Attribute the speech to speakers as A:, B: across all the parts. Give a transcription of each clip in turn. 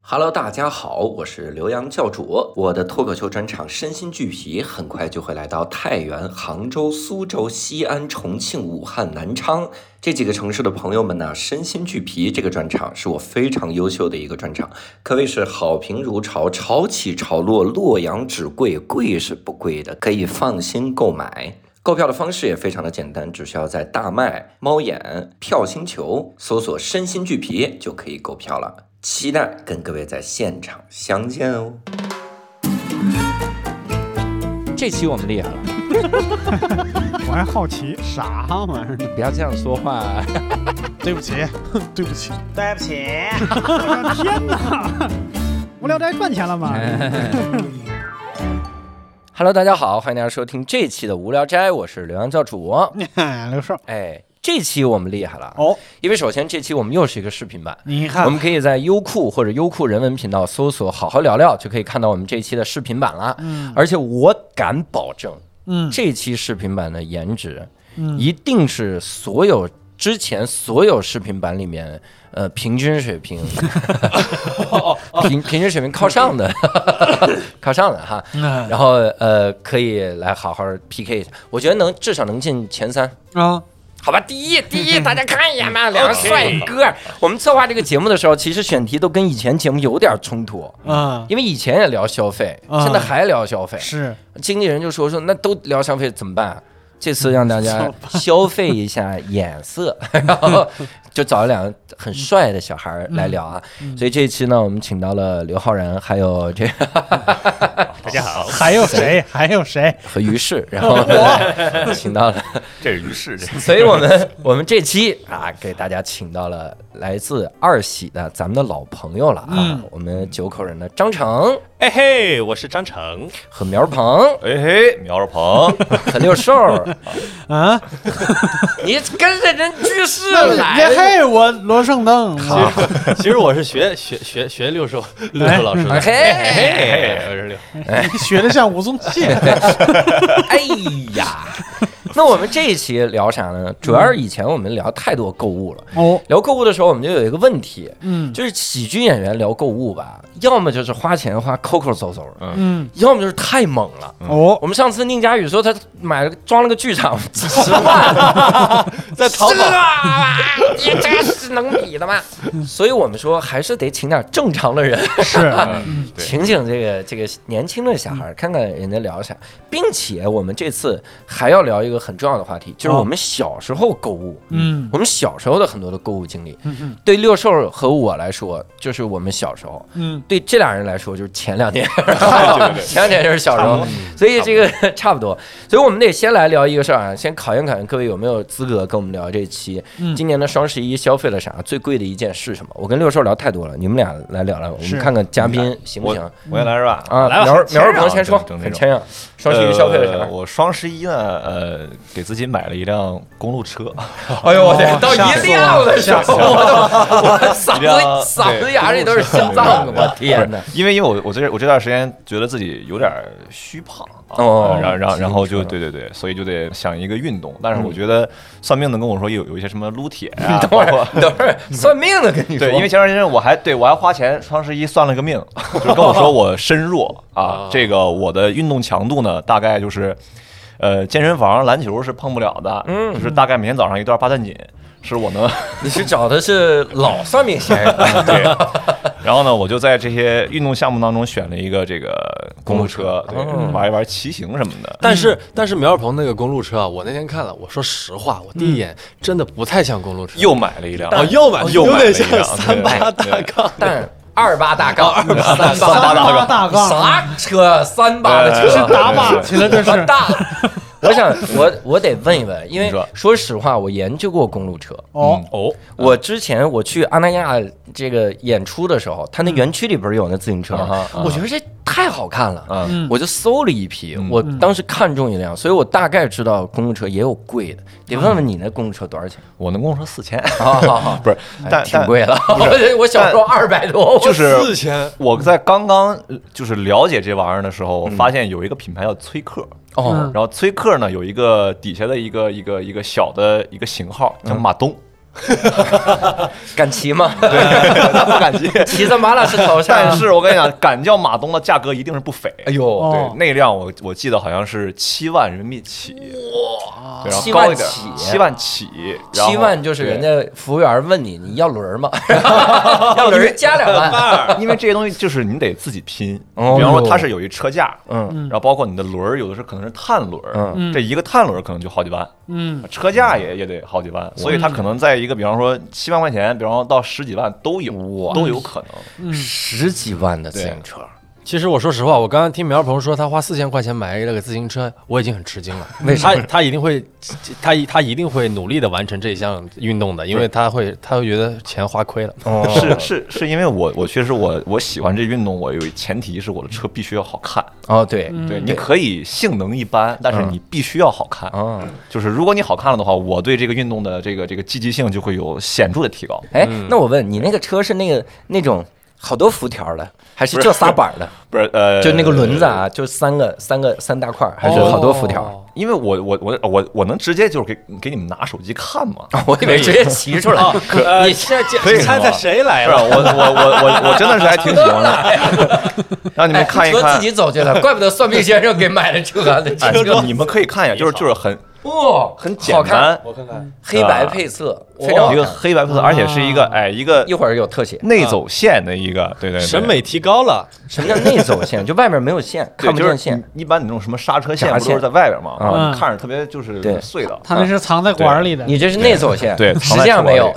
A: Hello，大家好，我是刘洋教主。我的脱口秀专场《身心俱疲》很快就会来到太原、杭州、苏州、西安、重庆、武汉、南昌这几个城市的朋友们呢。身心俱疲这个专场是我非常优秀的一个专场，可谓是好评如潮，潮起潮落，洛阳纸贵，贵是不贵的，可以放心购买。购票的方式也非常的简单，只需要在大麦、猫眼、票星球搜索“身心俱疲”就可以购票了。期待跟各位在现场相见哦！
B: 这期我们厉害了，
C: 我还好奇啥玩意儿？
B: 不要这样说话。
D: 对不起， 对不起，
E: 对不起，
C: 我的天 哪！无聊斋赚钱了吗？
B: Hello，大家好，欢迎大家收听这期的无聊斋，我是刘洋教主。
D: 刘少，
B: 哎，这期我们厉害了
D: 哦，
B: 因为首先这期我们又是一个视频版，
D: 你
B: 我
D: 看
B: 们可以在优酷或者优酷人文频道搜索“好好聊聊”，就可以看到我们这期的视频版了。嗯，而且我敢保证，
D: 嗯，
B: 这期视频版的颜值，一定是所有之前所有视频版里面，呃，平均水平， 平平均水平靠上的， 靠上的哈。然后呃，可以来好好 PK 一下，我觉得能至少能进前三。
D: 啊，
B: 好吧，第一，第一，大家看一眼
D: 嗯
B: 吧，两个帅哥。我们策划这个节目的时候，其实选题都跟以前节目有点冲突，
D: 嗯，
B: 因为以前也聊消费，
D: 啊
B: 现在还聊消费。
D: 是，
B: 经纪人就说说，那都聊消费怎么办？啊这次让大 家消费一下眼色，然后就找了两个很帅的小孩儿来聊啊。
D: 嗯
B: 所以这一期呢，我们请到了刘昊然，还有这个
F: 大家好，
D: 还有谁？还有谁？
B: 和于适， 然后 请到了
F: 这是于适，这
B: 所以我们我们这期啊，给大家请到了来自二喜的咱们的老朋友了啊，我们九口人的张成
F: 哎嘿，我是张成，
B: 和苗鹏
F: 哎嘿，苗若鹏，
B: 和六兽，
D: 啊，
B: 你跟着人居士
D: 别
B: 来。
D: 嘿，我罗胜灯，
G: 其实我是学学学学 六兽六兽老师的，
B: 哎嘿，
G: 哎，我是六，
D: 你学的像吴宗宪，
B: 哎呀，那我们这一期聊啥呢？主要是以前我们聊太多购物了。
D: 哦，
B: 聊购物的时候，我们就有一个问题，
D: 嗯
B: 就是喜剧演员聊购物吧，要么就是花钱花抠抠搜搜的，
D: 嗯，
B: 要么就是太猛了。
D: 哦，
B: 我们上次宁佳宇说他买了装了个剧场，几十万，
G: 在淘
B: 这
G: 宝
B: 玩意儿你这是能比的吗？所以我们说还是得请点正常的人，
D: 是，
G: 啊
F: 嗯对，
B: 请请这个这个年轻的小孩儿，看看人家聊啥，并且我们这次还要聊一个很重要的话题，就是我们小时候购物。
D: 嗯
B: 我们小时候的很多的购物经历，
D: 嗯
B: 对六兽和我来说，就是我们小时候；
D: 嗯
B: 对这俩人来说，就是前两年，
F: 对对
B: 前两年就是小时候， 所以这个 差不多，所以我们得先来聊一个事儿啊，先考验考验各位有没有资格跟我们聊这期。
D: 嗯
B: 今年的双十一消费了啥？最贵的一件是什么？我跟六兽聊太多了，你们俩来聊聊，我
D: 是
B: 们看看嘉宾行不行
F: 我先来是吧？
B: 啊？
F: 来吧
B: 苗儿苗儿鹏先
F: 先
B: 说，
F: 整这
B: 很
F: 种。
B: 谦让。双十一消费了
F: 呃
B: 啥？
F: 我双十一呢，呃，给自己买了一辆公路车，
B: 哎呦我天，
D: 哦
B: 到
D: 吓死
B: 一辆的时候，我 都我嗓
F: 一
B: 子
F: 辆
B: 嗓子
F: 对
B: 眼里都是心脏了，我天 哪！
F: 因为因为我我这我这段时间觉得自己有点虚胖啊，
B: 哦
F: 然后然后然后就
B: 骑
F: 对对对，所以就得想一个运动。但是我觉得算命的跟我说有有一些什么撸铁啊，
B: 嗯 等会
F: 包括
B: 儿，等会儿，算命的跟你说，
F: 对，因为前段时间我还对我还花钱双十一算了 个命，就是跟我说我身弱
B: 哦
F: 啊，这个我的运动强度呢，大概就是，呃，健身房篮球是碰不了的，
B: 嗯
F: 就是大概每天早上一段八段锦是我能，
B: 你是找的是老算命先生，
F: 对， 然后呢，我就在这些运动项目当中选了一个这个公路车，对，玩一玩骑行什么的，
G: 但是但是苗小鹏那个公路车啊，我那天看了，我说实话，我第一眼真的不太像公路车，
F: 又买了一辆，
G: 哦又买
F: 又
G: 有
F: 买了
G: 点
F: 一
G: 像
F: 辆
G: 三八大杠，
B: 但二八大杠，二八大
D: 八
B: 杠，
D: 大大杠，
B: 啥车？三八的
F: 对
B: 车，
D: 打靶去了这
B: 多
D: 是，
B: 哎大？ 我想，我我得问一问，因为
F: 你说
B: 说嗯实话，我研究过公路车。
D: 哦，
F: 哦，
B: 我之前我去阿那亚这个演出的时候，他那园区里不是有那自行车吗？我觉得这太好看了，
F: 嗯
B: 我就搜了一批。我当时看中一辆，所以我大概知道公路车也有贵的。得问问你那公路车多少钱？
F: 我能跟我说四千，
B: 嗯 啊，好好
F: 不是，但
B: 挺
F: 但
B: 贵了。 我我小时候二百多，我
F: 就是
G: 四千，
F: 我在刚刚呃就是了解这玩意儿的时候，我发现有一个品牌叫崔克，
B: 哦
F: 然后崔克呢有一个底下的一个一个一个小的一个型号叫马东，
B: 敢骑吗？
F: 他不敢骑。
B: 骑在马老师头上。
F: 但是我跟你 讲，敢叫马东的价格一定是不菲。
B: 哎呦，
F: 对
D: 哦，
F: 那辆我我记得好像是七万人民币起，哇，然后
B: 七
F: 高
B: 万
F: 一点
B: 起，
F: 七万起，然后
B: 七万就是人
F: 对
B: 家服务员问你你要轮儿 吗？要轮儿加两万。
F: 因为这些东西就是你得自己拼，
B: 哦
F: 比方说它是有一车架，
B: 嗯，
F: 然后包括你的轮儿，有的是可能是碳轮儿，
B: 嗯
F: 这一个碳轮儿可能就好几万，
D: 嗯，
F: 车架也也得好几万，所
B: 嗯
F: 以它可能在一个比方说七万块钱，比方说到十几万都有，都有可能。
B: 十几万的自行车，
G: 其实我说实话，我刚刚听苗鹏说他花四千块钱买了个自行车，我已经很吃惊 了。
B: 为什
G: 他他一定会，他他一定会努力的完成这一项运动的，因为他会他会觉得钱花亏了。
B: 哦
F: 是是是因为我我确实我我喜欢这运动，我有一前提是我的车必须要好看。
B: 哦，对，
F: 对，嗯你可以性能一般，但是
B: 嗯
F: 你必须要好看。
B: 哦，
F: 就是如果你好看了的话，我对这个运动的这个这个积极性就会有显著的提高。
B: 哎，那我问你，那个车是那个那种好多辐条的，还是就仨板儿的？
F: 不是呃，哦
B: 就那个轮子啊，就三个三个三大块儿，还是好多辐条？
F: 因为我我我我我能直接就是给给你们拿手机看嘛。
B: 我以为直接骑出来。哦 你现在
F: 哦
B: 哦
F: 可以猜猜谁来了？我我我我我真的是还挺喜欢的， 让你们看一
B: 车
F: 看
B: 哎自。己走去 了，怪不得算命先生给买了这个
F: 哎
B: 这个
F: 你们可以看一下，就是就是很
B: 哇，
F: 很
B: 好
F: 简
B: 看，
F: 单，
G: 我看看，
B: 黑白配色，非常好
F: 一个
B: 看。啊
F: 黑白配色，而且是一个哎一个
B: 一会儿有特写，
F: 内走线的一个，对对对，
G: 审美提高了，
B: 什么叫内走线？就外面没有线，
F: 对
B: 看不
F: 就是嗯
B: 见线。
F: 你一般你那种什么刹车线
B: 闸
F: 不都
B: 线
F: 是在外边嘛？
B: 嗯
F: 啊，看着特别就是
B: 对
F: 碎 的。
D: 他那是藏在管儿里的。
B: 你这是内走线，
F: 对
B: 实际上没 有，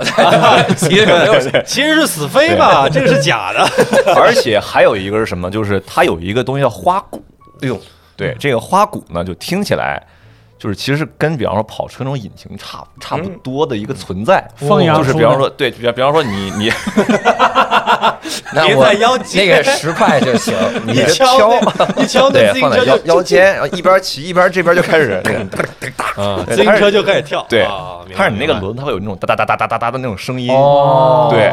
B: 其实没有。
G: 其实是死飞吧，这个是假的。
F: 而且还有一个是什么？就是它有一个东西叫花鼓。哎呦，对，这个花鼓呢，就听起来就是其实是跟比方说跑车那种引擎差差不多的一个存在。
D: 嗯放羊
F: 就是
D: 出
F: 比方
D: 来
F: 说，对，比方比方说你你
B: 那
G: 别
B: 我
G: 再腰间
B: 那个十块就行，你
F: 你
B: 这
F: 敲
G: 一敲
F: 对放在腰腰间，然后一边骑一边这边就开 始那个
G: 啊，
F: 对
G: 自行车就开始跳。
F: 对
G: 啊，明
F: 它
G: 白
F: 是你那个轮它会有那种哒哒哒哒哒哒哒的那种声音。
B: 哦
F: 对，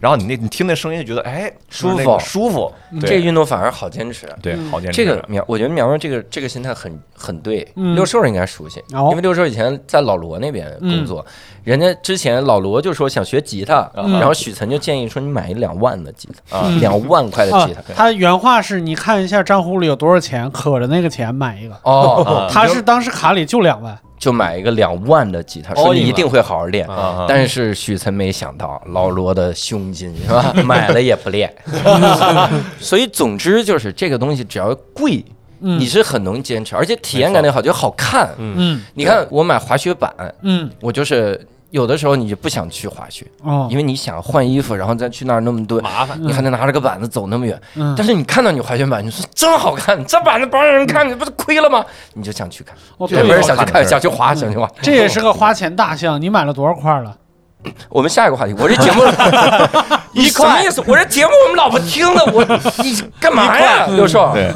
F: 然后你那你听那声音就觉得哎就是
B: 舒
F: 那
B: 服嗯
F: 个舒服，
B: 这个
F: 对
B: 运动反而好坚持。
F: 对好坚持
B: 这个苗，我觉得苗苗这个这个心态很很对。
D: 嗯
B: 六兽应该熟悉，
D: 哦嗯
B: 因为六兽以前在老罗那边工作，人家之前老罗就说想学吉他，
D: 嗯
B: 然后许岑就建议说你买一两万的吉他，啊，两万块的
D: 啊
B: 吉他。，
D: 他原话是：“你看一下账户里有多少钱，可着那个钱买一个。
B: 哦，”
D: 他是当时卡里就两万，
B: 就买一个两万的吉他，
G: All
B: 说
G: in
B: 你一定会好好练。
F: 啊
B: 但是许岑没想到老罗的胸襟是吧？买了也不练，所以总之就是这个东西只要贵，你是很能坚持，而且体验感也好，就好看。
D: 嗯
B: 你看我买滑雪板，
D: 嗯
B: 我就是有的时候你就不想去滑雪，
D: 哦，
B: 因为你想换衣服，然后再去那儿那么多麻烦，你还得拿着个板子走那么远。
D: 嗯
B: 但是你看到你滑雪板，你说真好看，这板子不让人看，你不是亏了吗？你就想去看，
D: 哦
B: 也不是嗯
D: 对
B: 想去
F: 好看
B: 看，想去滑，想去滑。哦
D: 这也是个花钱大项。你买了多少块了？
B: 我们下一个话题，我这 节目你什么意思？我这节目我们老婆听了，我你干嘛呀？六兽，
F: 对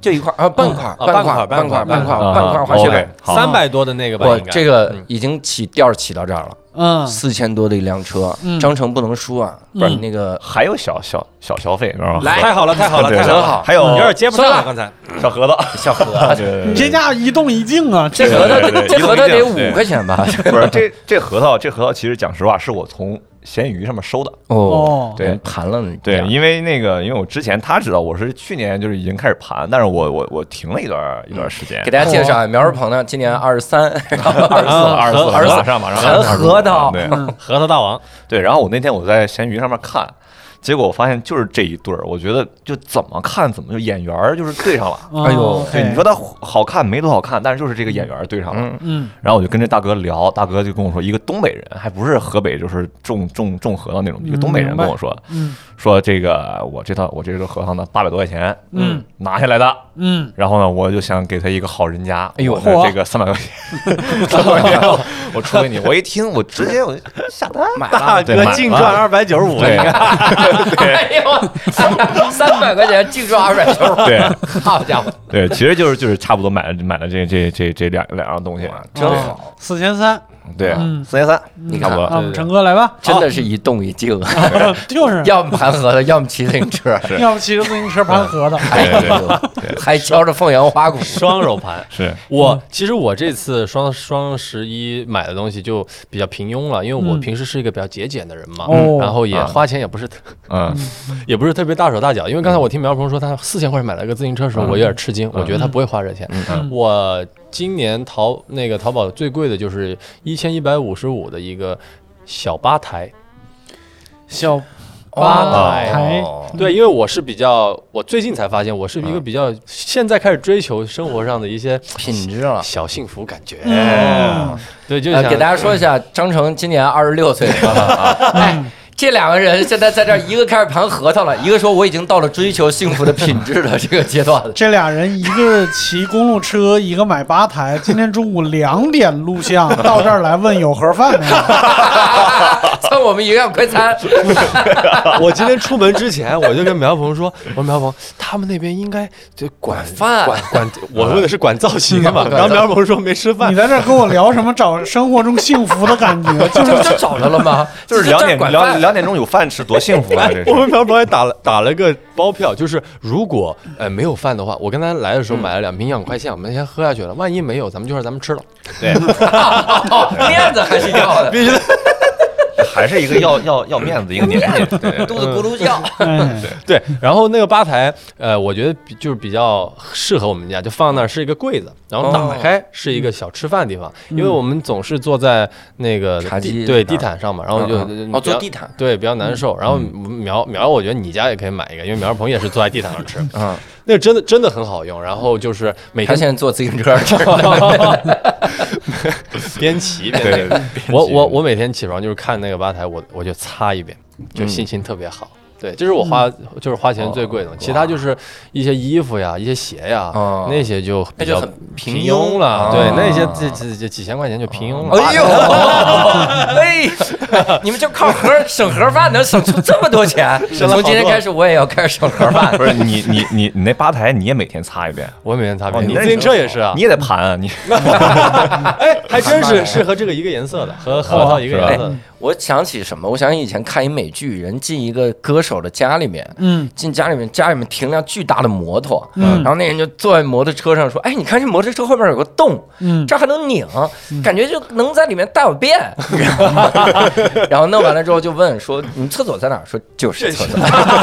B: 就一块儿啊，半块儿，
G: 啊
B: 半块
G: 半块
B: 儿，
G: 儿
B: 半块儿，半块儿，
F: 啊
B: 半块儿滑雪板。
F: OK，好
G: 三百多的那个吧，
B: 我嗯
G: 应该
B: 这个已经起调儿起到这儿了，
D: 嗯
B: 四千多的一辆车，
D: 嗯
B: 章程不能输啊！不是那个
F: 还有小小小消费，然后
G: 太好了，太好了，
F: 对
G: 太
B: 很好
G: 了，
F: 还有
G: 有点接不上
B: 算了
G: 了，刚才
F: 小盒子，
B: 小盒
F: 啊
B: 子，
F: 对对对
D: 你这家伙一动一静啊，这
B: 这核
F: 对
B: 桃
F: 对对
B: 这核桃得
F: 一
B: 五
F: 共一辆
B: 块钱 吧？
F: 不是这这核桃，这核桃其实讲实话是我从闲鱼上面收的。
B: 哦，
F: 对
B: 盘了你
F: 对
B: 这，样
F: 因为那个，因为我之前他知道我是去年就是已经开始盘，但是我我我停了一段一段时间
B: 嗯给，大家介绍，苗儿鹏呢，今年二十三，二
F: 嗯二十四
B: 二十四
F: 马上马上
B: 盘
F: 25
B: 核桃
F: 对
G: 核桃大王，
F: 对，然后我那天我在闲鱼上面看，结果我发现就是这一对儿，我觉得就怎么看怎么就眼缘儿就是对上了。
D: 嗯
B: 哎呦
F: 对，你说它好看没多好看，但是就是这个眼缘儿对上了。
D: 嗯
F: 然后我就跟这大哥聊，大哥就跟我说，一个东北人，还不是河北，就是种种种核桃那种，一个东北人跟我说，
D: 嗯
F: 说这个我这套我这个核桃呢八百多块钱，
D: 嗯，
F: 拿下来的。
D: 嗯
F: 然后呢，我就想给他一个好人家，
B: 哎呦
F: 我说这个三百块钱， 三百块钱我我出给你。我一听，我直接我就下单买了， 对买了
G: 二百九 十五
F: 对
B: 哎呦，三三百块钱净赚二百九十五，
F: 对
B: 好家
F: 嗯
B: 伙，
F: 对，其实就是就是差不多买了买了这这这这两两样东西，
B: 哇真好，啊
D: 四千三，
F: 对
D: 嗯，
F: 四千三，
A: 你看
F: 吧
D: 那我们陈哥来吧，啊
B: 真的是一动一静，
D: 就是，
B: 要么盘核桃，要么骑自行 车，
D: 要不骑着自行车盘 核桃，
B: 哎
F: 对对
B: 嗯
F: 对对
B: 还敲着凤阳花鼓。
G: 双手盘。
F: 是，
G: 我其实我这次双双十一买的东西就比较平庸了，因为我
D: 嗯
G: 平时是一个比较节俭的人嘛，
D: 哦
G: 然后也
F: 啊
G: 花钱也不是
F: 嗯
G: 也不是特别大手大脚，因为刚才我听苗鹏说他四千块钱买了个自行车的时候，我有点吃惊，我觉得他不会花这钱。
D: 嗯
G: 我今年淘那个淘宝最贵的就是一千一百五十五的一个小吧台，
D: 小
G: 吧台。
D: 台
G: 对，因为我是比较，我最近才发现，我是一个比较现在开始追求生活上的一些
B: 品质了。
G: 小幸福感觉。
F: 哎
G: 对，就
B: 呃
G: 想，
B: 给大家说一下，张成今年二十六岁。
F: 嗯
B: 哎，这两个人现在在这儿，一个开始盘核桃了，一个说我已经到了追求幸福的品质的这个阶段 了。
D: 这俩人一个骑公路车，一个买吧台。今天中午两点录像，到这儿来问有盒饭没有？
B: 蹭我们营养快餐，
G: 我今天出门之前，我就跟苗鹏说，我说苗鹏，他们那边应该就管
B: 饭
G: 管管，我问的是管造型 嘛。
B: 管
G: 然后苗鹏说没吃饭
D: 你，在这儿跟我聊什么找生活中幸福的感觉？ 就
B: 这不
D: 是
B: 就找着了吗？
F: 就是
B: 这
F: 两点
B: 管
F: 两
B: 饭。哎
F: 两点钟有饭吃，多幸福啊！这
G: 我
F: 是
G: 们苗鹏还打了打了个包票，就是如果呃没有饭的话，我刚才来的时候买了两瓶养快线，我们先喝下去了。万一没有，咱们就让咱们吃了。
F: 对，
B: 哦，面子还是要的，
F: 还是一个要要要面子的一个年纪，对对对
B: 肚子咕噜叫。
D: 哎，
G: 对，然后那个吧台，呃，我觉得比就是比较适合我们家，就放那儿是一个柜子，然后
B: 哦
G: 打开是一个小吃饭的地方，因为我们总是坐在那个
B: 嗯茶
G: 地
B: 几
G: 对
B: 那儿
G: 地毯上嘛，然后就
B: 嗯嗯哦坐地毯，嗯
G: 对比较难受。然后苗苗，我觉得你家也可以买一个，因为苗鹏也是坐在地毯上吃，
B: 嗯，
G: 那个真的真的很好用。然后就是每
B: 他
G: 天
B: 现在坐自行 车去。
G: 边骑边
F: 对对对，
G: 我我我每天起床就是看那个吧台，我我就擦一遍，就心情特别好。对，这是我花就是花钱最贵的，其他就是一些衣服呀、一些鞋呀，
B: 哦
G: 那些就
B: 那
G: 比
B: 就
G: 较
B: 很平
G: 平
B: 庸
G: 了。
B: 啊
G: 对，那些这这这几千块钱就平庸了。
B: 哎呦， 哎，你们就靠盒省盒饭能省出这么多钱？从今天开始，我也要开始省盒饭。
F: 不是你你你你那吧台你也每天擦一遍，
B: 哎
G: 我每天擦
F: 哦
G: 遍，
F: 你
G: 你
F: 那
G: 自行车也是啊
F: 你，也得盘啊，你
G: 哎，还真是是和这个一个颜色的，哦和核桃一个颜色的。
B: 哎我想起什么？我想起以前看一美剧，人进一个歌手的家里面，
D: 嗯，
B: 进家里面，家里面停辆巨大的摩托，
D: 嗯
B: 然后那人就坐在摩托车上说：“哎，你看这摩托车后面有个洞，
D: 嗯
B: 这还能拧，感觉就能在里面大小 便。然后弄完了之后就问说：“你厕所在哪儿？”说：“就是厕所。”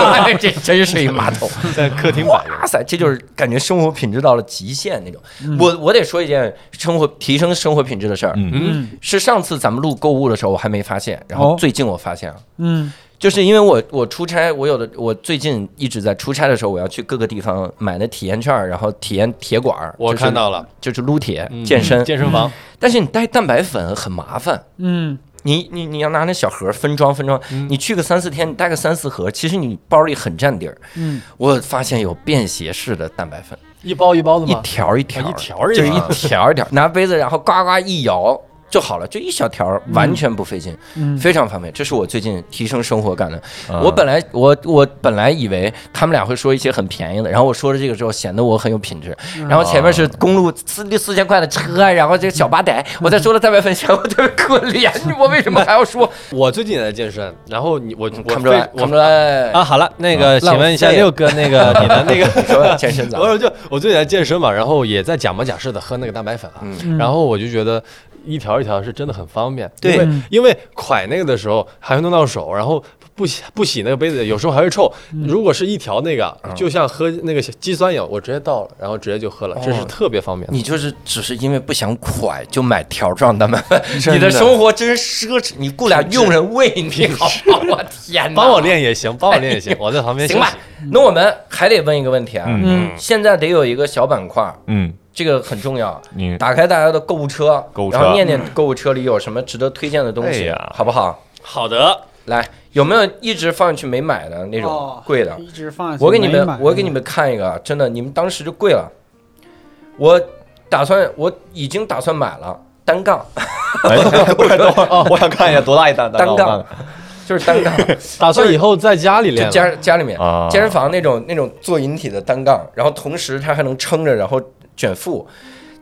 B: 这真是一马桶，在客厅。哇塞，这就是感觉生活品质到了极限那种。我我得说一件生活提升生活品质的事儿，
F: 嗯
D: 嗯
B: 是上次咱们录购物的时候我还没发现，然后
D: 哦
B: 最近我发现了。啊
D: 嗯
B: 就是因为我我出差，我有的我最近一直在出差的时候，我要去各个地方买的体验券儿，然后体验铁管儿，
G: 我
B: 就是
G: 看到了，
B: 就是撸铁
G: 嗯
B: 健身，
G: 健身房，
B: 但是你带蛋白粉很麻烦，
D: 嗯，
B: 你你你要拿那小盒儿分装分装，你去个三四天，你带个三四盒，其实你包里很占地儿。
D: 嗯，
B: 我发现有便携式的蛋白粉，
G: 一包一包的
B: 一
G: 吗？
B: 条一条
G: 啊
B: 的，
G: 一条儿一
B: 就是
G: 条儿
B: 一条儿一条儿，拿杯子然后呱呱一摇。就好了，就一小条儿，完全不费劲，
D: 嗯
B: 非常方便。这是我最近提升生活感的。
G: 啊
F: 嗯
B: 我本来我我本来以为他们俩会说一些很便宜的，然后我说了这个之后，显得我很有品质。
G: 嗯
B: 然后前面是公路四六四千块的车，然后这个小吧台，我再说了蛋白粉，显得我特别可怜。我为什么还要说？
G: 我最近也在健身，然后你我我
B: 看不出来，
G: 非
B: 看
G: 我
B: 不出来
G: 啊，！好了，那个，请问一下
B: 浪费
G: 六哥，那 个你的那个
B: 说健身咋
G: 我？就我最近在健身嘛，然后也在假模假式的喝那个蛋白粉啊，然后我就觉得一条一条是真的很方便，
B: 对
G: 因为因为蒯那个的时候还会弄到手，然后不洗不洗那个杯子，有时候还会臭。如果是一条那个，就像喝那个肌酸饮，我直接倒了，然后直接就喝了，这是特别方便的。
B: 你就是只是因为不想蒯就买条状蛋 白粉，
F: 真
B: 你
F: 的
B: 的生活真奢侈。你雇俩佣人喂 你好不好？我天哪！
G: 帮我练也行，帮我练也哎 行，我在旁边休
B: 行
G: 息
B: 吧。那我们还得问一个问题啊，
F: 嗯
B: 现在得有一个小板块，
F: 嗯，
B: 这个很重要。
F: 你
B: 打开大家的购物车，
F: 购物车
B: 然后念念购物车里有什么值得推荐的东
F: 哎
B: 西，
F: 呀
B: 好不好？
G: 好的，
B: 来，有没有一直放进去没买的那种
D: 哦
B: 贵的？
D: 一直放下去
B: 我给你
D: 没买
B: 们，我给你们看一个啊，真的，你们当时就跪了。我打算，我已经打算买了单杠，
F: 哎， 我等会儿我想看一下多大一单
B: 单
F: 我看
B: 杠啊就是单 杠，
G: 打算以后在家里
B: 就
G: 练了。
B: 家家里面
F: 啊
B: 健身房那种那种做引体的单杠，然后同时它还能撑着，然后卷腹，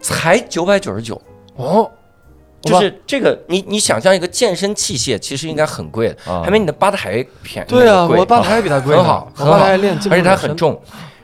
B: 才九百九十九。
G: 哦，
B: 就
D: 好吧
B: 是这个，你你想象一个健身器械，其实应该很贵的，
F: 啊
B: 还没你的吧台便宜。
G: 对啊，
B: 贵
G: 我吧台比他贵呢，
B: 很好，
G: 我
B: 很
G: 吧
B: 好，
G: 台练进步
B: 而且它
G: 很
B: 很
G: 深
B: 重。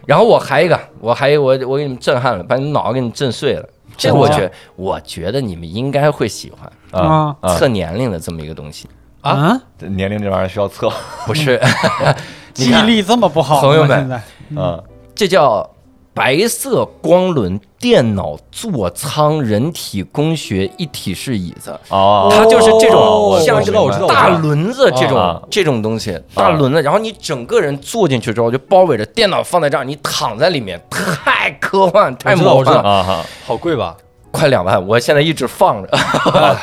B: 然后我还一个，我还我我给你们震撼了，把你们脑给你震碎了。这个我觉我觉得你们应该会喜欢
F: 啊啊！
B: 测年龄的这么一个东西，
D: 啊，
F: 年龄这玩意儿需要测
B: 不是？ 你
D: 记忆
B: 看
D: 力这么不好吗，
B: 朋友们
D: 现在
B: 嗯
F: 啊
B: 这叫白色光轮电脑座舱人体工学一体式椅子。
F: 哦，
B: 它就是这种
F: 哦
B: 像
F: 我
B: 这
F: 知道
B: 种
F: 我知道我知道
B: 大轮子这
F: 啊
B: 种这种东西，大轮子，然后你整个人坐进去之后，就包围着电脑放在这儿，你躺在里面，太科幻，太
G: 我知道
B: 魔
G: 我知
B: 幻
G: 道
B: 了，
F: 啊哈，
G: 好贵吧？
B: 快两万，我现在一直 放着，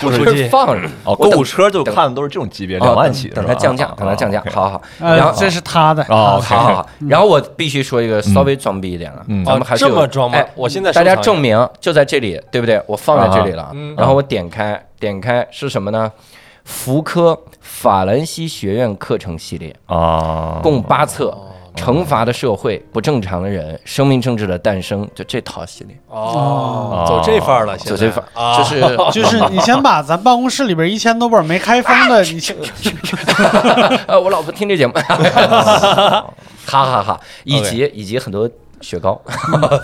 F: 就是
B: 放着，
F: 哦，
B: 我
F: 购
B: 等
F: 物车就看的都是这种级别，
B: 哦
F: 两万
B: 等
F: 起，
B: 等
F: 是
B: 它
F: 吧
B: 降价，等它降价，好好，
G: 哎
B: 然
D: 呃，
B: 后哦
D: 这是他的，
F: 啊
B: 好好好，然后我必须说一个稍微装逼一点了，
F: 嗯
B: 咱们还是有
G: 哦这么装吗
B: 哎
G: 我现在收
B: 大
G: 藏一下
B: 家证明就在这里，对不对？我放在这里了，
G: 啊嗯
B: 然后我点开，点开是什么呢？福柯法兰西学院课程系列，
F: 啊，
B: 共八册，惩罚的社会、不正常的人、生命政治的诞生，就这套系列，
G: 哦
F: 哦
G: 走这范儿了，
B: 就这份
G: 现在啊，
B: 就是
D: 就是你先把咱办公室里边一千多本没开封 的，你先
B: 呃，我老婆听这节目， 哈哈哈，以及以及很多雪糕，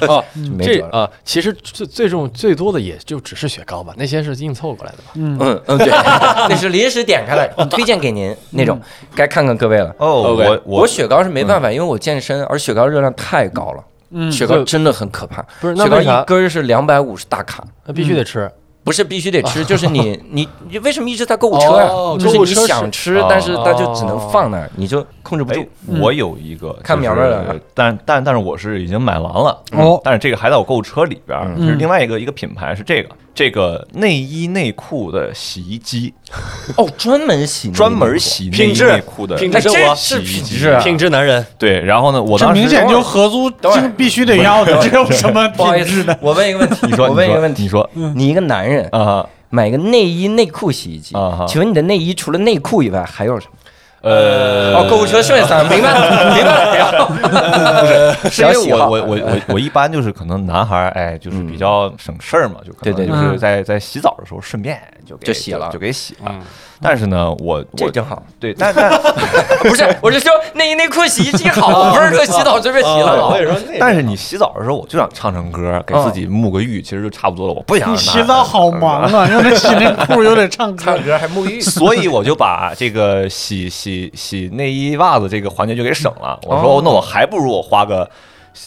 G: 哦
B: 就没
G: 这
B: 辙了。
G: 啊，其实最最重最多的也就只是雪糕吧，那些是硬凑过来的吧？
B: 嗯嗯，对，那是临时点开的，推荐给您那种，该看看各位了。
F: 哦，
G: OK
F: 我
B: 我雪糕是没办法，因为我健身，而雪糕热量太高了。
D: 嗯
B: 雪糕
G: 就
B: 真的很可怕。
G: 不是那
B: 雪糕
G: 为啥
B: 一根儿是两百五十大卡，
G: 那必须得吃。
B: 不是必须得吃，就是你你你为什么一直在购物车呀
G: 哦？
B: 就是
G: 购物
B: 你
G: 车是
B: 想吃
F: 哦，
B: 但是它就只能放那儿，你就控制不
F: 哎
B: 住。，嗯
F: 我有一个
B: 看苗苗的啊
F: 就是但但但是我是已经买完了，
D: 哦
F: 但是这个还在我购物车里边
B: 嗯
F: 儿，就是另外一个一个品牌是这个这个内衣内裤的洗衣机，
B: 哦，专门洗内衣
F: 专门洗内
G: 品
F: 衣
G: 质
F: 内裤的
G: 品
B: 哎，
G: 质
B: 这
F: 洗
B: 是
F: 衣机
B: 品质啊。
G: 品质男人，
F: 对，然后呢，我
D: 这
F: 当时
D: 明显就合租就必须得要的，这有什么
B: 不好意
D: 品质
B: 思
D: 的？，
B: 我问一个问题，
F: 你说
B: 我问一个问题，
F: 你说
B: 你一个男人
F: 啊
B: 买个内衣内裤洗衣机
F: 啊哈，
B: 请问你的内衣除了内裤以外还有什么？
F: 呃
B: 哦，购物车剩下三个，明白了， 明白了。 不
F: 是
B: 是
F: 呃因
B: 因
F: 为
B: 为
F: 我我我 我我一般就是可能男孩儿哎就是
G: 嗯
F: 比较省事儿嘛，就可
B: 对对
F: 能就
B: 对
F: 是在在洗澡的时候顺便就给
B: 就洗了
F: 就给洗
G: 嗯
F: 了。但是呢，我
B: 这
F: 我
B: 正好，
F: 对，但 但
B: 不是，我是说内衣内裤洗衣机
F: 哦
B: 好，不是说洗澡随便洗
G: 啊我
B: 了。
G: 也说那
F: 呃但是你洗澡的时候，我就想唱唱歌，
B: 嗯
F: 给自己沐个浴，其实就差不多了。我不想
D: 你
F: 让
D: 洗
F: 它
D: 澡好忙 啊，又得洗内裤，又得唱歌，
B: 歌还沐浴
F: 所以我就把这个洗洗洗内衣袜子这个环节就给省了。我
B: 哦
F: 说，那我还不如我花个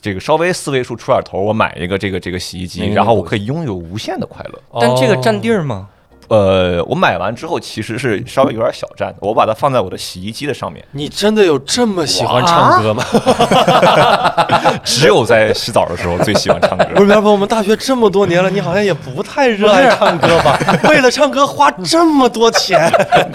F: 这个稍微四位数出点头，我买一个这个这个洗衣机，然后我可以拥有无限的快乐。
B: 但这个占地儿吗？
F: 呃，我买完之后其实是稍微有点小占，我把它放在我的洗衣机的上面，
G: 你真的有这么喜欢 唱歌吗？
F: 只有在洗澡的时候最喜欢唱歌。
G: 不是，苗朋友，我们大学这么多年了，你好像也不太热爱唱歌吧？为了唱歌花这么多钱，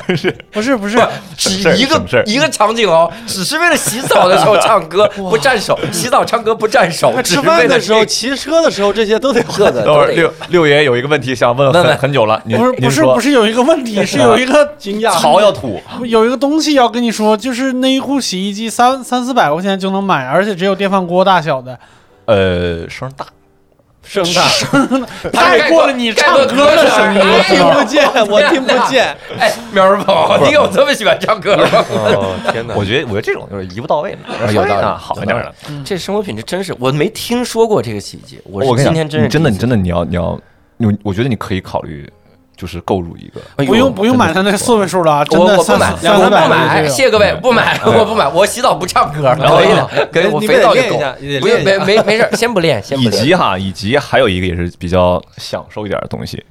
D: 不是不是，
B: 只
F: 事儿
B: 一
F: 什么事
B: 个
F: 儿
B: 一个场景哦，只是为了洗澡的时候唱歌不占手，洗澡唱歌不占手，只
G: 吃
B: 是
G: 饭
B: 为了
G: 的时候、骑车的时候，这些都得花
B: 这。个
F: 等会儿
B: 都得
F: 六六爷有一个问题想问
B: 问
F: 很
B: 问
F: 很久了，您
D: 不是
F: 您
D: 不是
F: 说
D: 不是有一个问题，是有一 个
G: 惊讶
F: 槽要吐，
D: 有一个东西要跟你说，就是内裤洗衣机三三四百块钱就能买，而且只有电饭锅大小的，
F: 呃，声儿大。
G: 声大，
D: 太过了你
B: 盖
D: 唱
B: 过
D: 歌
B: 盖过
D: 是什么意思
G: 听
D: 啊？
G: 不见，我听不见。
B: 哎，苗儿宝，你有这么喜欢唱歌吗？
F: 啊
G: 哦，天哪
F: 我觉得，我觉得这种就是一步到位嘛，稍
B: 有
F: 微
B: 道理
F: 呢啊好一点的。
B: 这生活品质真是我没听说过这个洗衣机，我
F: 跟
B: 是
F: 你
B: 今
F: 讲
B: 天真是
F: 你真
B: 第
F: 的，你
B: 一次
F: 真的，你要，你要，你我觉得你可以考虑，就是购入一个。
B: 哎呦
D: 不用不用买他那四位数了啊，真
B: 我
D: 的
B: 我不
D: 三
B: 买，
D: 四三
B: 我
D: 四
B: 不
D: 百
B: 买，
D: 块
B: 谢谢各
F: 嗯
B: 位，不买，我不买，我洗澡不唱歌，可以的，可以，我
G: 你
B: 肥皂就
G: 得练
B: 够
G: 一下，你得
B: 不用，
G: 练一
B: 没
G: 下。
B: 没没事儿，先不练，先不
F: 以
B: 练。
F: 及哈，以及还有一个也是比较享受一点的东西，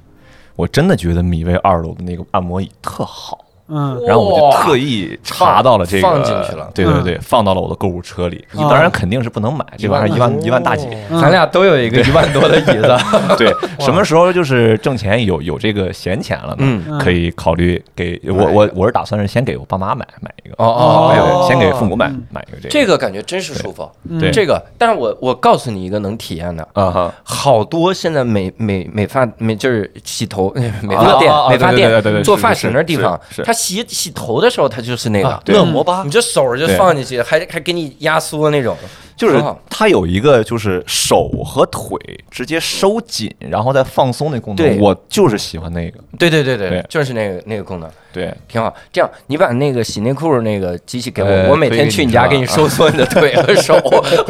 F: 我真的觉得米味二楼的那个按摩椅特好，
D: 嗯，
F: 然后我就特意查到了这个，
B: 放进去了嗯啊
F: 对对对，放到了我的购物车里。
D: 万
F: 当然肯定是不能买，这玩意儿一万一万大几。
B: 咱俩都有一个一万多的椅子，
F: 对， 什么时候就是挣钱有有这个闲钱了呢？
B: 嗯
F: 可以考虑给我我我是打算是先给我爸妈买买一个，
B: 哦哦
F: 没有，
B: 哦
F: 没有先给父母买买一个这个。
B: 这个感觉真是舒服。
F: 对
B: 这个，但是我我告诉你一个能体验的，
F: 啊哈，
B: 好多现在美美美发美就是洗头 美发店
F: 啊啊啊
B: 美发
F: 对对对对对
B: 店做
F: 是
B: 发
F: 是
B: 型的地方
F: 是是，
B: 他洗洗头的时候他就是那个
G: 啊。恶魔吧
B: 你，这手儿就
F: 对
B: 放进去，还还给你压缩那种，
F: 就是
B: 哦
F: 它有一个就是手和腿直接收紧，然后再放松那功
B: 对
F: 能，我就是喜欢那个。
B: 对对对对
F: 对，
B: 就是那个那个功能。
F: 对，
B: 挺好，这样你把那个洗内裤那个机器给我，
F: 呃
B: 我每天
F: 推给
B: 去
F: 你
B: 你家
F: 是吧
B: 给你收缩你的腿和手，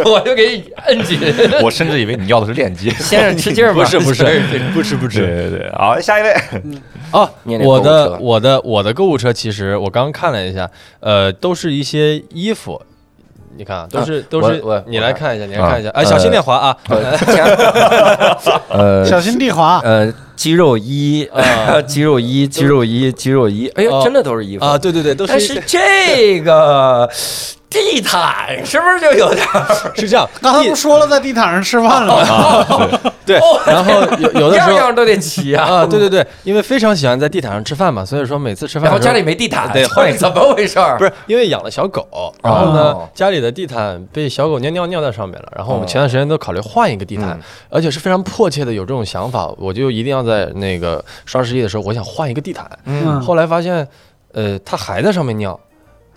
B: 我 就给你摁紧。
F: 我甚至以为你要的是链接。
B: 先生吃劲儿吧，
G: 不是不是不是不
F: 对
G: 是
F: 对对，好，下一 位，
G: 啊！
B: 你那
G: 我
B: 购物车
G: 的我的我的购物车，其实我刚看了一下，呃，都是一些衣服。你看啊，都是、都是
B: 我我
G: 你
B: 我
G: 来
B: 看
G: 看一下，你来看一下，哎，小心
B: 呃
G: 点滑啊！
B: 呃， 前呃
D: 小心地滑。
B: 呃，肌肉衣
G: 啊，
B: 肌肉衣，肌肉衣，肌肉衣，哎呦，
G: 哦
B: 真的都是衣服
G: 啊，。对对对，都
B: 但
G: 是一
B: 是
G: 些
B: 这个地毯是不是就有点儿？
G: 是这样。
D: 刚才不
G: 地
D: 说了，在地毯上吃饭
B: 啊
D: 了吗？
G: 对， 然后有有的时
B: 哦样
G: 候
B: 样都得齐啊。
G: 啊，对对对，因为非常喜欢在地毯上吃饭嘛，所以说每次吃饭
B: 然后
G: 的时候
B: 家里没地毯，
G: 对换一个
B: 怎么回事儿？
G: 不是因为养了小狗，然后呢，
B: 哦
G: 家里的地毯被小狗尿尿尿在上面了。然后我们
B: 哦嗯
G: 前段时间都考虑换一个地毯，而且是非常迫切的有这种想法，我就一定要在那个双十一的时候，我想换一个地毯。
D: 嗯
G: 后来发现，呃，它还在上面尿，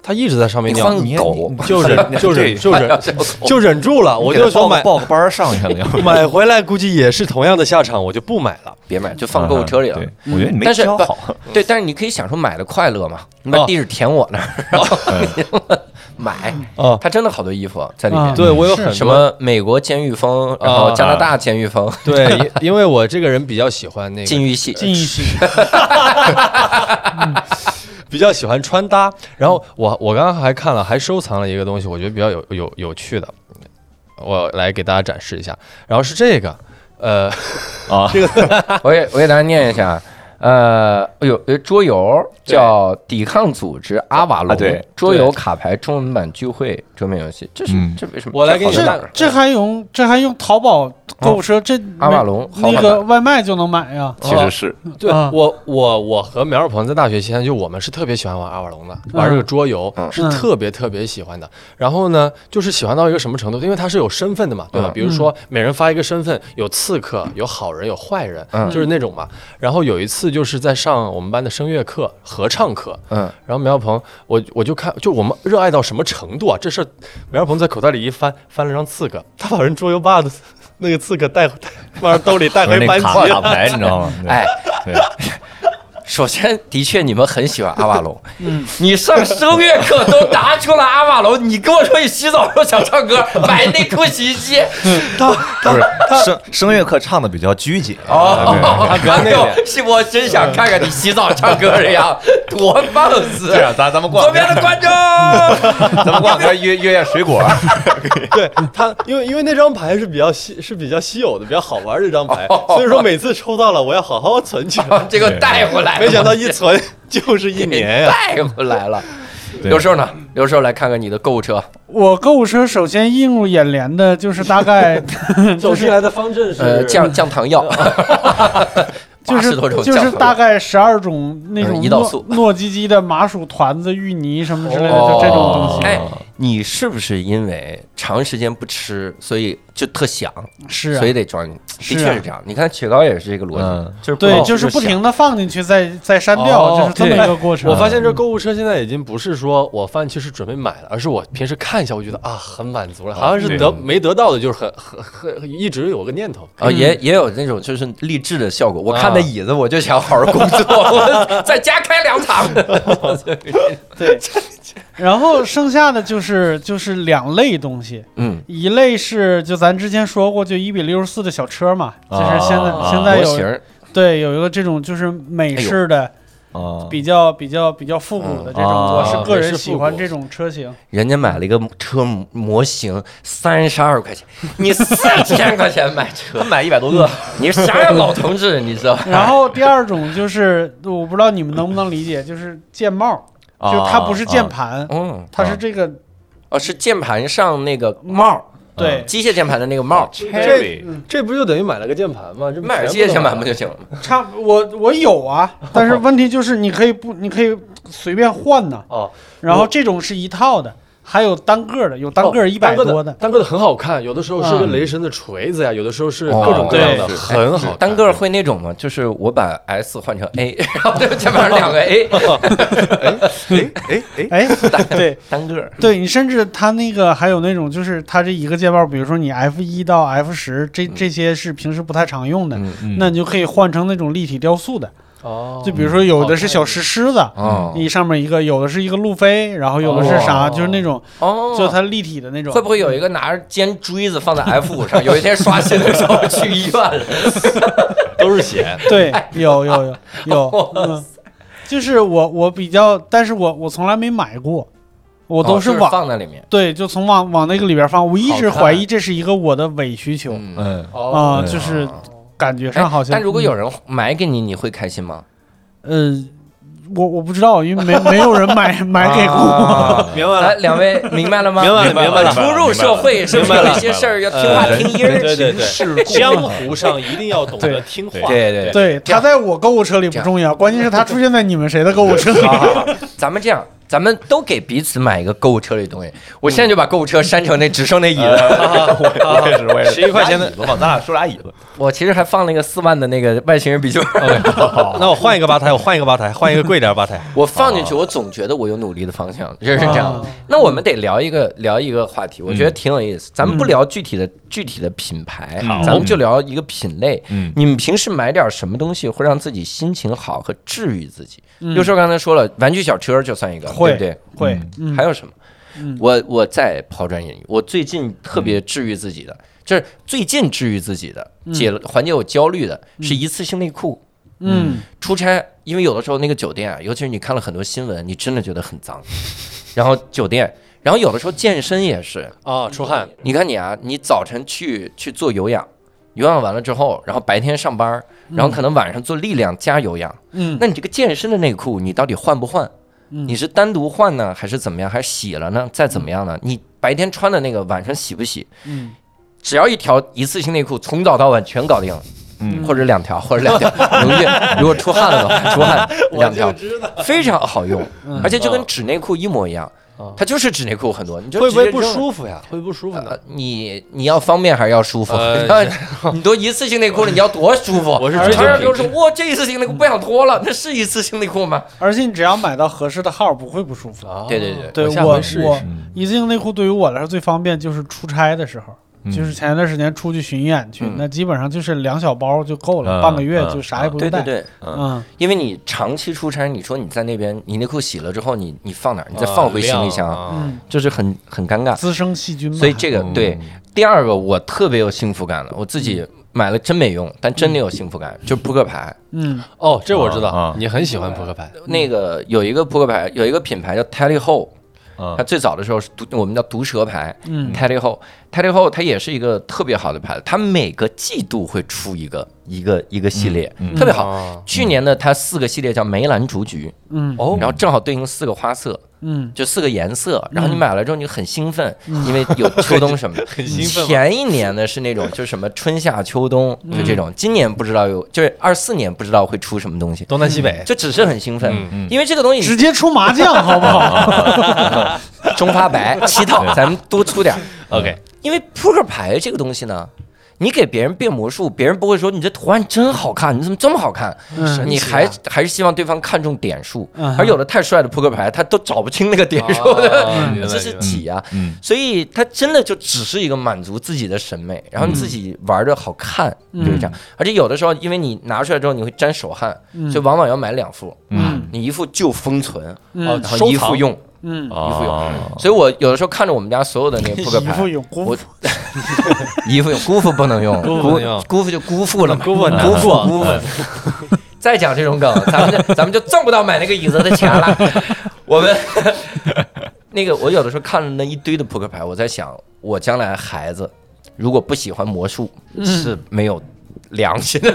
G: 它一直在上面
B: 你
G: 尿
B: 换，个狗，
G: 就 忍就
F: 这
G: 忍就忍 就忍住了。我
F: 给它
G: 就说
F: 报个
G: 买
F: 报个班儿上去 了，要
G: 买回来估计也是同样的下场，我就不买了。
B: 别买，就放购物车里
G: 啊
B: 了嗯
F: 对。，我觉得你没
B: 但是
F: 教
B: 不
F: 好。
B: 对，但是你可以享受买的快乐嘛？你把
G: 哦
B: 地址填我那儿，然后你就 买。
G: 哦
B: 他真的好多衣服在里面嗯
D: 啊，
G: 对我有很多啊
B: 什么美国监狱风，然后加拿大监狱风，
G: 对，因因为我这个人比较喜欢那个
B: 禁欲系。
D: 进一起
B: 哎
G: 比较喜欢穿搭。然后我我刚刚还看了，还收藏了一个东西，我觉得比较有有有趣的，我来给大家展示一下。然后是这个，呃，
F: 啊，这个
B: 我给我给大家念一下。呃，哎呦，有桌游叫《抵抗组织阿瓦隆
F: 啊》，对
B: 桌游卡牌中文版聚会桌面游戏，这是
F: 嗯
B: 这为什么？
G: 我来给你
B: 这好
G: 看
B: 像
D: 这还用这还用淘
B: 哦
D: 宝购物车？这
B: 阿瓦隆好
D: 那
B: 吧
D: 个外卖就能买呀？
F: 其实是
B: 哦
G: 对、
D: 啊
G: 我我我和苗小鹏在大学期间，就我们是特别喜欢玩阿瓦隆的，玩这个桌游、
B: 嗯
G: 是特别特别喜欢的。然后呢，就是喜欢到一个什么程度？因为它是有身份的嘛，
B: 嗯
G: 对吧？比如说每人发一个身份，有刺客，有好人，有坏人，
B: 嗯
G: 就是那种嘛。然后有一次就是在上我们班的声乐课、合唱课，
B: 嗯，
G: 然后苗小鹏，我我就看，就我们热爱到什么程度啊？这事儿，苗小鹏在口袋里一翻，翻了张刺客，他把人桌游吧的那个刺客带带往人兜里带回
F: 那
G: 班级
F: 卡卡
G: 了。
F: 牌，你知道吗？对
B: 哎，
F: 对
B: 首先，的确你们很喜欢阿瓦隆，嗯，你上声乐课都答出了阿瓦隆，你跟我说你洗澡的时候想唱歌，买内裤洗衣机，
F: 不是声声乐课唱的比较拘谨
B: 哦，
G: 他搁那里
B: 哎呦是我真想看看你洗澡唱歌这样，多放肆！
F: 这样啊咱咱们逛
B: 左边的观众，
F: 咱们逛边约约下水果，
G: 对他，因为因为那张牌是比较稀是比较稀有的、比较好玩的一张牌，
B: 哦
G: 所以说每次抽到了，我要好好存起 来。
B: 这个带回来了，
G: 没想到一存就是一年呀、
B: 带回来了。刘寿呢？刘寿来看看你的购物车，
D: 我购物车首先映入眼帘的就是 大概
G: 走进来的方阵
B: 呃，降降糖药，
D: 就
B: 八
D: 是
B: 十多种
D: 就
B: 降
D: 是
B: 糖
D: 大
B: 药。
D: 概十二种那
B: 嗯
D: 种
B: 胰岛素
D: 糯糯叽叽的麻薯团子、芋泥什么之类的，就这种
F: 哦
D: 东西。
B: 哎，你是不是因为长时间不吃，所以就特想，
D: 是啊
B: 所以，得装进去？的
D: 是
B: 确
D: 啊
B: 是这样。你看雪糕也是这个逻辑
F: 嗯，
B: 哦就是不
D: 对，
B: 好
D: 就是
B: 吃
D: 不
B: 想
D: 停的放进去，再再删掉，
G: 哦
D: 就是这啊么一个过程。
G: 我发现这购物车现在已经不是说我饭去是准备买了，而是我平时看一下，我觉得啊很满足了，好像是得没得到的，就是很很很一直有个念头。
B: 啊，也
D: 嗯
B: 也有那种就是励志的效果。我
D: 啊
B: 看那椅子，我就想好好工作，我 在家开两场。
D: 对，然后剩下的就是就是两类东西，
B: 嗯，
D: 一类是就咱之前说过，就一比六十四的小车嘛，就是现在
F: 啊
D: 现在
B: 模型
D: 有
B: 儿
D: 对有一个这种就是美
B: 哎呦
D: 式的
F: 啊，
D: 比较比较比较复古的这种，
F: 嗯
D: 我是
G: 啊
D: 个
G: 美
D: 人
G: 式
D: 喜
G: 复
D: 欢
G: 古
D: 这种车型。
B: 人家买了一个车模型，三十二块钱，你四千块钱买 车，
F: 买一百多个，
B: 你啥呀，老同志，你知道吧？
D: 然后第二种就是，我不知道你们能不能理解，就是键帽，就
F: 啊
D: 是它不是键盘，
B: 嗯，
D: 它是这个
B: 哦，是键盘上那个帽儿，啊
D: 对
B: 机械键盘的那个帽儿，
G: 这这不就等于买了个键盘吗？这
B: 买机械键盘不就行了吗？
D: 差不我我有啊，但是问题就是你可以不，你可以随便换呐。
G: 哦，
D: 然后这种是一套的，还有单个的，有单个一百多
G: 的
D: 的，，
G: 哦单个的很好看，有的时候是个雷神的锤子呀，有的时候是各种各样的，
D: 哦
A: 对
G: 很好看。
B: 单个会那种吗？就是我把 S 换成 A，然后这前 面两个 A，
F: 哎哎哎，
D: 哎，对
B: 单个。
D: 对，你甚至它那个还有那种，就是它这一个界面，比如说你 F 一到 F 十，这这些是平时不太常用
B: 嗯
D: 的，嗯
F: 嗯
D: 那你就可以换成那种立体雕塑的，
G: 哦，
D: 就比如说有的是小石狮子，
B: 哦
D: 你上面一个，有的是一个路飞，然后有的是啥，
G: 哦
D: 就是那种
B: 哦，
D: 就它立体的那种，
B: 会不会有一个拿着尖锥子放在 F 五上？有一天刷新的时候去医院了。
G: 都是血，
D: 对，有有有有，嗯，就是我我比较，但是我我从来没买过，我
B: 我
D: 都是网、
B: 哦放在里面。
D: 对，就从往往那个里边放。我一直
B: 好看
D: 怀疑这是一个我的伪需求
B: 嗯，
F: 嗯，
G: 哦，
D: 啊、
F: 对啊
D: 就是感觉
B: 哎
D: 上好像。
B: 但如果有人买给你，你会开心吗？
D: 嗯，呃，我我不知道，因为没没有人 买买给过我。
B: 啊
F: 明白了
B: 来，两位明白了吗？
E: 明白了明白了
B: 初入社会是不是
E: 明白了呃
B: 有一些事儿
G: 呃
B: 要听话听音
E: 对
B: 儿？
E: 对对，江湖上一定要懂得听话。
B: 对对
D: 对，
B: 这样
D: 他在我购物车里不重要，关键是他出现在你们谁的购物车里。
B: 好好好，咱们这样，咱们都给彼此买一个购物车里的东西。我现在就把购物车删成那只剩那椅子。
F: 我也是我也是，
E: 11块钱的
F: 椅子嘛，咱俩说俩椅子，
B: 我其实还放了一个四万的那个外星人笔 记本，
E: 那我换一个吧台，我换一个吧台，换一个贵点吧台。
B: 我哦放进去，我总觉得我有努力的方向，就是这样
D: 啊。
B: 那我们得聊一个聊一个话题，我觉得挺有意思。咱们不聊具体的具体的品牌，咱们就聊一个品类。
F: 嗯
B: 你们平时买点什么东西会让自己心情好和治愈自己？六叔刚才说了，玩具小车就算一个，对
D: 会
B: 不对？
D: 会，嗯
B: 还有什么？
D: 嗯
B: 我我再抛砖引玉，我最近特别治愈自己的，就是最近治愈自己的，解了缓解我焦虑的是一次性内裤。
D: 嗯，
B: 出差，因为有的时候那个酒店啊，尤其是你看了很多新闻，你真的觉得很 脏。然后酒店，然后有的时候健身也是，
G: 啊，出汗，
B: 你看你啊，你早晨去去做有氧，有氧完了之后，然后白天上班，然后可能晚上做力量加有氧。
D: 嗯，
B: 那你这个健身的内裤，你到底换不换？
G: 嗯
B: 你是单独换呢，还是怎么样？还是洗了呢？再怎么样呢？你白天穿的那个，晚上洗不洗？
D: 嗯，
B: 只要一条一次性内裤，从早到晚全搞定。
F: 嗯
B: 或者两条，或者两 条，容易。如果出汗了的话，出汗两条，非常好用，而且就跟纸内裤一模一样
G: 嗯，
B: 它就是纸内裤很多，你就
G: 会不会
B: 直接
G: 不
B: 扔
G: 舒服呀？会不会不舒服呢
B: 呃？你你要方便还是要舒服？
G: 呃
B: 你都一次性内裤了，你要多舒服？
G: 我是
B: 而
G: 追求
B: 且
G: 品质
B: 就是说，哇，这一次性内裤不想脱了，那是一次性内裤吗？
D: 而且你只要买到合适的号，不会不舒服。
G: 啊
B: 对对对
D: 对
G: 下
D: 我
G: 回试一
D: 我
G: 试。
D: 一次性内裤对于我来说最方便就是出差的时候，
F: 嗯
D: 就是前一段时间出去巡演去，
B: 嗯
D: 那基本上就是两小包就够了，
F: 嗯
D: 半个月
F: 嗯
D: 就啥也不
B: 对
D: 用带。
B: 对对，
D: 嗯，
B: 因为你长期出差，你说你在那边，你内裤洗了之后，你你放哪儿？你再放回行李箱，
G: 啊
D: 嗯，
B: 就是很很尴尬。
D: 滋生细菌嘛。
B: 所以这个对第二个我特别有幸福感了，我自己买了真没用，但真的有幸福感，就是扑克牌。
D: 嗯
G: 哦，这我知
F: 啊
G: 道
F: 啊，
G: 你很喜欢扑 克牌，
B: 那个有一个扑克牌，有一个品牌叫 Tally Ho，
F: 啊
B: 它最早的时候是毒，我们叫毒蛇牌。
D: 嗯
B: Tally Ho，Tally Ho 它也是一个特别好的牌子，它每个季度会出一个一个一个系列，特别好。
G: 啊
B: 去年呢，它四个系列叫梅兰竹菊，
D: 嗯
B: 哦，然后正好对应四个花色，
D: 嗯
B: 就四个颜色，然后你买了之后你就很兴奋，因为有秋冬什么的。很
E: 兴奋吗
B: 前一年呢是那种就是什么春夏秋冬就这种，今年不知道有，就是二四年不知道会出什么东西，
E: 东南西
D: 哎
E: 北，
B: 就只是很兴奋
G: 嗯，
B: 因为这个东西
D: 直接出麻将好不
F: 嗯 啊
D: 好？
B: 中发白七套，咱们多出点儿。
E: OK，
B: 因为扑克牌这个东西呢。你给别人变魔术，别人不会说你这图案真好看，你怎么这么好看？
D: 嗯
B: 你还还是希望对方看重点数，
D: 嗯哼
B: 而有的太帅的扑克牌，他都找不清那个点
G: 哦
B: 数的，这是几啊？
F: 嗯
B: 所以它真的就只是一个满足自己的审美，然后你自己玩的好看，
D: 嗯
B: 就是这样。而且有的时候，因为你拿出来之后你会沾手汗，所以往往要买两副，
D: 嗯
B: 你一副就封存，
G: 哦
D: 嗯
B: 然后一副用。啊
D: 嗯，
F: 衣
B: 服有所以我有的时候看着我们家所有的那个
D: 一
B: 扑克
D: 副
B: 牌，
D: 有
B: 我
D: 辜负。
B: 衣服用姑父不能用，
E: 姑父不能用
B: 姑父就辜负了嘛，
E: 姑父啊
B: 姑父姑父。 再讲这种梗，咱们就咱们就挣不到买那个椅子的钱了。 我们那个，我有的时候看了那一堆的扑克牌，我在想，我将来孩子如果不喜欢魔术，
E: 嗯
B: 是没有良心的。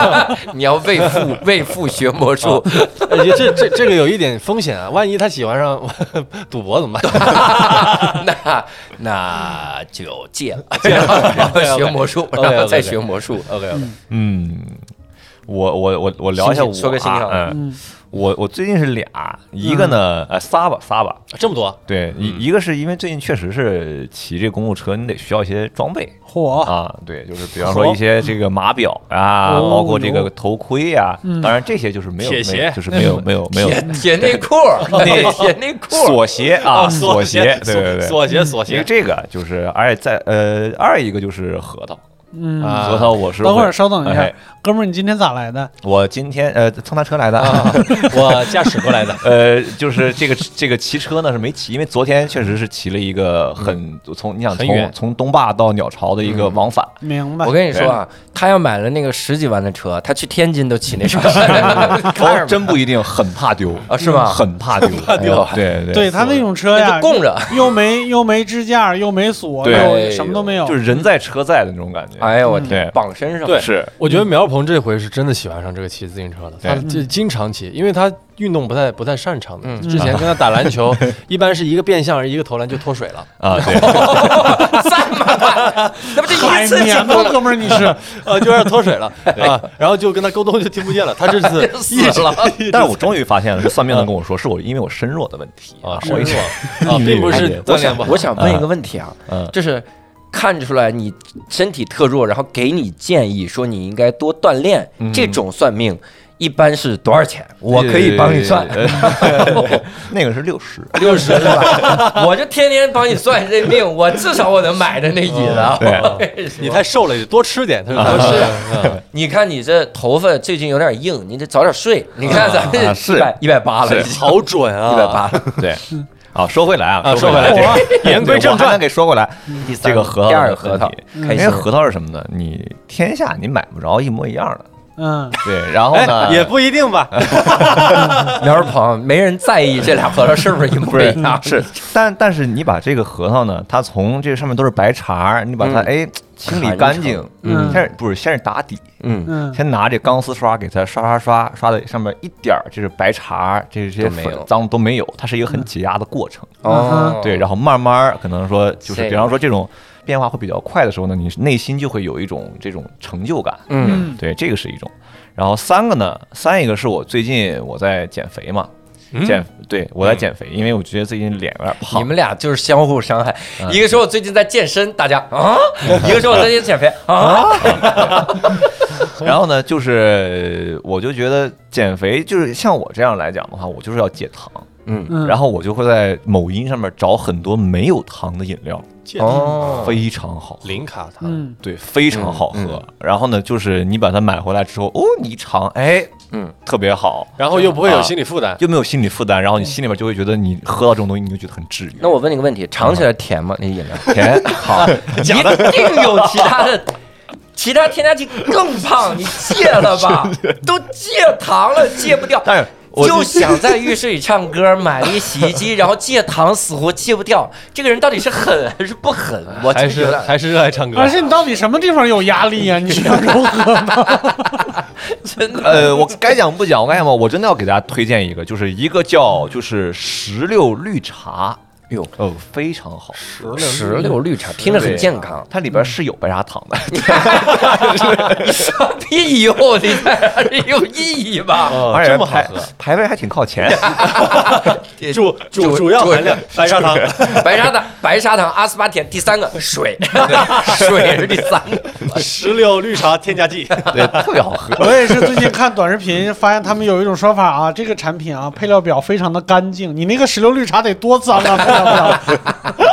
B: 你要为父为父学魔术，
G: 哎这这这个有一点风险啊，万一他喜欢上 赌博怎么办？
B: 那那就戒了， 哦然后 学魔术，
G: OK，OK，OK 嗯
B: 然后再学魔术。
G: OK，
F: 嗯，我我我我聊一下
B: 心情
F: 我
B: 说个心情
F: 啊嗯，我我最近是俩，一个
E: 嗯
F: 呢，呃，仨吧，仨吧，
G: 啊这么
B: 嗯
G: 多，
F: 对，一、一个是因为最近确实是骑这公路车，你得需要一些装备
D: 嚯，
F: 啊，对，就是比方说一些这个码表啊，
D: 哦
F: 包括这个头盔呀、
E: 嗯
F: 当然这些就是没有，
G: 铁鞋
F: 没有就是没有没有没有
B: 铁铁内裤 儿，
F: 那
B: 铁内 裤儿，
F: 锁鞋
B: 嗯
F: 啊，锁鞋，对对对，
G: 哦锁鞋锁
F: 因 为
G: 鞋，
F: 这个就是，而且在呃，二一个就是核桃，
D: 嗯，
G: 啊
F: 核桃我是
D: 等会儿稍等一下
F: 哎，
D: 哥们儿，你今天咋来的？
F: 我今天呃蹭他车来的啊，，
G: 我驾驶过来的
F: 呃，就是这个这个骑车呢是没骑，因为昨天确实是骑了一个很从你想
G: 很远
F: 从从东坝到鸟巢的一个往返，
D: 明白
B: 我？跟你说啊，他要买了那个十几万的车，他去天津都骑 那车，啊看
F: 哦
B: 着，
F: 真不一定，很怕丢嗯
B: 啊是吗
F: 很怕丢，怕
B: 丢
F: 对对
D: 对他那种车
B: 那
D: 呀，
B: 就供着。
D: 又没又没支架，又没锁，
F: 对
D: 又什么都没有，
F: 就是人在车在的那种感觉，
B: 哎呦我
F: 对
B: 天，绑身上
G: 对
F: 是
G: 我觉得苗鹏这回是真的喜欢上这个骑自行车了，他
F: 对
G: 就经常骑，因为他运动不太不太擅长的。
B: 嗯
G: 之前跟他打 篮球，一般是一个变向一个投篮就脱水了，
F: 啊，对，
B: 三百万，那不就
D: 海
B: 一次
D: 绵
B: 性
D: 吗，哥们儿？你是
G: 呃，就有点脱水了啊，然后就跟他沟通就听不见了，他这 次一直
B: 死了？
F: 但是我终于发现了，这算命的跟我说，是我因为我身弱的问题
G: 啊，
F: 我
G: 身
F: 一直
G: 弱啊，并不是
B: 我
G: 锻炼
B: 想
G: 不好
B: 我。想问一个问题啊，
F: 嗯
B: 就是看出来你身体特弱，然后给你建议说你应该多锻炼，这种算命一般是多少钱？嗯我可以帮你算，
F: 呃那个是六十，
B: 六十是吧？ 我就天天帮你算这 命，我至少我能买着那椅子啊。
F: 对
B: 我跟你说
G: 你太瘦了，多吃点，他就多吃点。 啊
B: 你看你这头发最近有点硬，你得早点睡。你看咱
F: 啊
B: 们
F: 是
B: 一百一百八了，已经
G: 好准啊！
B: 一百八了。
F: 对。啊，说回来啊，
G: 啊
F: 回
G: 说回来
F: 这言归正传，给说回来，
B: 第三
F: 这个核桃，
B: 第二个核桃，
F: 因
B: 开
F: 为
B: 心
F: 核桃是什么呢？你天下你买不着一模一样的，
D: 嗯，
F: 对。然后
G: 哎，
F: 呢，
G: 也不一定吧。
B: 苗儿鹏，没人在意这俩核桃是 不是一模一样。
F: 是，但但是你把这个核桃呢，它从这上面都是白碴儿，你把它哎清理干净，
D: 嗯
F: 先是不是先是打底，
B: 嗯，
D: 嗯，
F: 先拿这钢丝刷给它刷刷刷刷的上面一点儿就是白碴儿，这些
B: 都没有
F: 粉脏都没有，它是一个很解压的过程。
B: 哦，
F: 对，然后慢慢儿可能说就是，
B: 这
F: 比方说这种变化会比较快的时候呢，你内心就会有一种这种成就感。
B: 嗯，
F: 对，这个是一种。然后三个呢，三一个是我最近我在减肥嘛，减对我在减肥，因为我觉得最近脸有点
B: 嗯你
F: 胖。
B: 们俩就是相互伤害。一个说我最近在健身，大家 啊；一个说我最近减肥啊。
F: 然后呢，就是我就觉得减肥就是像我这样来讲的话，我就是要戒糖。
D: 嗯
F: 然后我就会在某音上面找很多没有糖的饮料，
B: 哦，
F: 非常好喝，
G: 零卡糖，
D: 嗯，
F: 对，非常好喝。然后呢，就是你把它买回来之后，哦，你一尝，哎，
B: 嗯，
F: 特别好，
G: 然后又不会有心理负担。
F: 就没有心理负担，然后你心里面就会觉得你喝到这种东西，你就觉得很治愈。
B: 那我问你个问题，尝起来甜吗？那饮料
F: 甜 好，
B: 一定有其他的。其他添加剂更胖，你戒了 吧，都戒糖了，戒不掉。
F: 但是我
B: 就想在浴室里唱歌，买了一洗衣机，然后戒糖，死活戒不掉。这个人到底是狠还是不狠？我
G: 还
B: 真觉
G: 是
B: 得
G: 还啊是热爱唱歌
D: 而，且你到底什么地方有压力呀？你是要如 何吗？
B: 真的
F: 呃，我该讲不讲，我该讲吗？我真的要给大家推荐一个，就是一个叫就是石榴绿茶，
B: 哟，
F: 哦，非常好喝。
B: 石榴绿茶听着很健康，
F: 它里边是有白砂糖的，啊
B: 个屁哟！你看这有意义吧？
F: 而
G: 这
F: 且
G: 么好
F: 排
G: 喝，
F: 排位还挺靠前。
G: 主主主要含量白砂糖，
B: 白砂糖、白砂糖、阿斯巴甜，第三个 水，水是第三个。
G: 石榴绿茶添加剂，
F: 对，特别好喝。
D: 我也是最近看短视频，发现他们有一种说法啊，这个产品啊，配料表非常的干净，你那个石榴绿茶得多脏啊！配料表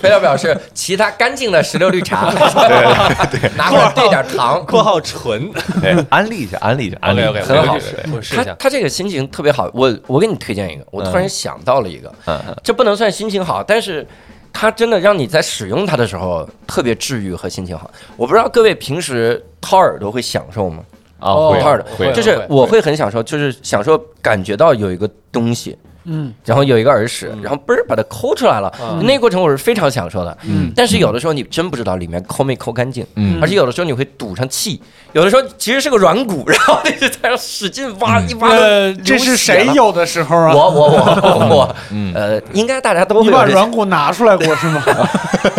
B: 配料表示其他干净的石榴绿 茶， 拿过来兑点糖。
G: 括号纯。
F: 对，安利一下，安利一下，安利
G: OK，OK，
B: 很好
G: 我试一
B: 他
G: 下。
B: 他这个心情特别好，我我给你推荐一个，我突然想到了一个，这不能算心情好，但是它真的让你在使用它的时候特别治愈和心情好。我不知道各位平时掏耳朵会享受吗？
F: 啊，
G: 哦
F: 会
B: 掏耳
G: 会
B: 朵，就是我会很享受，就是享受感觉到有一个东西，
D: 嗯
B: 然后有一个耳屎，然后嘣儿把它抠出来了。那个过程我是非常享受的，
D: 嗯
B: 但是有的时候你真不知道里面抠没抠干净，
F: 嗯
B: 而且有的时候你会堵上气，有的时候其实是个软骨，然后 你就在那使劲挖，一挖都
D: 呃，
B: 流
D: 这是
B: 血了
D: 谁有的时候
B: 我
D: 啊？
B: 我我我，呃，应该大家都
D: 你
B: 会
D: 把
B: 有这些
D: 软骨拿出来过是 吗？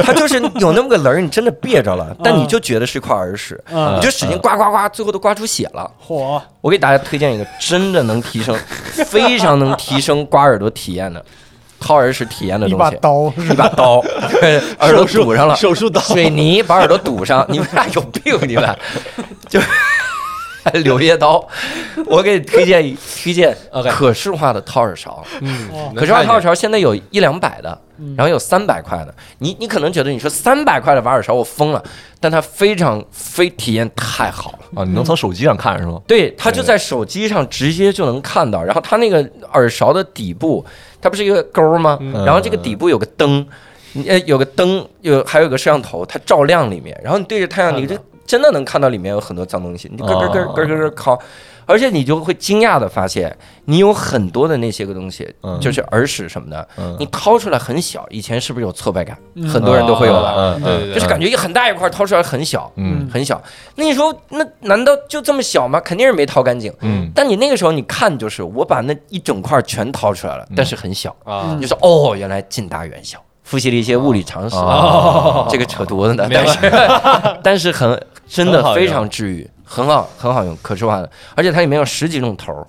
B: 它就是有那么个棱儿，你真的憋着了，但你就觉得是块耳屎，
D: 嗯
B: 你就使劲刮刮刮，最后都刮出血了。
D: 火，
B: 我给大家推荐一个真的能提升，非常能提升刮耳朵体验的，掏耳屎体验的
D: 一
B: 东
D: 把
B: 西。
D: 刀是
B: 一把
D: 吧？
B: 刀，对耳朵堵上了，
G: 手术刀
B: 水泥把耳朵堵上，你们俩有病，你们就是 柳叶刀，我给你推荐一推荐
G: OK
B: 可视化的掏耳勺，
G: 嗯
B: 可是挖掏耳勺现在有一两百的，然后有三百块的。你你可能觉得你说三百块的挖耳勺我疯了，但它非常非体验太好了。
F: 啊，你能从手机上看是吗？
B: 对，它就在手机上直接就能看到。然后它那个耳勺的底部，它不是一个钩儿吗？然后这个底部有个灯，你呃，有个灯，有还有个摄像头，它照亮里面。然后你对着太阳，你就真的能看到里面有很多脏东西。你就咯咯咯咯咯咯敲，而且你就会惊讶的发现，你有很多的那些个东西，就是耳屎什么的，
F: 嗯
B: 你掏出来很小。以前是不是有挫败感？很多人都会有的。
F: 嗯嗯
B: 就是感觉一很大一块掏出来很小，
F: 嗯
B: 很小。那你说那难道就这么小吗？肯定是没掏干净。
F: 嗯，
B: 但你那个时候你看就是我把那一整块全掏出来
F: 嗯
B: 了，但是很小，
G: 啊
D: 嗯
B: 你就说哦，原来近大远小，复习了一些物理常识，啊
F: 哦
B: 这个扯犊子呢，但是 但是很真
E: 很
B: 的
E: 好
B: 非
E: 用
B: 常治愈，很好很好用，可视化的，而且它里面有十几种头儿，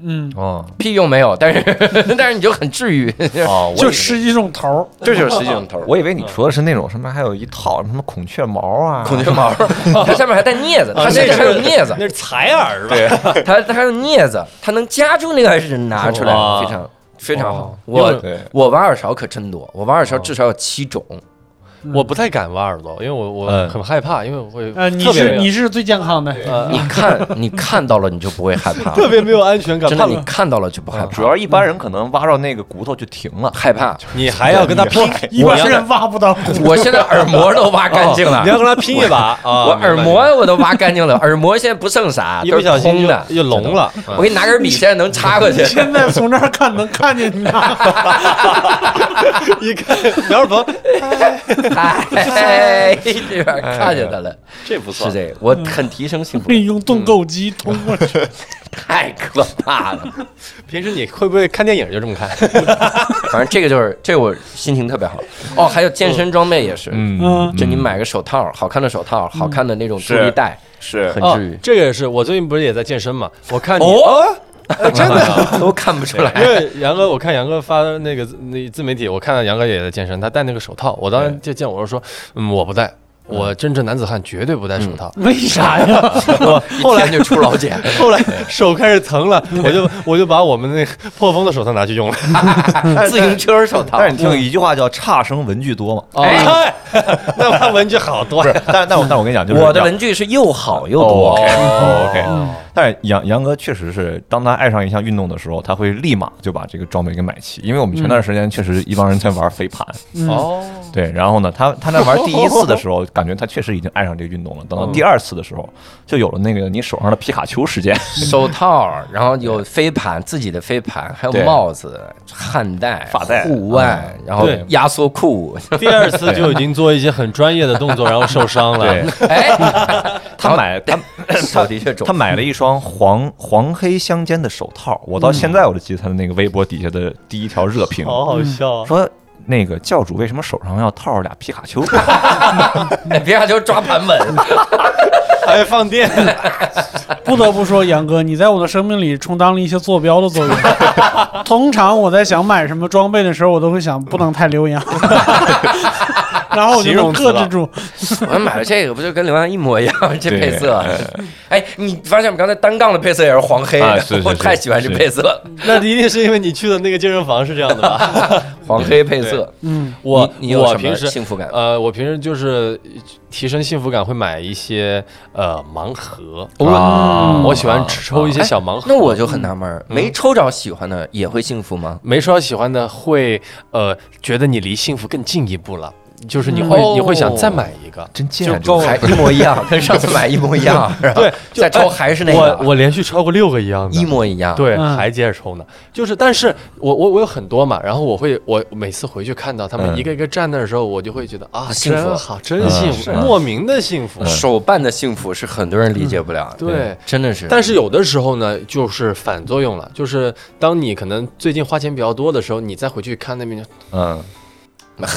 D: 嗯，
F: 哦
B: 屁用没有，但是 但是你就很治愈，
G: 啊
F: 哦，
D: 就十几种头儿，
B: 这就是十几种头 儿。
F: 我以为你说的是那种什么，还有一套什么孔雀毛啊，
B: 孔雀毛儿，它上面还带镊
G: 啊
B: 子，它甚至还有镊子，
E: 那是采耳是吧？
B: 它它还有镊子，它能夹住那个是拿出来，
E: 哇
B: 非常非常好。
G: 因
B: 我
G: 为
F: 对，
B: 我挖耳勺可真多，我挖耳
G: 哦
B: 勺至少有七种。
G: 我不太敢挖耳朵，因为我我
F: 嗯
G: 很害怕，因为我会
D: 呃，你
G: 特别没
D: 是
G: 有
D: 你是最健康的，
B: 你看你看到了，你就不会害怕，
G: 特别没有安全感，
B: 真
G: 怕哦
B: 的你看到了就不害怕，
F: 主要一般人可能挖到那个骨头就停了。
B: 害怕。
G: 你还要跟他拼，
D: 一般人挖不到。
B: 我现在耳膜都挖
G: 哦
B: 干净了
E: 你，要跟他拼一 把啊！
B: 我耳膜我都挖干净了，耳膜现在不剩啥，
G: 一
B: 都
G: 不
B: 是
G: 小心
B: 空
G: 就
B: 的。
G: 就聋了。
B: 我给你拿根笔，现在能插过去。
D: 现在从这儿看能看见你 啊，
G: 一看苗二鹏，
B: 哎，这边看见他了，
E: 这不
B: 是这个，我很提升幸福
D: 可，以用
B: 嗯
D: 盾构机通过去。
B: 太可怕了。
G: 平时你会不会看电影就这么看？
B: 反正这个就是，这我心情特别好。哦，还有健身装备也是，
D: 嗯
B: 就你买个手套，好看的手套，好看的那种助力带，
E: 是
B: 很
G: 哦
B: 治愈，。
G: 这个也是，我最近不是也在健身嘛？我看你，
B: 哦， 真的都看不出
G: 因
B: 来。
G: 为杨哥，我看杨哥发的那个那自媒体，我看到杨哥也在健身，他戴那个手套，我当时就见我就说，嗯，我不戴，我真正男子汉绝对不戴手套。
D: 为啥呀？
B: 后来就出老 茧，
G: 后来手开始疼了，我就我就把我们那个破风的手套拿去用了。
B: 自行车手套嗯
F: 但。是你听有一句话叫“差生文具多”嘛，
G: 哎， 那我看文具好多
F: 不是
G: 呀。？
F: 但但我但我跟你讲，就是
B: 我的文具是又好又
F: 哦
B: 多，
F: ，OK OK。但是杨杨哥确实是，当他爱上一项运动的时候，他会立马就把这个装备给买齐。因为我们前段时间确实一帮人在玩飞盘，
G: 哦，
F: 对，然后呢，他他在玩第一次的时候，感觉他确实已经爱上这个运动了。等到第二次的时候，就有了那个你手上的皮卡丘事件。
B: 手套，然后有飞盘，自己的飞盘，还有
F: 对
B: 帽子、汗带、
F: 发带嗯
B: 护腕，然后
G: 对
B: 压缩裤，
G: 第二次就已经做一些很专业的动作，然后受伤
F: 对
G: 了。，
B: 哎，
F: 他买他
B: 手的确肿
F: 他。买了一双黄 黄黑相间的手套，我到现在我都记得他的那个微博底下的第一条热评，
G: 好好笑 啊！
F: 说那个教主为什么手上要套着俩皮卡 丘？
B: 哎皮卡丘抓盘稳，
G: 还会 放电，
D: 不得不说，杨哥，你在我的生命里充当了一些坐标的作用。 通常我在想买什么装备的时候，我都会想不能太留洋， 然后我就能克制住。
B: 我买了这个不就跟刘洋一模一样？这
F: 对
B: 配色，哎，你发现我们刚才单杠的配色也是黄黑
F: 啊是
B: 的
F: 是，是
B: 我太喜欢这配色，
G: 那一定是因为你去的那个健身房是这样的吧？
B: 黄黑配色。
D: 嗯，
G: 我
B: 你你有
G: 我
B: 什么
G: 平时
B: 幸福感？
G: 呃，我平时就是提升幸福感会买一些呃盲盒，
F: 啊
G: 我喜欢抽一些小盲盒。
B: 哦哎那我就很纳闷儿，没抽着喜欢的也会幸福吗？
G: 没说喜欢的会呃觉得你离幸福更进一步了，就是你会、
B: 嗯
G: 你会想再买一个。
F: 真贱，啊
G: 就够
F: 这
G: 了
F: 个
A: 还一模一样，跟上次买一模一样，是吧
G: 对，就
A: 再抽还是那个，
G: 我我连续抽过六个一样的，
B: 一模一样。
G: 对，
D: 嗯
G: 还接着抽呢。就是，但是我我我有很多嘛，然后我会我每次回去看到他们
F: 嗯
G: 一个一个站那儿的时候，我就会觉得啊，
A: 幸福
G: 真好，真幸福，
F: 嗯
G: 莫名的幸
B: 嗯
G: 福。
A: 手办的幸福是很多人理解不了的，
G: 对。
B: 真的是。
G: 嗯但是有的时候呢，就是反作用了，就是当你可能最近花钱比较多的时候，你再回去看那边，
F: 嗯，
D: 懊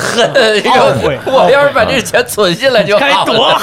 D: 悔
B: 哎我要是把这钱存下来就好了。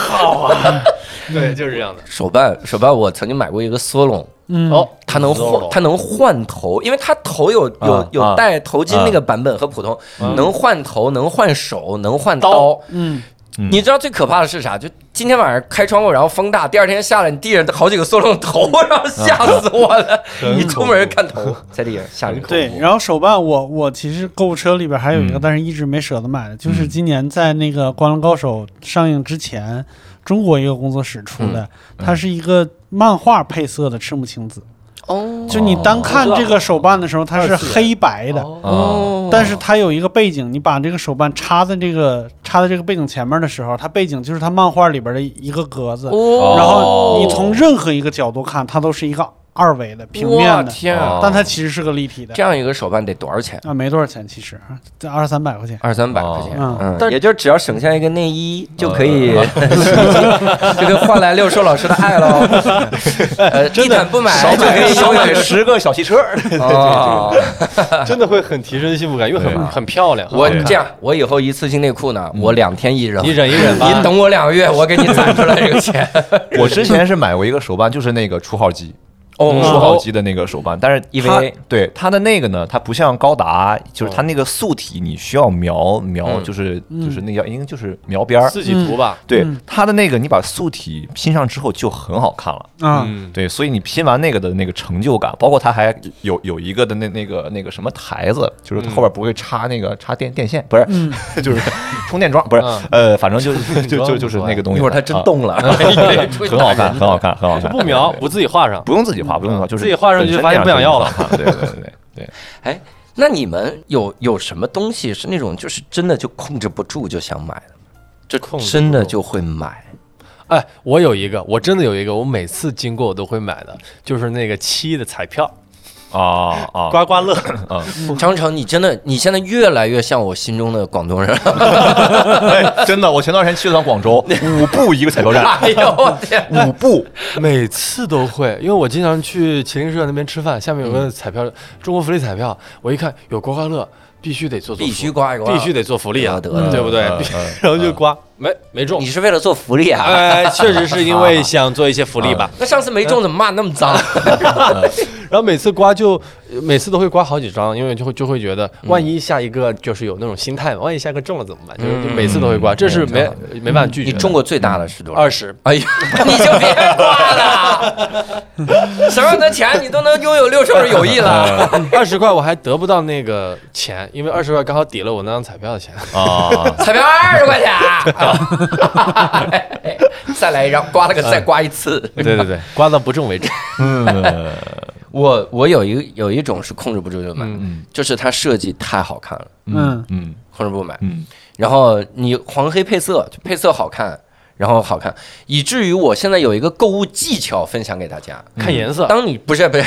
G: 对，就是这样的。
B: 手办手办，我曾经买过一个梭龙，
D: 嗯，
B: 哦，它能
G: 梭
B: 换
G: 龙
B: 它能换头，因为它头有有
F: 啊
B: 有
F: 啊
B: 戴头巾那
D: 嗯
B: 个版本和普通能换头、能换手、能换刀。
D: 嗯，
B: 你知道最可怕的是啥？就今天晚上开窗户，然后风大，第二天下来，你地上好几个梭龙头，然后吓死我了。
D: 嗯
B: 你出门看头在地上，吓人。
D: 对。然后手办我我其实购物车里边还
B: 嗯
D: 有一个，但是一直没舍得买的，就是今年在那个《灌篮高手》上映之前，中国一个工作室出的，
B: 嗯
D: 它是一个漫画配色的赤木晴子。
B: 哦
D: 就你单看这个手办的时候，它是黑白的，
B: 哦
F: 啊，
D: 嗯但是它有一个背景，你把这个手办插在这个插在这个背景前面的时候，它背景就是它漫画里边的一个格子，
B: 哦，
D: 然后你从任何一个角度看，它都是一个二维的平
B: 我
D: 面的，
B: 天啊！
F: 哦
D: 但它其实是个立体的
B: 这。样一个手办得多少钱？
D: 啊，没多少钱，其实啊这二三百块钱。
B: 二三百块钱，
D: 哦
B: 嗯，也就只要省下一个内衣呃就可 以，就跟换来六兽老师的 爱喽。呃，地毯不
F: 哎
B: 买就可以
F: 少
B: 拥有
F: 买
B: 一个
F: 十个小汽车，
B: 哦。
G: 真的会很提升幸福感，因为很很漂亮。
B: 我这样，我以后一次性内裤呢，我两天嗯一扔，
G: 你忍一忍吧
B: 你等我两个月，我给你攒出来这个 钱。
F: 我之前是买过一个手办，就是那个除号机，除
B: 哦，
F: 号机的那个手办，但是
B: 因
F: 它
B: 为
F: 对它的那个呢，它不像高达，就是它那个素体你需要描描，
B: 嗯
F: 就是就是那叫应该就是描边儿。
G: 自己涂吧。
F: 对
D: 嗯
F: 它的那个，你把素体拼上之后就很好看了。
D: 啊，
G: 嗯，
F: 对，所以你拼完那个的那个成就感，包括它还有有一个的那那个那个什么台子，就是它后边不会插那个插电电线，不是，
B: 嗯
F: 就是充电桩，不是，呃，反 正就就就就是那个东西。
B: 一会儿它真动 了，
F: 啊，很好看，很好看，很好看。
G: 嗯不 描，不自己画上。
F: 不用自己画，不用画，就是
G: 自己画上去
F: 本身
G: 发现
F: 那样
G: 不想要了
F: 就很好看。对对对对对，
B: 哎，那你们有有什么东西是那种就是真的就控制不住就想买的吗？
G: 这控制不住
B: 真的就会买
G: 哎，我有一个，我真的有一个，我每次经过我都会买的，就是那个七的彩票，
F: 啊啊，
G: 刮刮乐。
B: 张成，你真的你现在越来越像我心中的广东人 了。
F: 哎真的，我前段时间去了趟广州，五步一个彩票站，
B: 哎呦我天！
F: 五步
G: 每次都会，因为我经常去麒麟社那边吃饭，下面有个彩票，中国福利彩票，我一看有刮刮乐，必须得做做
B: 必须刮一刮
G: 必须得做嗯福利啊，
B: 得得得
G: 对不对？ 然后就刮，没没中
B: 你。是为了做福利啊？
G: 哎，确实是因 为想做一些福利吧。
B: 那上次没中怎么骂那么脏？
G: 然后每次刮就每次都会刮好几张，因为就会就会觉得，万一下一个就是有那种心态嘛，万一下一个中了怎么办？就是就每次都会刮，这是没没办法拒
B: 嗯
G: 绝
B: 你
G: 的。
B: 中过最大的是多少？
G: 二十，
B: 哎呀，你就别挂了，手上的钱你都能拥有六兽的友谊了。
G: 二十块我还得不到那个钱，因为二十块刚好抵了我那张彩票的钱。
F: 啊，
B: 彩票二十块 钱，再来一张，刮了个再刮一次。
G: 对对对，刮到不中为止。
F: 嗯，
B: 我我有一个有一种是控制不住就买，就是它设计太好看了，
D: 嗯
F: 嗯
B: 控制不买。
F: 嗯，
B: 然后你黄黑配色，就配色好看，然后好看，以至于我现在有一个购物技巧分享给大家。
G: 看颜色，
B: 当你不是不是，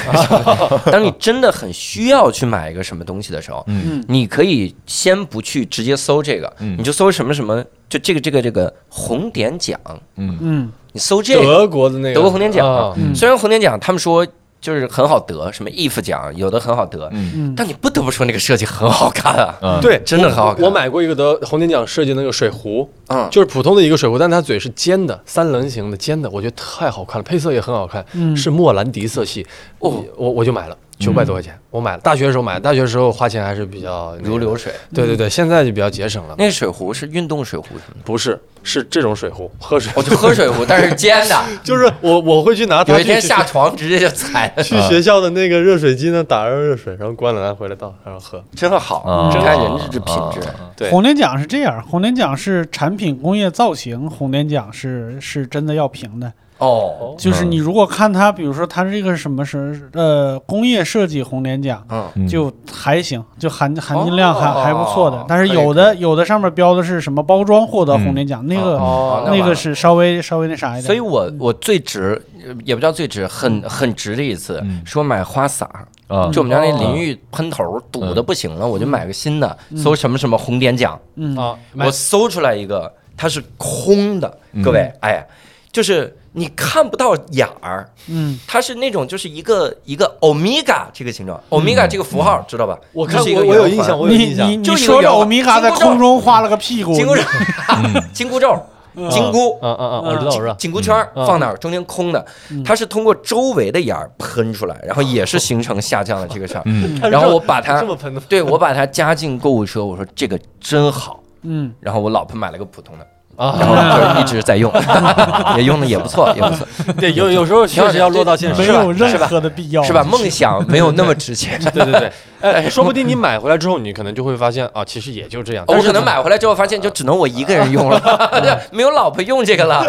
B: 当你真的很需要去买一个什么东西的时候，
F: 嗯
B: 你可以先不去直接搜这个，
F: 嗯
B: 你就搜什么什么，就这个这个这个红点奖，
D: 嗯
B: 你搜这个。
G: 德国的那个
B: 德国红点奖
G: 啊
D: 嗯
B: 虽然红点奖他们说就是很好得，什么 if 奖有的很好得，
F: 嗯
D: 嗯，
B: 但你不得不说那个设计很好看啊，
F: 嗯，
G: 对，
B: 真的很好看
G: 我我买过一个德红点奖设计的那个水壶，
B: 嗯
G: 就是普通的一个水壶，但它嘴是尖的，三棱形的尖的，我觉得太好看了，配色也很好看，
D: 嗯
G: 是莫兰迪色系，
B: 哦
G: 我我就买了。九百多块钱，我买了。大学的时候买的，大学的时候花钱还是比较
B: 如流。水。
G: 对对对，现在就比较节省了。
B: 那水壶是运动水壶什么的，
G: 不是，是这种水壶，喝水
B: 我就喝水壶，但是尖 的，
G: 哦就是我我会去拿它
B: 有
G: 去
B: 一天
G: 去
B: 下床直接就踩，
G: 去
D: 啊
G: 学校的那个热水机呢，打上热水，然后关了，拿回来倒，然后喝。
B: 真好，啊
F: 啊
B: 你看人这品质。
G: 对
D: 红点奖是这样，红点奖是产品工业造型，红点奖是是真的要评的。
B: 哦，
D: 就是你如果看它，比如说它是一个什么是呃工业设计红点奖，
F: 嗯
D: 就还行，就含含金量还、还不错的
B: 哦。
D: 但是有的有的上面标的是什么包装获得红点奖，那个、
B: 哦那
D: 那
B: 完了
D: 个是稍微稍微那啥一点。
B: 所以我我最值，呃也不叫最值，很很值的一次，说买花洒，
F: 啊
B: 就我们家那淋浴喷头堵的不行了，我就买个新的，搜什么什么红点奖，
D: 嗯
G: 啊，买
B: 我搜出来一个，它是空的，各位，哎，就是你看不到眼儿，
D: 嗯，
B: 它是那种就是一个一个欧米伽这个形状，欧米伽这个符号知道吧？
G: 我
B: 就
G: 看
B: 是一个
G: 我我有
B: 圆
G: 印
B: 环
G: 象，我有
D: 你
G: 印象
D: 你
B: 就
D: 你
B: 一个
D: 说
B: 圆
D: 着
B: 环
D: 欧米伽在
B: 金箍咒
D: 空中画了个屁股，
B: 紧箍咒， 紧箍咒，紧箍。
G: 啊啊啊！我知道，我知道，
B: 呃紧箍圈儿
G: 嗯
B: 放哪儿？中间空的，它是通过周围的眼儿喷出来，然后也是形成下降的这个事儿。
F: 嗯
B: 然后我把它
G: 这么喷的
B: 对我把它加进购物车，我说这个真好。
D: 嗯，
B: 然后我老婆买了个普通的，然
G: 啊！
B: 后就是一直在用， 也用的也不错，也不错，
G: 对，有有时候确实要落到现实
B: 嗯
D: 没
B: 是吧
D: 有任何的必要，
B: 是吧？梦想没有那么值 钱。
G: 对对对，哎，说不定你买回来之后，你可能就会发现啊，其实也就这样。
B: 我可能买回来之后发现，就只能我一个人用了， 没有老婆用这个 了。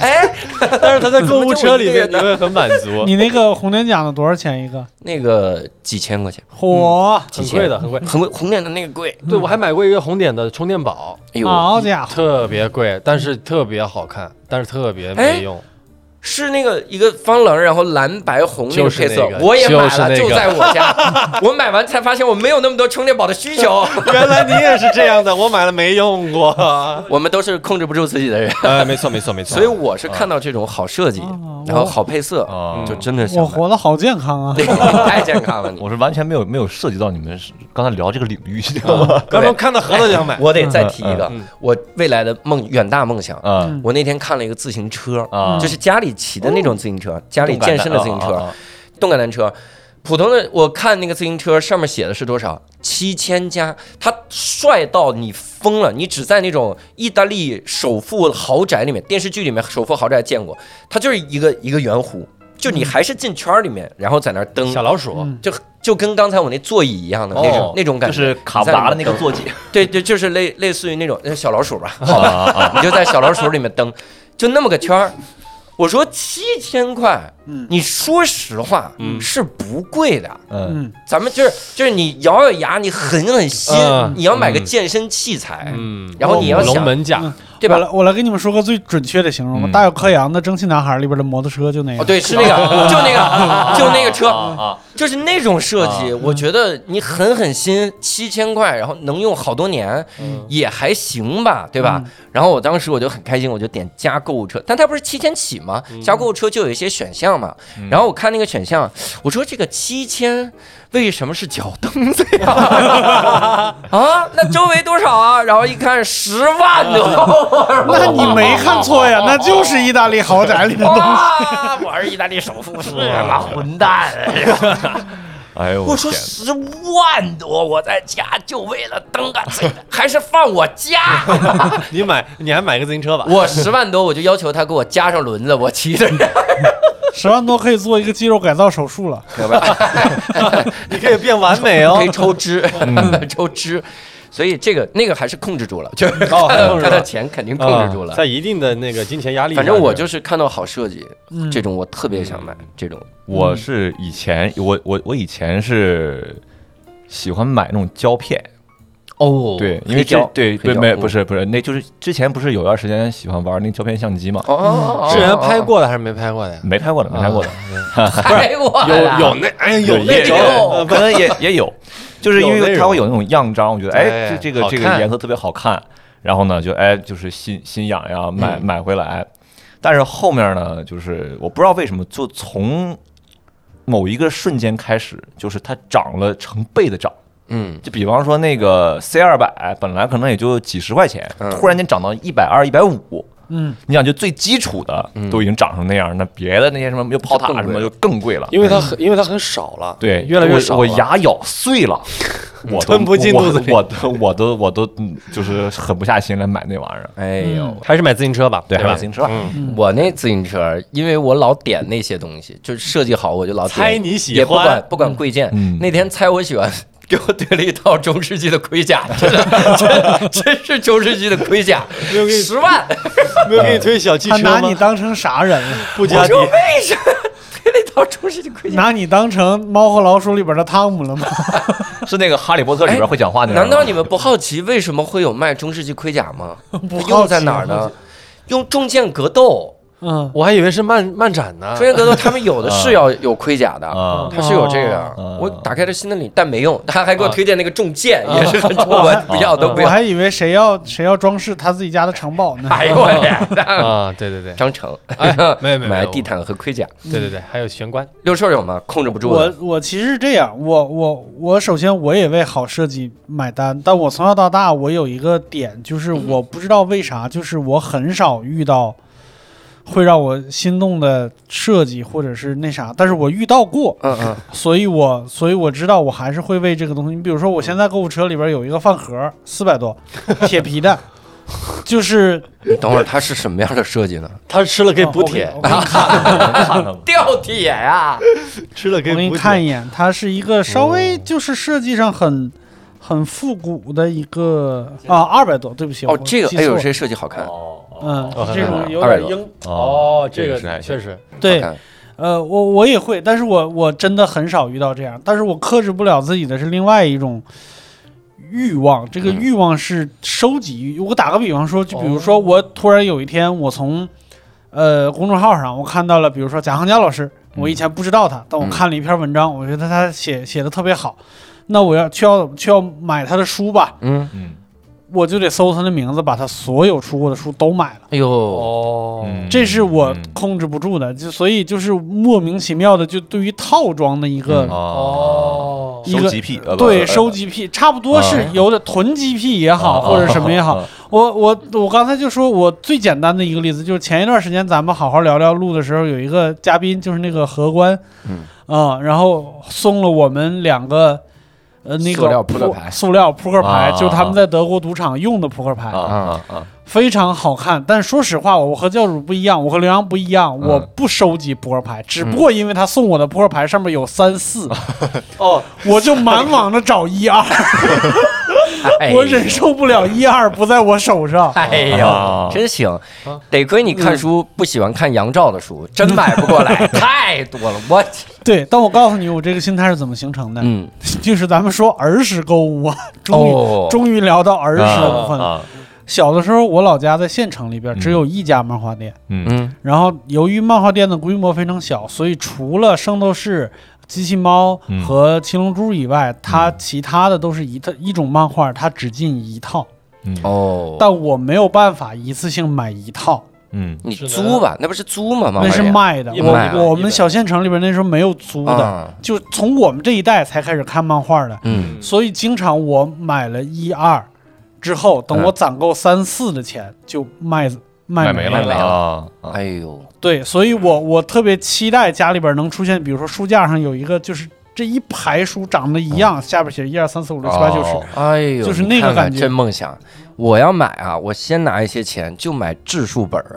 B: 哎，
G: 但是他在购物车里面，
B: 怎
G: 你
B: 么
G: 会很满足，
D: 你那个红点奖的多少钱一个？哎
B: 那个几千块钱，嗯
D: 嚯！
G: 很贵的，很 贵。
B: 很贵红点的那个贵，
G: 对，我还买过一个红点的充电宝，
B: 哎呦，
D: 好家伙，
G: 特别贵，但是特别好看，但是特别没用。
B: 是那个一个方棱，然后蓝白红那个
G: 就是
B: 配
G: 那
B: 色，
G: 个
B: 我也买
G: 就是
B: 了，
G: 那个
B: 就在我 家。我买完才发现我没有那么多充电宝的需求，
G: 原来你也是这样的，我买了没用 过。
B: 我们都是控制不住自己的人，
E: 哎，没错没错没错。
B: 所以我是看到这种好设计
D: 啊，
B: 然后好配色，
F: 啊，
B: 就真的想
D: 我
B: 买。
D: 活得好健康啊！
B: 太健康了，你。
F: 我是完全没有没有涉及到你们是刚才聊这个领域，知道吗？
G: 刚刚看到盒子想买，
B: 我得再提一个
G: 嗯嗯，
B: 我未来的梦远大梦想。
F: 啊
B: 我那天看了一个自行车，
F: 啊
B: 就是家里骑的那种自行车，家里
F: 动感
B: 健
F: 单
B: 身的自行
F: 啊啊
B: 车
F: 啊，
B: 动感单车。普通的，我看那个自行车上面写的是多少？七千加，它帅到你疯了！你只在那种意大利首富豪宅里面，电视剧里面首富豪宅见过，它就是一个一个圆弧，就你还是进圈儿里面，然后在那儿蹬，
G: 小老鼠，
D: 嗯
B: 就就跟刚才我那座椅一样的那种
F: 哦，
B: 那种感
F: 就
B: 觉，
F: 是卡布达的那个坐骑
B: 对对，就是类类似于那种呃小老鼠吧，
F: 啊啊
B: 你就在小老鼠里面蹬，就那么个圈儿。我说七千块，你说实话是不贵的。
F: 嗯
D: 嗯，
B: 咱们就是就是你咬咬牙，你狠狠心
G: 嗯，
B: 你要买个健身器材，
G: 嗯，
B: 然后你要
G: 龙
B: 想
G: 门架，
B: 对
D: 我
B: 吧？嗯
D: 来我来跟你们说个最准确的形容吧，大有克洋的《蒸汽男孩》里边的摩托车就那
B: 哦，
D: 样。
B: 对，是那个，就那 个，就那个车，
F: 啊
B: 就是那种设计，我觉得你狠狠心，七千块，然后能用好多年，
F: 嗯
B: 也还行吧，对吧？然后我当时我就很开心，我就点加购物车，但它不是七千起吗？
F: 嗯
B: 加购物车就有一些选项嘛。然后我看那个选项，我说这个七千为什么是脚蹬子 呀？啊，那周围多少啊？然后一看十万呢，
D: 那你没看错
B: 哦
D: 呀，那就是意大利豪宅里的东西。
B: 哇，我是意大利首富，是吗？混蛋！
F: 哎呦
B: 我说
F: 天
B: 十万多，我在家就为了蹬个这个，还是放我家。
G: 你买你还买个自行车吧？
B: 我十万多，我就要求他给我加上轮子，我骑着。
D: 十万多可以做一个肌肉改造手术了。
G: 你可以变完美哦
B: 可以。抽 脂，抽脂。所以这个那个还是控制住了，就是
G: 哦
B: 他的
G: 控制住了
B: 他的钱肯定控制住
G: 啊
B: 了。
G: 在一定的那个金钱压力下，
B: 反正我就是看到好设计，
D: 嗯
B: 这种我特别想买。这种
F: 我是以前我我我以前是喜欢买那种胶片，
B: 哦
F: 对，因为
B: 黑胶
F: 这对
B: 黑
F: 对
B: 胶
F: 没
B: 嗯
F: 不是不是，那就是之前不是有段时间喜欢玩那胶片相机嘛，
B: 哦哦，哦哦
G: 是人家拍，过的还是没拍过的呀？啊
F: 没拍过的嗯没拍过的，
B: 拍啊过
G: 有
B: 呀
G: 有那哎有
B: 那
G: 那
B: 种
G: 种
F: 呃可能也也有，就是因
G: 有那
F: 为
G: 种
F: 它会有那种样张，我觉得哎
G: 哎
F: 这这个
G: 好
F: 这个
G: 看
F: 颜色特别好看，然后呢就哎就是心心痒呀买买回来，哎但是后面呢就是我不知道为什么就从某一个瞬间开始，就是它涨了成倍的涨。
B: 嗯，
F: 就比方说那个 C 二百，本来可能也就几十块钱，
B: 嗯
F: 突然间涨到一百二、一百五。
D: 嗯，
F: 你想就最基础的都已经涨成那样，那别的那些什么又炮塔什么嗯就更贵了。
G: 因为它很因为它很少了，
F: 对，
G: 越来越少
F: 我
G: 了
F: 我牙咬碎了，我都
G: 吞不进肚子里
F: 我我都我都我都嗯就是狠不下心来买那玩意儿。
B: 哎呦，
G: 还是买自行车吧，
F: 对，嗯还
G: 吧
F: 买自？行车吧，
G: 嗯
B: 我那自行车，因为我老点那些东西，就是设计好我就老点
G: 猜你喜欢嗯
B: 也不管不管贵贱。
F: 嗯
B: 那天猜我喜欢给我堆了一套中世纪的盔 甲，真的，真真是中世纪的盔甲，十万，
E: 没有给你推小汽
D: 他拿
E: 车
D: 你
E: 吗？
D: 当成啥人了？
E: 不加
B: 我
E: 迪
B: 说为什么堆了一套中世纪盔甲？
D: 拿你当成《猫和老鼠》里边的汤姆了吗？
F: 是那个《哈利波特》里边会讲话那个人
B: 难
F: 吗。
B: 道你们不好奇为什么会有卖中世纪盔甲吗？
D: 不好
B: 用
D: 奇
B: 在哪儿
D: 不好
B: 呢？用重剑格斗，
D: 嗯，
G: 我还以为是漫漫展呢
B: 中。剑格斗他们有的
D: 啊
B: 是要有盔甲的。
F: 啊？
B: 它是有这个
F: 哦，
B: 我打开了新的领，但没用。他还给我推荐那个重剑，也是很中文，不要都不
D: 我
B: 要。
D: 还以为谁要谁要装饰他自己家的城堡呢。
B: 哎呦喂，那
G: 啊，对对对，
B: 张成，
G: 没有没 有
B: 买地毯和盔甲。
G: 对对对，还有玄关，
B: 六兽有吗？控制不住
D: 我
B: 的。
D: 我其实是这样，我我我首先我也为好设计买单，但我从小到大我有一个点，就是我不知道为啥，就是我很少遇到会让我心动的设计或者是那啥，但是我遇到过，
B: 嗯嗯
D: 所以我所以我知道我还是会为这个东西。你比如说，我现在购物车里边有一个饭盒，四百多，铁皮的，就是，啊
B: 你等会儿它是什么样的设计呢？
G: 他吃了可以补铁。
D: 我给我
B: 吊铁呀！
E: 吃了
D: 给
E: 给
D: 我给你
E: 补
D: 看
E: 铁
D: 一眼，它是一个稍微就是设计上很。很复古的一个啊，二百多，对不起，
B: 哦
D: 我，
B: 这个
D: 记
B: 哎
D: 错
B: 呦，
D: 了
B: 这设计好看。
D: 嗯，这种有
B: 200
D: 点
B: 多
D: 英，
G: 哦，
F: 这
G: 这
F: 个
G: 个
F: 是还行
G: 确实，
D: 对
B: 好看，
D: 呃，我我也会，但是我我真的很少遇到这样，但是我克制不了自己的是另外一种欲望，这个
B: 嗯
D: 欲望是收集欲。我打个比方说，就比如
B: 哦
D: 说我突然有一天，我从呃公众号上我看到了，比如说贾行家老师，我以前不知道他，但我
B: 嗯
D: 看了一篇文章，我觉得他写写的特别好，那我要去要去要买他的书吧，
B: 嗯，
F: 嗯
D: 我就得搜他的名字，把他所有出过的书都买了。
B: 哎呦，
G: 哦
F: 嗯
D: 这是我
F: 嗯
D: 控制不住的，就所以就是莫名其妙的，就对于套装的一个、
F: 嗯哦，
G: 哦
D: 一
F: 收
D: 个
F: 集癖，呃不
B: 哎
D: 对
F: 呃
D: 收集癖，差不多
F: 哦
D: 是有点囤积癖也好，
F: 啊
D: 或者什么也好。
F: 啊啊
D: 我我我刚才就说，我最简单的一个例子就是前一段时间咱们好好聊聊录的时候，有一个嘉宾就是那个荷官，
B: 嗯
D: 啊、然后送了我们两个。呃，那个
B: 塑料扑克牌
D: 塑料扑克牌，
F: 啊
D: 就他们在德国赌场用的扑克牌，
B: 哦
F: 啊啊啊！
D: 非常好看，但说实话，我和教主不一样，我和刘洋不一样，我不收集扑克牌，只不过因为他送我的扑克牌上面有三四，
G: 哦，
D: 我就满网的找一二，
B: 哎呦
D: 我忍受不了一二不在我手上。
B: 哎呦
F: 啊，
B: 真行！得亏你看书不喜欢看杨照的书，真买不过来，太多了。我去，
D: 对，但我告诉你，我这个心态是怎么形成的，
B: 嗯，
D: 就是咱们说儿时购物啊，终于、
B: 哦，
D: 终于聊到儿时的部分了。
F: 啊，
D: 小的时候，我老家在县城里边
F: 嗯
D: 只有一家漫画店。
F: 嗯
B: 嗯
D: 然后由于漫画店的规模非常小，所以除了圣斗士、机器猫
F: 嗯
D: 和七龙珠以外，它其他的都是一套一种漫画，它只进一套。
F: 嗯
B: 哦，
D: 但我没有办法一次性买一套，
F: 嗯
B: 你租吧，那不是租吗？
D: 那是卖的。
G: 一
B: 本卖的
D: 我我们小县城里边那时候没有租
B: 的，
D: 的，
B: 啊
D: 就从我们这一代才开始看漫画的，
B: 嗯，
D: 所以经常我买了一二之后，等我攒够三四的钱就卖卖没
B: 了买没
F: 啊
D: 嗯
F: 啊
B: 哎呦，
D: 对，所以我我特别期待家里边能出现，比如说书架上有一个，就是这一排书长得一
B: 嗯
D: 样，下边写一二三四五六七八九十，
B: 哎呦，
D: 就是
B: 你
D: 那个
B: 看看
D: 感觉
B: 真梦想。我要买啊！我先拿一些钱，就买质数本儿，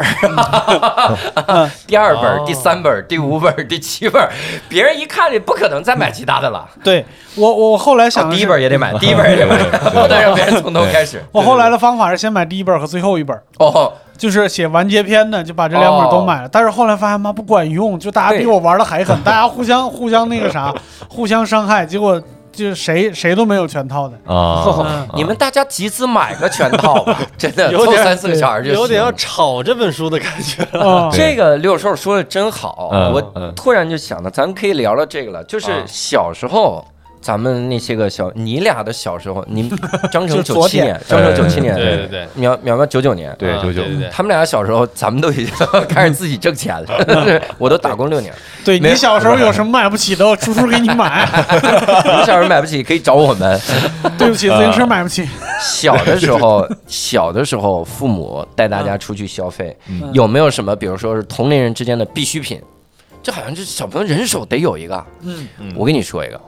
D: 嗯
B: 第二本
D: 哦
B: 儿、第三本儿、第五本儿、第七本儿，别人一看你不可能再买其他的了。
D: 对我我后来想
B: 哦
D: 的
B: 第一
D: 是，
B: 本儿也得买，第一本儿也得买，不能让别人从头开始。
D: 我后来的方法是先买第一本和最后一本，
B: 哦，
D: 就是写完结篇的就把这两本都买了，但是后来发现妈不管用，就大家比我玩的还 狠，大家互相互相那个啥，互相伤害，结果就谁谁都没有全套 的。
F: 啊！
D: 嗯，
B: 你们大家集资买个全套 吧，真的
G: 有
B: 凑
G: 点
B: 三四个小孩就行
G: 有点要炒这本书的感觉了。
D: 啊
F: 对
B: 这个六兽说的真好，
F: 嗯
B: 我
F: 嗯
B: 突然就想到，咱们可以聊聊这个了，就是小时候。咱们那些个小，你俩的小时候，你张成
D: 就
B: 九
D: 昨
B: 七
D: 天
B: 年，张成
F: 哎
B: 九七年，
G: 对 对对，
B: 苗苗苗九九年，
F: 对
G: 啊
F: 九九
G: 对对
B: 他们俩小时候，咱们都已经开始自己挣钱了，我都打工六年，
D: 对
B: 没
D: 你小时候有什么买不起的，我叔叔给你买。
B: 你们小时候买不起可以找我们。
D: 对不起，自行
B: 啊
D: 车买不起。
B: 小的时候， 小的时候，父母带大家出去消费，
F: 嗯
B: 有没有什么，比如说是同龄人之间的必需品？这好像是小朋友人手得有一个。
D: 嗯，
B: 我跟你说一个，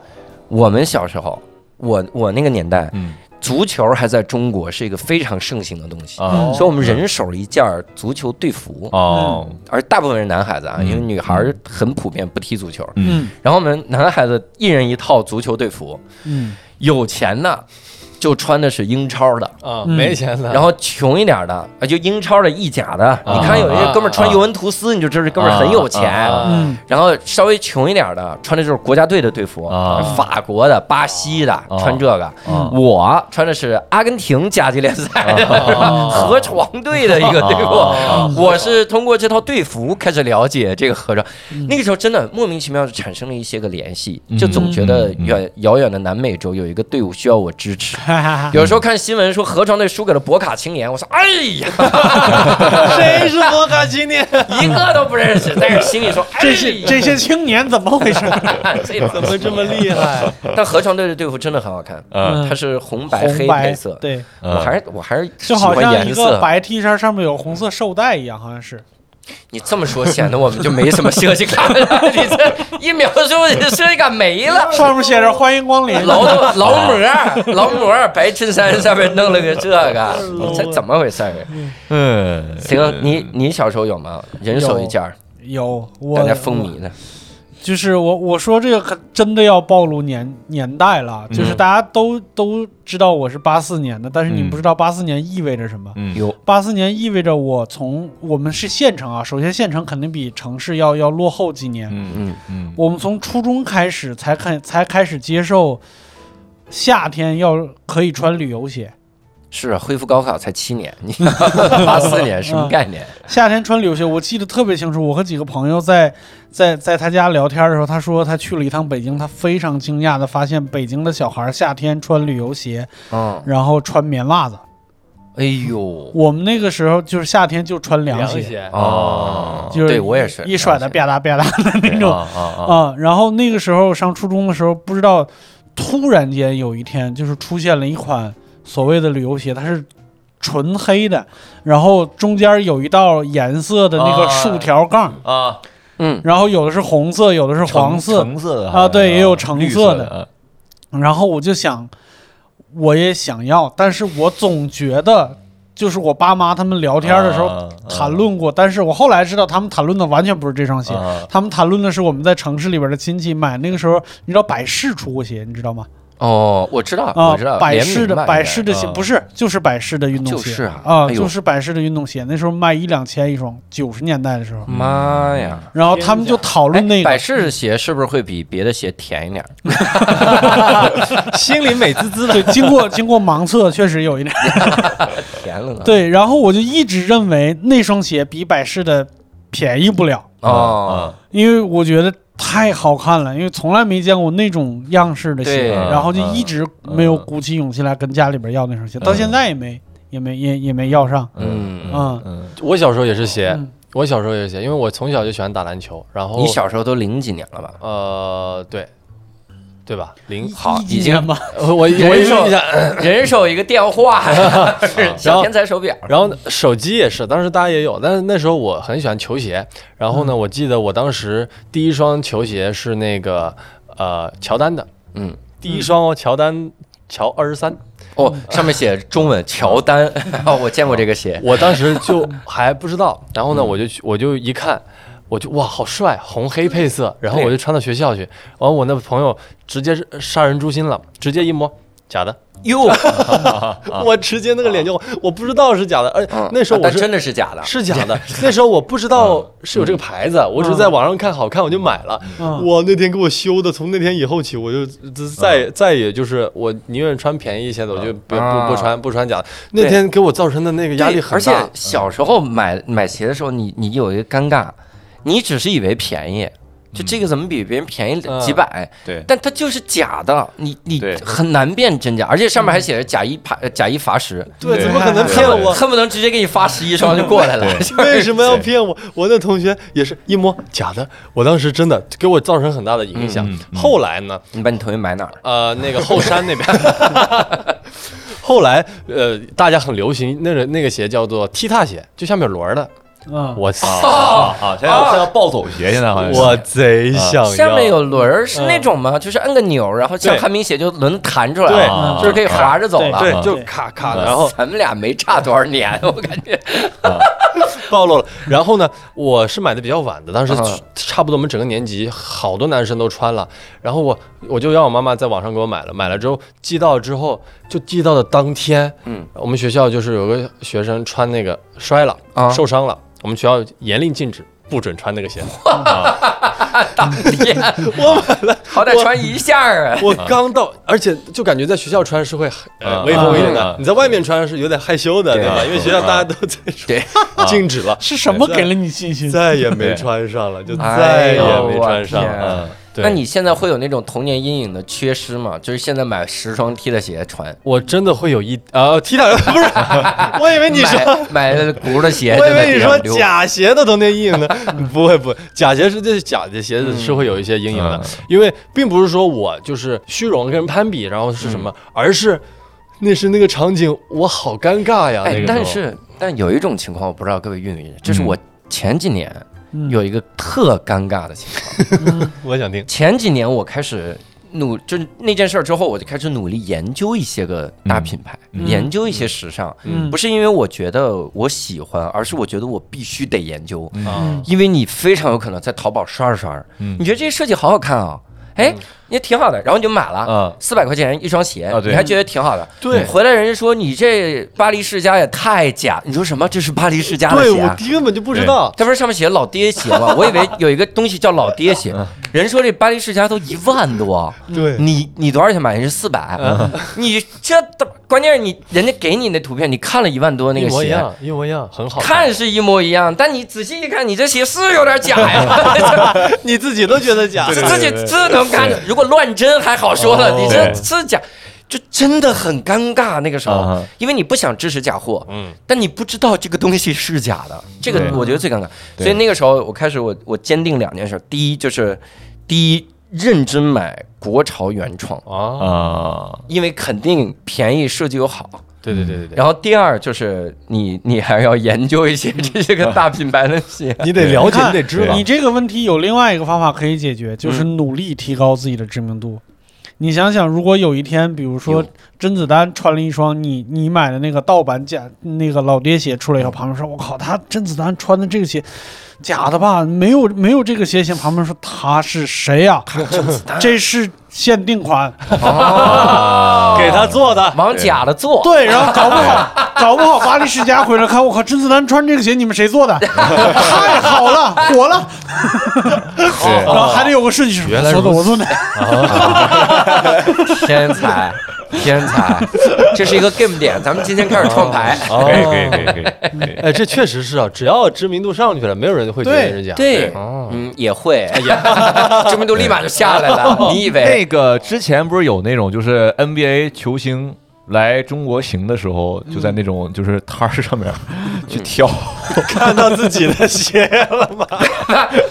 B: 我们小时候，我我那个年代，
F: 嗯
B: 足球还在中国是一个非常盛行的东西。
F: 啊
B: 所以，我们人手一件儿足球队服，
F: 哦，
B: 而大部分是男孩子啊，
F: 嗯
B: 因为女孩儿很普遍不踢足球。
F: 嗯
B: 然后我们男孩子一人一套足球队服，
D: 嗯
B: 有钱的就穿的是英超的，
G: 啊，没钱的，
B: 然后穷一点的啊，就英超的、意甲的，你看有一些哥们儿穿尤文图斯，你就知道这哥们儿很有钱。
D: 嗯
B: 然后稍微穷一点的，穿的就是国家队的队服，
F: 啊
B: 法国的、巴西的，穿这个。我穿的是阿根廷甲级联赛的、河床队的一个队服。我是通过这套队服开始了解这个河床。那个时候真的莫名其妙就产生了一些个联系，就总觉得远遥远的南美洲有一个队伍需要我支持。
D: 啊嗯
B: 有时候看新闻说河床队输给了博卡青年，我说哎呀，
G: 谁哎是博卡青年？
B: 一个都不认识，但是心里 说哎
D: 这些
B: 呀，
D: 这些青年怎么 回事？
B: 这怎么 这么厉
G: 厉害，
B: 害？但河床队的队服真的很好看，
D: 嗯
B: 它是红白
D: 红
B: 黑
D: 白
B: 配色，
D: 对，
B: 我还是我还是喜
D: 就好
B: 欢
D: 像一
B: 颜
D: 个
B: 色。
D: 白 T 衫上面有红色绶带一样，好像是。
B: 你这么说显得我们就没什么设计感 了，你这一描述你的设计感没了。
D: 上面写着“欢迎光临
B: 劳 动劳模儿劳模儿白衬衫上面弄了个这 个，你这怎么回事儿？
F: 嗯，
B: 行，你你小时候有吗？人手一件儿，”。
D: 有我
B: 大家风靡的。
D: 就是我我说这个可真的要暴露年年代了，
B: 嗯
D: 就是大家都、都知道我是八四年的，
B: 嗯
D: 但是你们不知道八四年意味着什么。
F: 嗯
B: 有
D: 八四年意味着我从我们是县城啊，首先县城肯定比城市要要落后几年。
F: 嗯
B: 嗯
F: 嗯
D: 我们从初中开始才开才开始接受夏天要可以穿旅游鞋，
B: 是啊，恢复高考才七年，你 八四年
D: 嗯
B: 什么概念？
D: 夏天穿旅游鞋，我记得特别清楚。我和几个朋友在在在他家聊天的时候，他说他去了一趟北京，他非常惊讶的发现北京的小孩夏天穿旅游鞋，
B: 嗯，
D: 然后穿棉袜子。
B: 哎呦，
D: 我们那个时候就是夏天就穿凉
G: 凉
D: 鞋，
G: 鞋，
B: 哦，
D: 就是
B: 对我也是
D: 一甩的吧嗒吧嗒的那种
F: 啊啊啊！
D: 啊、然后那个时候上初中的时候，不知道突然间有一天就是出现了一款所谓的旅游鞋，它是纯黑的，然后中间有一道颜色的那个竖条杠，
F: 啊，
B: 嗯，
D: 然后有的是红色，有的是黄色，
F: 橙色的
D: 啊对也有橙
F: 绿
D: 色
F: 色
D: 的，然后我就想，我也想要，但是我总觉得。就是我爸妈他们聊天的时候
F: 啊啊
D: 谈论过，但是我后来知道他们谈论的完全不是这双鞋，
F: 啊
D: 他们谈论的是我们在城市里边的亲戚买那个时候，你知道百事出过鞋，你知道吗？
B: 哦，我知道，
D: 啊
B: 我知道，，
D: 百
B: 联名
D: 事的
B: 吧
D: 百
B: 应该
D: 事的鞋不是，就是百事的运动
B: 就
D: 鞋，
B: 是啊哎呦
D: 就是百事的运动鞋，那时候卖一两千一双，九十年代的时候，
B: 妈呀！
D: 然后他们就
B: 嗯
D: 讨
B: 哎
D: 论那，
B: 百
D: 个，
B: 事的鞋是不是会比别的鞋甜一点？
G: 心里美滋滋的。
D: 对，经过经过盲测，确实 有一点。
B: 甜了呢？
D: 对，然后我就一直认为那双鞋比百事的便宜不了，啊
B: 哦，
D: 因为我觉得太好看了，因为从来没见过那种样式的鞋，
B: 对嗯
D: 然后就一直没有鼓起勇气来跟家里边要那双鞋，到现在也没也没也也没要上。
B: 嗯，
D: 嗯，
G: 我小时候也是鞋
D: 嗯，
G: 我小时候也是鞋，因为我从小就喜欢打篮球，然
B: 嗯
G: 后
B: 你小时候都零几年了吧？
G: 呃对对吧？零
B: 好，已
D: 一
B: 经
D: 年吧，
G: 我我
B: 人
G: 一
B: 手
G: 下，
B: 人手一个电话， 是小天才手表。
G: 然后呢手机也是，当时大家也有，但是那时候我很喜欢球鞋。然
B: 嗯
G: 后呢，我记得我当时第一双球鞋是那个呃乔丹的，
B: 嗯，
G: 第一双哦，乔丹乔二十三。
B: 哦，上面写中文乔丹， 哦，我见过这个鞋。
G: 我当时就还不知道，
B: 嗯
G: 然后呢，我就去，我就一看，我就哇，好帅，红黑配
B: 嗯
G: 色，然后我就穿到学校去，完我那朋友直接杀人诛心了，直接一摸。假的，
B: 哟，
G: 我直接那个脸就，我不知道是假的，而那时候我
B: 嗯啊但
G: 是
B: 真的是假的，嗯
G: 是假 的。那时候我不知道是有这个牌子，我只是在网上看好看，我就买了。
D: 嗯
G: 哇，那天给我修的，从那天以后起，我就这再、
B: 嗯
G: 再也就是我宁愿穿便宜一些的，我就不、
B: 啊
G: 不不穿不穿假的。那天给我造成的那
B: 对
G: 个压力很
B: 而且
G: 大。嗯
B: 小时候买买鞋的时候，你你有一个尴尬，你只是以为便宜，就这个怎么比别人便宜
G: 嗯
B: 几百？
F: 对
B: 但它就是假的，你你
F: 对
B: 很难辨真假，而且上面还写着假一罚假一罚十，
G: 嗯对，
F: 对
G: 怎么可能骗 我？
B: 恨不能直接给你发十一双就过来了。
G: 为什么要骗我？我那同学也是一摸假的，我当时真的给我造成很大的影响。
F: 嗯嗯嗯
G: 后来呢，
B: 你把你同学买哪儿？
G: 呃，那个后山那边。后来，呃，大家很流行那个那个鞋叫做踢踏鞋，就下面有轮儿的。
D: 嗯，
G: 我
F: 啊啊！现在现在要暴走鞋，现在好像是
G: 我贼想哦要。嗯
B: 下面有轮儿是那种吗？就是摁个钮儿，然后像
G: 对
B: 旱冰鞋就轮弹出来
G: 对啊
B: 了，就是可以滑着走了。嗯
G: 对，
F: 啊
G: 就咔咔的，然后
B: 咱们俩没差多少年，我感觉。
G: 暴露了。然后呢，我是买的比较晚的，当时
A: 啊
G: 差不多我们整个年级好多男生都穿了。然后我我就让我妈妈在网上给我买了，买了之后寄到之后就寄到的当天，
A: 嗯，
G: 我们学校就是有个学生穿那个摔了，
A: 啊
G: 受伤了，我们学校严令禁止。不准穿那个鞋，
A: 好歹穿一下 啊。
G: 我刚到，而且就感觉在学校穿是会呃
F: 啊
G: 威风一点的
F: 啊，
G: 你在外面穿是有点害羞的，
A: 对
G: 对吧？因为学校大家都在
A: 对
G: 说， 禁止了，
D: 是什么给了你信 心？
G: 再也没穿上了，就再也没穿上
A: 哎呦我
G: 了。嗯对
B: 那你现在会有那种童年阴影的缺失吗？就是现在买十双 T 的鞋穿，
G: 我真的会有一啊，踢到 不是， 我以为你说。
B: 买买轱辘鞋，
G: 我以为你说
B: 丢。
G: 假鞋的童年阴影呢， 不会不会，假鞋是这假的鞋子是会有一些阴影的，因为并不是说我就是虚荣跟人攀比，然后是什么，而是那是那个场景，我好尴尬呀。那
B: 哎
G: 个，时候
B: 但是但有一种情况，我不知道各位遇没遇，这是我前几年
D: 嗯
B: 有一个特尴尬的情况。
G: 我想听，
B: 前几年我开始努，就是那件事儿之后，我就开始努力研究一些个大品牌，
D: 嗯
B: 研究一些时尚。
D: 嗯
B: 不是因为我觉得我喜欢，而是我觉得我必须得研究，
G: 啊
D: 嗯
B: 因为你非常有可能在淘宝刷着刷着，
G: 嗯
F: 嗯
B: 你觉得这设计好好看啊、哎，也挺好的，然后你就买了
F: 嗯，
B: 四百块钱一双鞋，
F: 啊对
B: 你还觉得挺好的。
G: 对
B: 回来人家说你这巴黎世家也太假，你说什么？这是巴黎世家的
G: 对
B: 鞋、
G: 我
B: 啊？
G: 根本就不知道，
B: 他不是上面写老爹鞋 吗？我以为有一个东西叫老爹鞋，人说这巴黎世家都一万多，
G: 嗯对嗯
B: 你你多少钱买？人是四百，你这关键是你人家给你那图片，你看了一万多那
G: 一
B: 个
G: 模一
B: 鞋，
G: 样，一模一样，很好
B: 看是一模一样，但你仔细一看，你这鞋是有点假 呀，
G: 你自己都觉得假，
B: 自己这能看，如果乱真还好说
F: 哦
B: 了，你这是假。啊就真的很尴尬，那个时
F: 啊
B: 候
F: 哈，
B: 因为你不想支持假货，
G: 嗯，
B: 但你不知道这个东西是假的，这个
F: 对
B: 我觉得最尴尬。
F: 对
B: 所以那个时候，我开始我我坚定两件事：第一就是，第一认真买国潮原创，
F: 哦
G: 啊，
F: 啊，
B: 因为肯定便宜，设计又好。
G: 对对对 对对，
B: 然后第二就是你你还要研究一
F: 嗯
B: 些这些个大品牌的 鞋。
G: 你得了解，你得知道嗯
D: 你，这个问题有另外一个方法可以解决，就是努力提高自己的知名度。你想想，如果有一天，比如说甄子丹穿了一双你你买的那个盗版假那个老爹鞋出
G: 嗯
D: 来以后，旁边说：“我靠，他甄子丹穿的这个鞋假的吧？没有没有这个鞋型。”旁边说：“他是谁呀、这是限定款。
B: 哦
G: 给他做的，
B: 往假的”做，
D: 对，然后搞不 好搞不好巴黎世家回来看，我靠，甄子丹穿这个鞋你们谁 做的？太好了，火了！
F: 哦
D: 然后还得有个顺序，
G: 原来
D: 我做的
G: 如
D: 我做的。
B: 天才，天才，这是一个 game 点，咱们今天开始创牌。
F: 可以可以可以可以可以，
G: 哎，这确实是啊，只要知名度上去了，没有人会觉得是假。
B: 对，嗯，也会， 知名度立马就下来了。你以为
F: 那个之前不是有那种就是 NBA 球星来中国行的时候，就在那
G: 嗯
F: 种就是摊儿上 面去挑，
G: 看到自己的鞋了吗？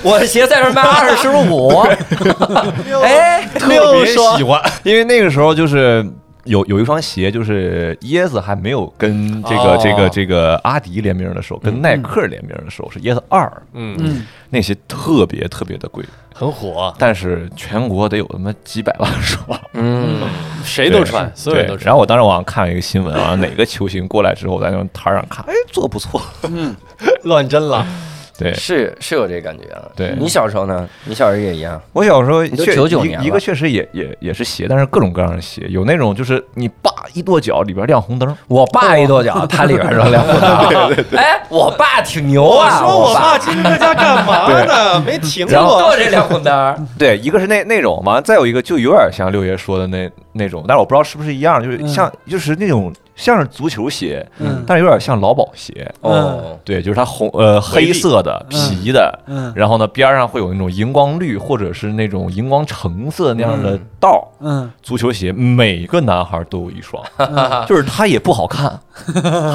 B: 我的鞋在这儿卖二十五？ 哎，
F: 特别喜欢，因为那个时候就是。有有一双鞋，就是椰子还没有跟这个、
G: 哦
F: 这个这个阿迪联名的时候，跟耐克联名的时候是椰子二，
G: 嗯，
D: 嗯，
F: 那鞋特别特别的贵，
G: 很火，
F: 但是全国得有他妈几百万 双，
B: 嗯，
G: 谁都穿，所有人都
F: 对
G: 穿。
F: 然后我当时网上看了一个新闻啊，哪个球星过来之后，在那种摊儿上看，哎，做不错，
G: 乱真了，
F: 对，
B: 是是有这感觉啊。
F: 对
B: 你小时候呢？你小时候也一样。
F: 我小时候
B: 你都
F: 确
B: 99
F: 一
B: 年了
F: 一个确实也也也是鞋，但是各种各样的鞋，有那种就是你叭一跺脚里边亮红灯，
B: 我爸一跺脚，他里边扔两股刀。 哎，我爸挺牛啊！爸
G: 今天在家干嘛呢？没停
B: 然后跺这两股灯，
F: 对，一个是那那种嘛，再有一个就有点像六爷说的那那种，但是我不知道是不是一样，就是像、就是那种像是足球鞋，
D: 嗯
F: 但是有点像劳保鞋，
B: 哦，
F: 对，就是它红呃黑色的皮的，
D: 嗯
F: 然后呢边上会有那种荧光绿或者是那种荧光橙色那样的
B: 嗯
F: 道儿。
D: 嗯
F: 足球鞋每个男孩都有一双，就是它也不好看，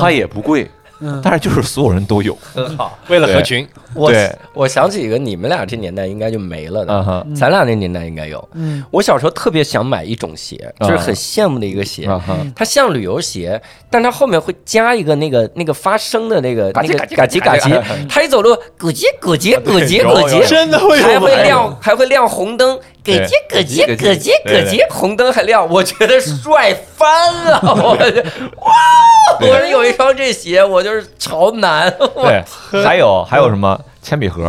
F: 它也不贵，
D: 嗯
F: 但是就是所有人都有。
G: 很好，为了合群，
B: 我
F: 对
B: 我想起一个，你们俩这年代应该就没了
F: 嗯
B: 的，
F: 哼，
B: 咱俩那年代应该有。
D: 嗯
B: 我小时候特别想买一种鞋，就是很羡慕的一个鞋，
F: 嗯哼，
B: 它像旅游鞋，但它后面会加一个那个那个发声的那个那个嘎叽嘎叽，它一走路咯叽咯
F: 啊
B: 叽咯 叽咯叽，真的会还会亮还会亮红灯，咯叽咯叽咯叽咯叽，红灯还亮，我觉得帅翻了，我哇！我说有一双这鞋，我就是潮男
F: 对，还有还有什么铅笔盒？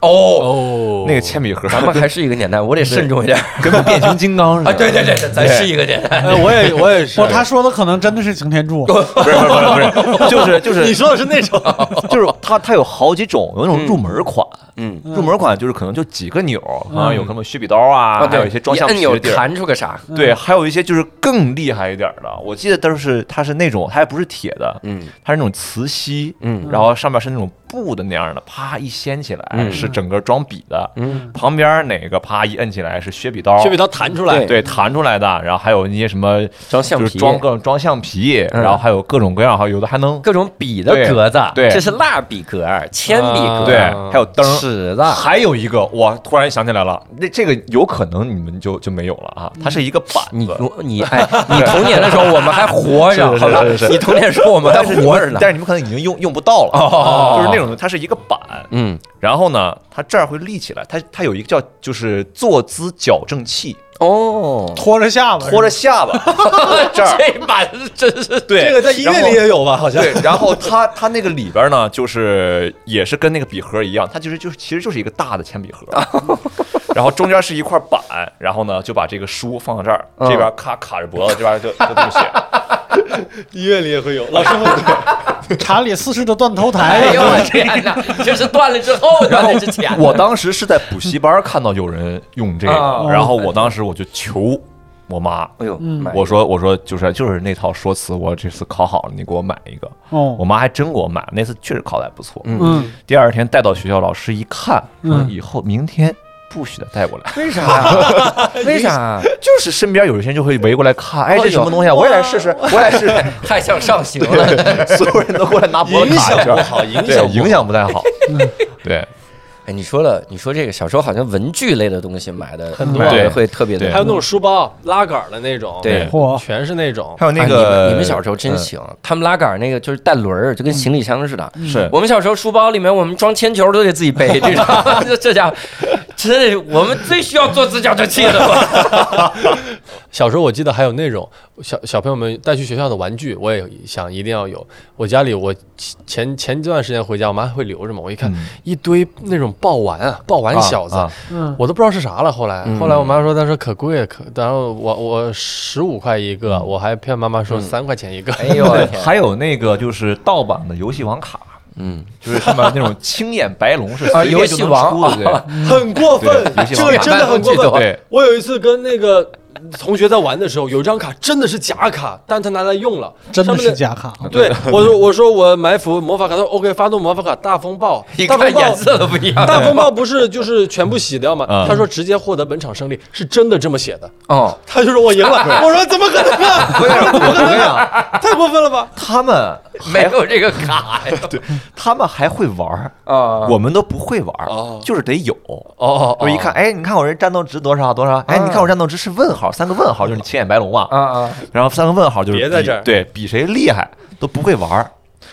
B: 哦。
G: 哦
F: 那个铅笔盒
B: 咱们还是一个年代，我得慎重一点
F: 跟变形金刚似
B: 啊！
F: 的。
B: 对对对，咱是一个年代。
G: 哎我也我也是
D: 不，他说的可能真的是擎天柱，
F: 不是不是不是不是，就是就是
G: 你说的是那种，
F: 就是它它有好几种，有那种入门款，
A: 嗯，
F: 入门款就是可能就几个钮，可能有什么削笔刀啊，还有一些装橡
B: 哦按
F: 皮
B: 钮
F: 的地儿。
B: 弹出个啥？
F: 对，还有一些就是更厉害一点的，我记得都是它是那种，它还不是铁的，
A: 嗯，
F: 它是那种磁吸，
A: 嗯，
F: 然后上面是那种布的那样的，啪一掀起来
A: 嗯
F: 是整个装笔的，
A: 嗯，
F: 旁边哪个啪一摁起来是削笔刀，
G: 削笔刀弹出来，
F: 对弹出来的，然后还有那些什么
B: 装橡
F: 就是
B: 皮
F: 装各种装橡皮，
B: 嗯
F: 然后还有各种各样，还有有的还能
B: 各种笔的格子，
F: 对对
B: 这是蜡笔格、铅笔格、
F: 对
G: 啊，
F: 还有灯。
B: 尺子，
F: 还有一个，我突然想起来了，那这个有可能你们就就没有了啊！它是一个板
B: 你
F: 子，
B: 你哎，你童年的时候我们还活 着，好吧？你童年的时候我们还
F: 但是你
B: 活着
F: 们
B: 呢
F: 但。是你们可能已经用用不到了，
B: 哦
F: 就是那种它是一个板，
B: 嗯，
F: 然后呢，它这儿会立起来，它它有一个叫就是坐姿矫正器，
B: 哦，
D: 拖着下巴，
F: 托着下 巴这儿，
B: 这版真是
F: 对，
G: 这个在音乐里也有吧？好像
F: 对，然后它它那个里边呢，就是也是跟那个笔盒一样，它就是就是其实就是一个大的铅笔盒，然后中间是一块板，然后呢就把这个书放到这儿，这边咔卡着脖子，这边就就这么写，
G: 音乐里也会有。老师，
D: 查理四世的断头
B: 哎
D: 台
B: 呦，我天哪！这是断了之后，
F: 然
B: 断
F: 后
B: 了之前的。
F: 我当时是在补习班看到有人用这个，
B: 啊
F: 然后我当时我就求我妈。
A: 哎呦，
D: 嗯
A: 妈呀
F: 我说我说就是就是那套说辞，我这次考好了，你给我买一个。我
D: 哦，
F: 妈还真给我买了，那次确实考的还不错。
D: 嗯，
F: 第二天带到学校，老师一看，说
D: 嗯
F: 以后明天不许再带过来。
B: 为啥呀？ 为啥？
F: 就是身边有些人就会围过来看，哎，
B: 呦
F: 这什么东西啊？我也来试试，我也来试试。
B: 太像上刑了。
F: 所有人都过来拿脖子卡一圈，
G: 影响不好影响
F: 对
G: 不好
F: 影响不太好。
B: 嗯
F: 对，
B: 哎，你说了，你说这个小时候好像文具类的东西买的很
G: 多
F: 对
B: 会特别的
F: 对
G: 还有那种书包拉杆的那种，
B: 对
D: 嚯，
G: 全是那种
F: 还有那
B: 啊你
F: 个嗯
B: 们你们小时候真行，他们拉杆儿那个就是带轮儿，
G: 嗯
B: 就跟行李箱似的。
F: 是
B: 我们小时候书包里面我们装铅球都得自己 背，这种这这家伙真的，我们最需要做直矫正器的 了。
G: 小时候我记得还有那种小小朋友们带去学校的玩具，我也想一定要有。我家里我前前段时间回家，我妈会留着嘛，我一看、一堆那种爆丸啊，爆丸小子。
F: 啊啊
D: 嗯，
G: 我都不知道是啥了。后来，后来我妈说，她说可贵了，可，然后我我十五块一个，我还骗妈妈说三块钱一个。
B: 哎呦我的
F: 对，
B: 天！
F: 还有那个就是盗版的游戏王卡，
B: 嗯，
F: 就是上面那种青眼白龙是随
B: 啊游
F: 便
B: 戏
F: 就能出
B: 王啊
F: 的，
G: 很过分
F: 对游，戏
G: 这
F: 王
G: 个
F: 卡
G: 真的很过
B: 对
G: 分。
F: 对
G: 我有一次跟那个同学在玩的时候，有一张卡真的是假卡，但他拿来用了，
D: 真的
G: 上
D: 是
G: 面。
D: 假卡，
G: 对，我 说我说我埋伏魔法卡，他说 OK 发动魔法卡大风暴
B: 一，
G: 大
B: 看
G: 风
B: 颜
G: 暴。
B: 色都不一样。
G: 大风暴不是就是全部洗掉吗
F: 嗯？
G: 他说直接获得本场胜利，是真的这么写的。
B: 哦，
G: 他就说我赢了， 我说怎么可能啊？
F: 对。我跟你讲，
G: 太过分了吧！
F: 他们
B: 没
F: 还
B: 有这个卡 呀。
F: 对，他们还会玩儿，
B: 啊，
F: 我们都不会玩
G: 哦
F: 儿，就是得有。
G: 哦
F: 我一看，哎，你看我这战斗值多少多少？哎，你看我战斗值是问号，三个问号就是青眼白龙嘛。
B: 啊啊，
F: 然后三个问号就是
G: 别在
F: 比
G: 这儿
F: 对比谁厉害都不会玩儿。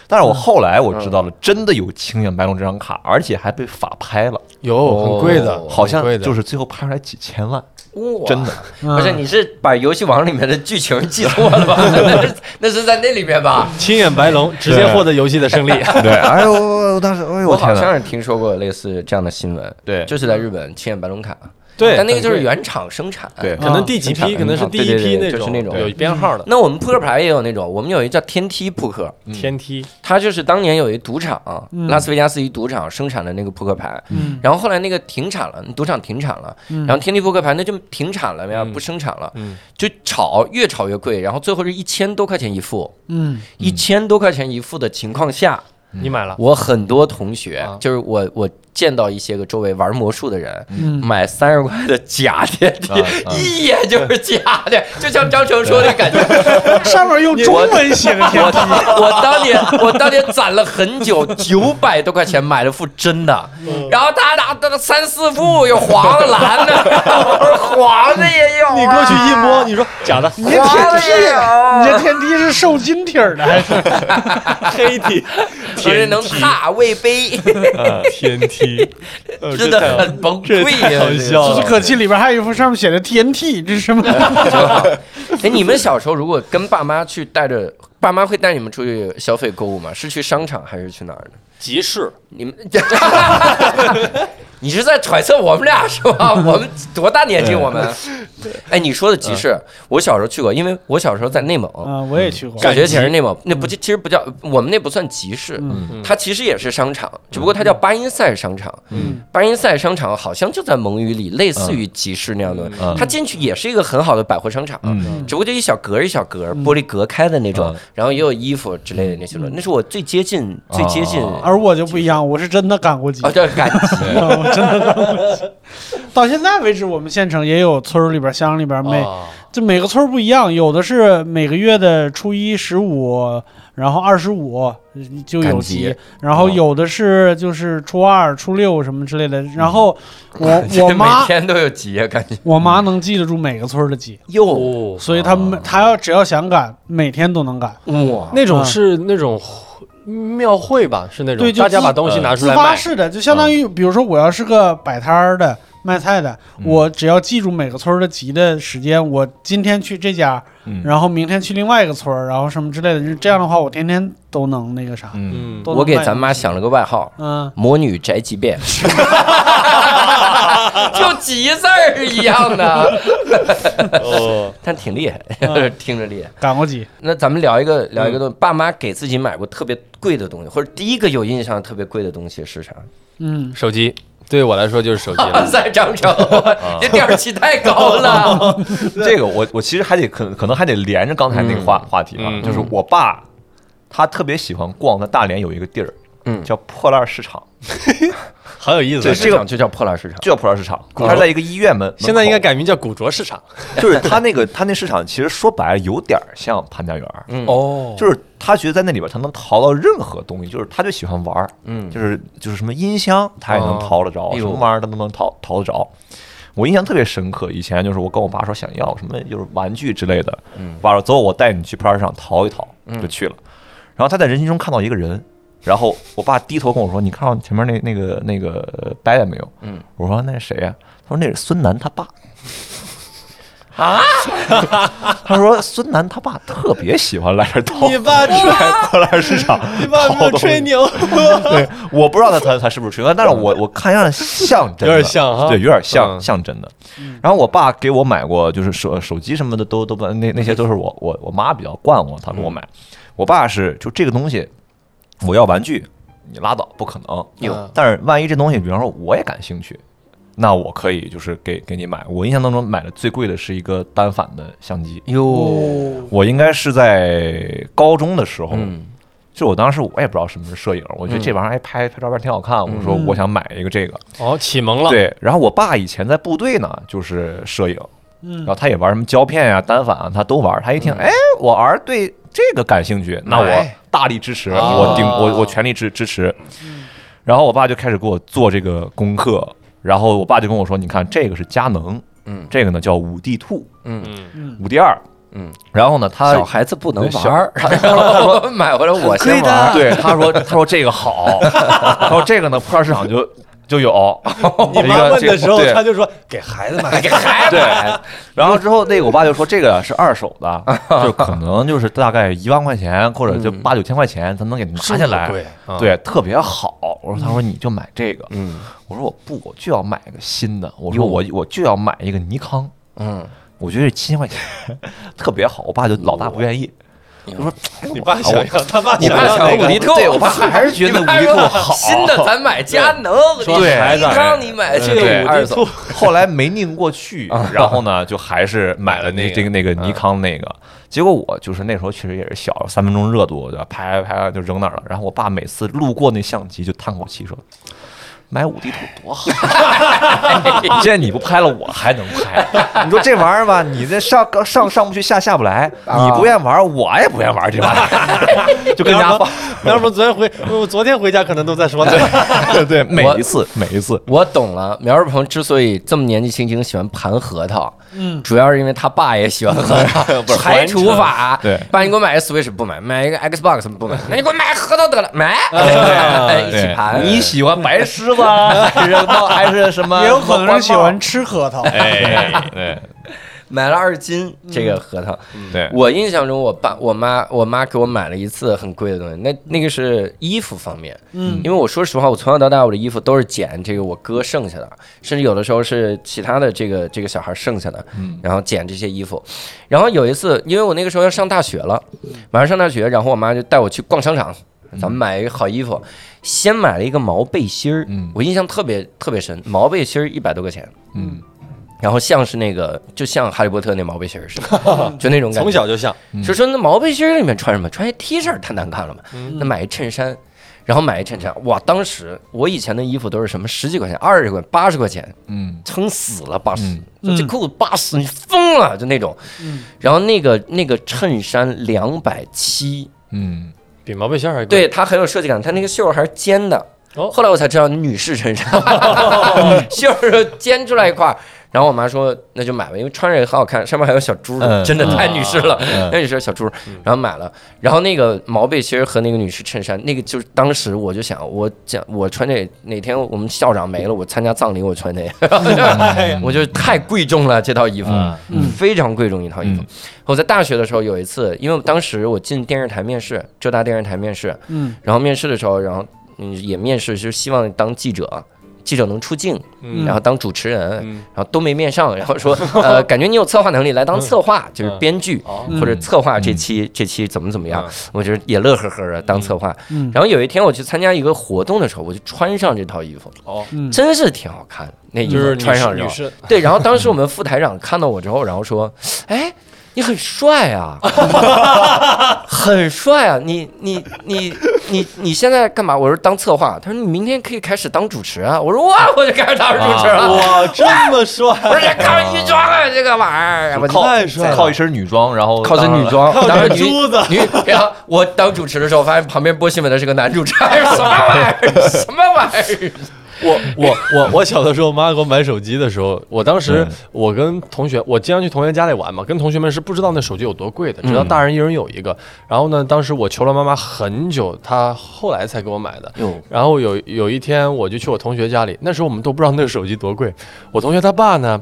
F: 但是我后来我知道了，真的有青眼白龙这张卡，而且还被法拍了，
G: 有很贵的，
B: 哦
F: 好像
G: 很贵的
F: 就是最后拍出来几千万，
B: 哇
F: 真的。
G: 嗯
B: 不是，你是把游戏王里面的剧情记错了 吧？那是那是在那里面吧？
G: 青眼白龙直接获得游戏的胜利。
F: 对，哎呦，我当时，哎呦，
B: 我
F: 天
B: 好
F: 哪！
B: 像是听说过类似这样的新闻，
F: 对
B: 就是在日本青眼白龙卡，
G: 对
B: 但那个就是原厂生产，
F: 对
G: 可能第几批，可能是第一
B: 对对
G: 批
B: 对
G: 那
B: 就是
G: 种
B: 那种
G: 有编号的
B: 那我们扑克牌也有那种，我们有一叫天梯扑克，
G: 天梯，
B: 它就是当年有一赌场，拉斯维加斯一赌场生产的那个扑克牌，
D: 嗯
B: 然后后来那个停产了，赌场停产了，然后天梯扑克牌那就停产了呀，
G: 嗯
B: 不生产了，
G: 嗯
B: 就炒越炒越贵，然后最后是一千多块钱一副，
D: 嗯
B: 一千多块钱一副的情况下，
G: 嗯
E: 啊
G: 你买了
B: 我很多同学
G: 啊
B: 就是我我见到一些个周围玩魔术的人，
D: 嗯
B: 买三十块的假电梯
F: 啊，啊
B: 一眼就是假的，就像张成说的感 觉。
D: 上面用中文写的 天梯，
B: 我当年我当年攒了很久，九百多块钱买了副真的，
E: 嗯
B: 然后他拿他三四副，有黄的、蓝的， 我说黄的也有、啊，
E: 你过去一摸，你说假的，
D: 你这天梯，你这天梯是受金体儿的还是？
E: 黑体，
B: 而且能踏位杯，
E: 天梯，呃
B: 真的
E: 这太
B: 很崩
E: 这
B: 溃啊
E: 太好
B: 呀、
E: 笑
D: 这
E: 了。
D: 可气里边还有一幅上面写着 TNT，这是什么？
B: 哎，你们小时候如果跟爸妈去带着爸妈会带你们出去消费购物吗？是去商场还是去哪儿呢？
H: 集市
B: 你们， 你是在揣测我们俩是 吧？我们多大年纪？我们，哎，你说的集市，我小时候去过，因为我小时候在内蒙，
D: 啊，我也去过。
B: 小学前是内蒙，那不其实不叫我们那不算集市，
D: 嗯
B: 它其实也是商场，只不过它叫巴音塞商场。
D: 嗯
B: 巴音塞商场好像就在蒙语里，类似于集市那样的
F: 嗯，
B: 它进去也是一个很好的百货商场，
D: 嗯
B: 只不过就一小格儿一小格儿，玻璃隔开的那种，然后也有衣服之类的那些
D: 嗯
B: 东西。那是我最接近最接近
F: 哦
D: 而我就不一样，我是真的赶过集，
B: 啊，叫赶集。
D: 我真的赶过集。到现在为止，我们县城也有村儿里边、乡里边每
B: 哦
G: 啊
D: 这每个村儿不一样，有的是每个月的初一、十五，然后二十五就有
B: 赶
D: 集
B: 集，哦
D: 然后有的是就是初二、初六什么之类的。然后 我 我
B: 嗯每
D: 妈
B: 天都有集啊，感觉
D: 我妈能记得住每个村儿的集，
B: 哟
G: 哦
D: 所以她
B: 哦
D: 每她要只要想赶，每天都能赶。
B: 哇，
G: 那种
D: 啊
G: 是那种庙会吧，是那种
D: 对就
G: 大家
D: 自
G: 把东西拿出
D: 自
G: 来
D: 发
G: 卖。
D: 式的，就相当于比如说我要是个摆摊儿的卖菜的，我只要记住每个村儿的集的时间，我今天去这家，
F: 嗯
D: 然后明天去另外一个村儿，然后什么之类的，这样的话我天天都能那个啥。
F: 嗯，
G: 嗯，
D: 都能
B: 我给
D: 卖
B: 咱妈想了个外号，
D: 嗯，
B: 魔女宅急 便，就急字儿一样的，
E: 哦，
B: 但挺厉害，
F: 嗯
B: 听着厉害。
D: 赶过集，
B: 那咱们聊一个聊一个东西，爸妈给自己买过特别贵的东西，或者第一个有印象特别贵的东西是 啥？
D: 嗯，
G: 手机对我来说就是手机
F: 啊
G: 了。
B: 在张成， 这调儿起太高 了。
F: 这个我我其实还得可可能还得连着刚才那个话话题啊，
G: 嗯
F: 就是我爸他特别喜欢逛，在大连有一个地儿，
B: 嗯
F: 叫破烂市场，
G: 嗯
E: 很有意思啊
F: 对。这个
B: 就叫破烂市场，
F: 就叫破烂市场，它是在一个医院门，
G: 嗯现在应该
F: 改，
G: 改名叫古着市场。
F: 就是他那个他那市场其实说白了有点像潘家园儿，
B: 嗯
G: 哦，
F: 就是他觉得在那里边他能淘到任何东西，就是他就喜欢玩儿，
B: 嗯
F: 就是就是什么音箱他也能淘得着，
B: 哎
F: 什
B: 呦
F: 么玩意儿他都能淘淘得着。我印象特别深刻，以前就是我跟我爸说想要什么就是玩具之类的，我爸说走，我带你去拍市场淘一淘，就去了。然后他在人群中看到一个人，然后我爸低头跟我说：“你看到前面那那个那个呃伯伯没有？”
B: 嗯，
F: 我说：“那是谁呀、他说：“那是孙楠他爸。”啊！ 他说孙楠他爸特别喜欢来这儿淘，你爸出来破烂市 场，你爸没吹牛。对，我不知道他他他是不是吹牛，但是我我看样像真的，
G: 嗯有点像哈
F: 对，有点像
G: 嗯
F: 像真的。然后我爸给我买过，就是手手机什么的都都不那那些都是我我我妈比较惯我，她给
G: 嗯
F: 我买。我爸是就这个东西，我要玩具，你拉倒，不可能。
G: 有
F: 但是万一这东西，比方说我也感兴趣，那我可以就是给给你买。我印象当中买的最贵的是一个单反的相机，
D: 哦
B: 哟，
F: 我应该是在高中的时候，
B: 嗯
F: 就我当时我也不知道什么是摄影，我觉得这玩意儿哎拍拍照片挺好看，我
B: 嗯
F: 说我想买一个这个。
G: 哦，启蒙了。
F: 对，然后我爸以前在部队呢，就是摄影，
D: 嗯
F: 然后他也玩什么胶片呀、单反啊，他都玩。他一听，
B: 嗯
F: 哎，我儿对这个感兴趣，那我
G: 哎
F: 大力支持，
G: 啊
B: 哦
F: 我顶我我全力支支持。
B: 嗯
F: 然后我爸就开始给我做这个功课，然后我爸就跟我说：“你看，这个是佳能，
B: 嗯
F: 这个呢叫五 D Two，
B: 嗯，
F: 五 D 二，
B: 嗯。
F: 然后呢，他
B: 小孩子不能
F: 啊对小
B: 玩儿，我买回来我先玩儿。
F: 对，他说他说这个好，他说这个呢，破烂市场就就有。
E: 你妈
F: 一个
E: 问
F: 这个
E: 的时候，
F: 对
E: 他就说给孩 子
G: 哎
E: 买，
F: 对， 然后之后那个我爸就说这个是二手的，就可能就是大概一万块钱或者就
B: 嗯
F: 八九千块钱，咱能给拿下来。
G: 对
E: 啊
F: 对，特别好。我说，他说你就买这个。
B: 嗯
F: 我说我不，我就要买一个新的。我
B: 哟
F: 说我我就要买一个尼康，
B: 嗯，
F: 我觉得七千块钱 特别好。我爸就老大不愿意，就说
E: 你爸想要，他爸
B: 你
E: 想
B: 爸
E: 要
B: 想
E: 那
B: 五
E: 个，
B: 迪兔，
F: 对我爸还是觉得五 D 兔 好。
B: 新的咱买佳能，
E: 说
B: 你
E: 孩子
B: 你让你买哎这
F: 对
B: 个二手，
F: 后来没拧过去，
B: 啊
F: 然后呢，就还是买了 那这个
B: 嗯
F: 那个尼康那个。结果我就是那时候确实也是小，三分钟热度，我就拍拍拍就扔那儿了。然后我爸每次路过那相机就叹口气说：“买五地图多好， 现在你不拍了，我还能拍。 你说这玩意儿吧，你这上上上不去，下下不来，你不愿玩，我也不愿玩这玩意儿， 就跟家放。
E: 苗博昨天回，我昨天回家可能都在说呢。
F: 对对，每一次每一次，
B: 我懂了，苗二鹏之所以这么年纪轻轻喜欢盘核桃，嗯，主要是因为他爸也喜欢核桃， 排除法。
F: 对
B: 爸，你给我买个 Switch 不买，买一个 Xbox 不买，那你给我买个核桃得了，买， 哎一起盘。
F: 你喜欢白狮子啊还是猫 还是什么？
D: 也有可能是喜欢吃核桃。
F: 哎，对
B: 买了二斤这个核桃。
F: 对，
B: 我印象中，我爸、我妈、我妈给我买了一次很贵的东西，那那个是衣服方面。嗯，因为我说实话，我从小到大我的衣服都是捡这个我哥剩下的，甚至有的时候是其他的这个这个小孩剩下的，
F: 嗯
B: 然后捡这些衣服。然后有一次，因为我那个时候要上大学了，
F: 嗯
B: 马上上大学，然后我妈就带我去逛商场，咱们买一个好衣服。先买了一个毛背心儿，
F: 嗯
B: 我印象特别特别深，毛背心儿一百多块钱，
F: 嗯，
B: 然后像是那个，就像哈利波特那毛背心儿似 的，就那种感觉。
E: 从小就像
D: 嗯
B: 就说那毛背心儿里面穿什么？穿一 T 恤儿太难看了嘛，
D: 嗯
B: 那买一衬衫，然后买一衬衫。哇，当时我以前的衣服都是什么十几块钱、二十块、八十块钱，
F: 嗯，
B: 撑死了八十、就
D: 嗯
B: 这裤子八十，你疯了就那种。然后那个那个衬衫两百七，
F: 嗯，
G: 比毛背心儿还贵。
B: 对它很有设计感，它那个袖儿还是尖的。
G: 哦
B: 后来我才知道女士衬 衫袖儿是尖出来一块儿。然后我妈说那就买吧，因为穿着也很好看，上面还有小珠呢，
F: 嗯
B: 真的太女士了，
F: 嗯
B: 那女士小珠。然后买了，然后那个毛背心儿和那个女士衬衫，那个就是当时我就想，我讲我穿这哪天我们校长没了，我参加葬礼我穿那
D: 哎
F: 哎嗯
B: 个，我就太贵重了这套衣服，
D: 嗯
B: 非常贵重一套衣服。
F: 嗯
B: 我在大学的时候有一次，因为当时我进电视台面试，浙大电视台面试，
D: 嗯
B: 然后面试的时候，然后嗯也面试，就是希望当记者，记者能出镜，
D: 嗯
G: 嗯
B: 然后当主持人，然后都没面上，然后 说呃，感觉你有策划能力，来当策划，就是
G: 嗯
B: 编剧、或者策划这期、这期怎么怎么样，我觉得也乐呵呵的当策划。
D: 嗯
B: 然后有一天我去参加一个活动的时候，我就穿上这套衣服，
G: 哦，
D: 嗯
B: 真是挺好看的，那衣
G: 就
B: 服
E: 嗯
G: 是女
B: 穿上
G: 士
B: 之后
G: 女，士，
B: 对，然后当时我们副台长看到我之后，然后说：“哎，你很帅啊， 很帅啊！你你你你你现在干嘛？”我说：“当策划。”他说：“你明天可以开始当主持啊。”我说：“哇，我就开始当主持
G: 啊
B: 了。
E: 哇，这么帅，
B: 我说：“这靠女装啊，这个玩意儿，我
F: 靠
E: 太帅了
F: 靠一身女装，然后
B: 靠着女装，
E: 靠
B: 当时
E: 着珠子，
B: 女，然后我当主持的时候，发现旁边播新闻的是个男主持，哎什么玩意儿？什么玩意儿？
G: 我我我我小的时候，我妈给我买手机的时候，我当时我跟同学，我经常去同学家里玩嘛，跟同学们是不知道那手机有多贵的，直到大人一人有一个。然后呢，当时我求了妈妈很久，她后来才给我买的。然后有有一天，我就去我同学家里，那时候我们都不知道那个手机多贵。我同学他爸呢，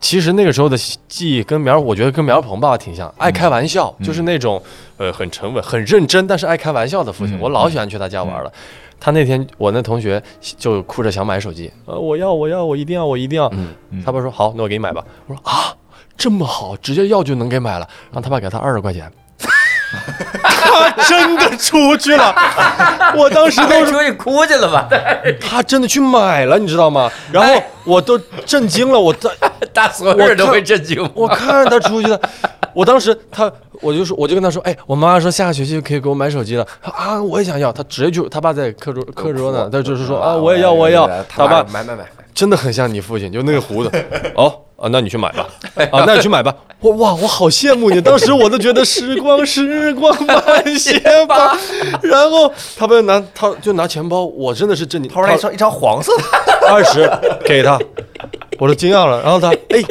G: 其实那个时候的记忆跟苗，我觉得跟苗鹏爸爸挺像，爱开玩笑，就是那种呃很沉稳、很认真，但是爱开玩笑的父亲。
F: 嗯
G: 我老喜欢去他家玩了。他那天我那同学就哭着想买手机，呃，我要我要我一定要我一定要。嗯他爸说好，那我给你买吧。我说啊，这么好，直接要就能给买了。然后他爸给他二十块钱。
E: 他真的出去 了，我当时都
B: 该出去哭去了吧？
G: 他真的去买了，你知道吗？然后我都震惊了，我当
B: 大所有人都会震惊。
G: 我看着他出去的， 我当时他我就说我就跟他说，哎，我妈妈说下个学期就可以给我买手机了，他啊，我也想要，他直接就他爸在课桌课桌呢，他就是说啊，我也要我也要，他爸
B: 买买买。”
G: 真的很像你父亲，就那个胡子，哦。啊，那你去买吧，啊，那你去买吧。我哇，我好羡慕你，当时我都觉得时光，时光慢些吧。然后他们拿，他就拿钱包，我真的是震惊。
F: 掏出来一张一张黄色的，
G: 二十给他，我都惊讶了。然后他哎，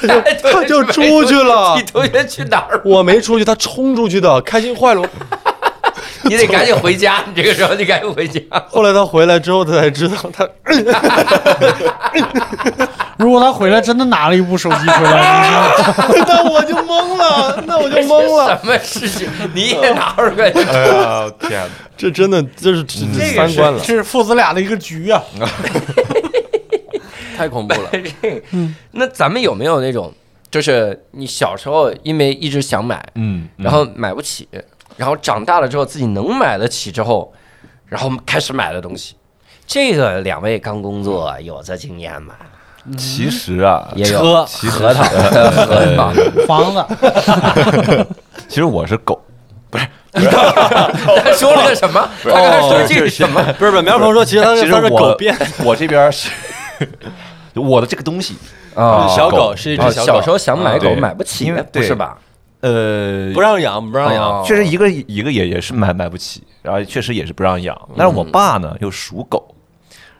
G: 他就他就出去了
B: 你。同学去哪儿？
G: 我没出去，他冲出去的，开心坏了。
B: 你得赶紧回家，你这个时候你赶紧回 家。
G: 后来他回来之后，他才知道他
D: 嗯如果他回来真的拿了一部手机回来，
G: 那我就懵 了，那我就懵了。
B: 什么事情？你也拿二十块钱，
F: 哎呀天哪！
G: 这真的，这是这
D: 这
G: 这
D: 个
G: 三观了
D: 是，是父子俩的一个局啊。
G: 太恐怖 了。嗯
B: 那咱们有没有那种，就是你小时候因为一直想买，
F: 嗯，
B: 然后买不起，然后长大了之后自己能买得起之后，然后开始买的东西？这个两位刚工作有这经验吗？
F: 其实啊，
B: 也有车、核桃、核桃。
D: 房子，
F: 其实我是狗，不是。
B: 他说了个什
G: 哦
B: 么？他刚才说了句什么？
G: 不是不是，苗鹏说，其实他
F: 哦其
G: 是
F: 实
G: 他是狗
F: 我
G: 变，
F: 我这边是 我的这个东西，
B: 啊
G: 小狗是一
B: 哦
G: 只小
B: 小
G: 狗，
B: 时候想买狗啊
F: 对
B: 买不起
F: 因为，
B: 不
F: 对
B: 是吧？
F: 呃，
G: 不让养，不让养。
B: 哦
F: 确实一个一个也也是买买不起，然后确实也是不让养。但是
G: 嗯
F: 我爸呢又属狗，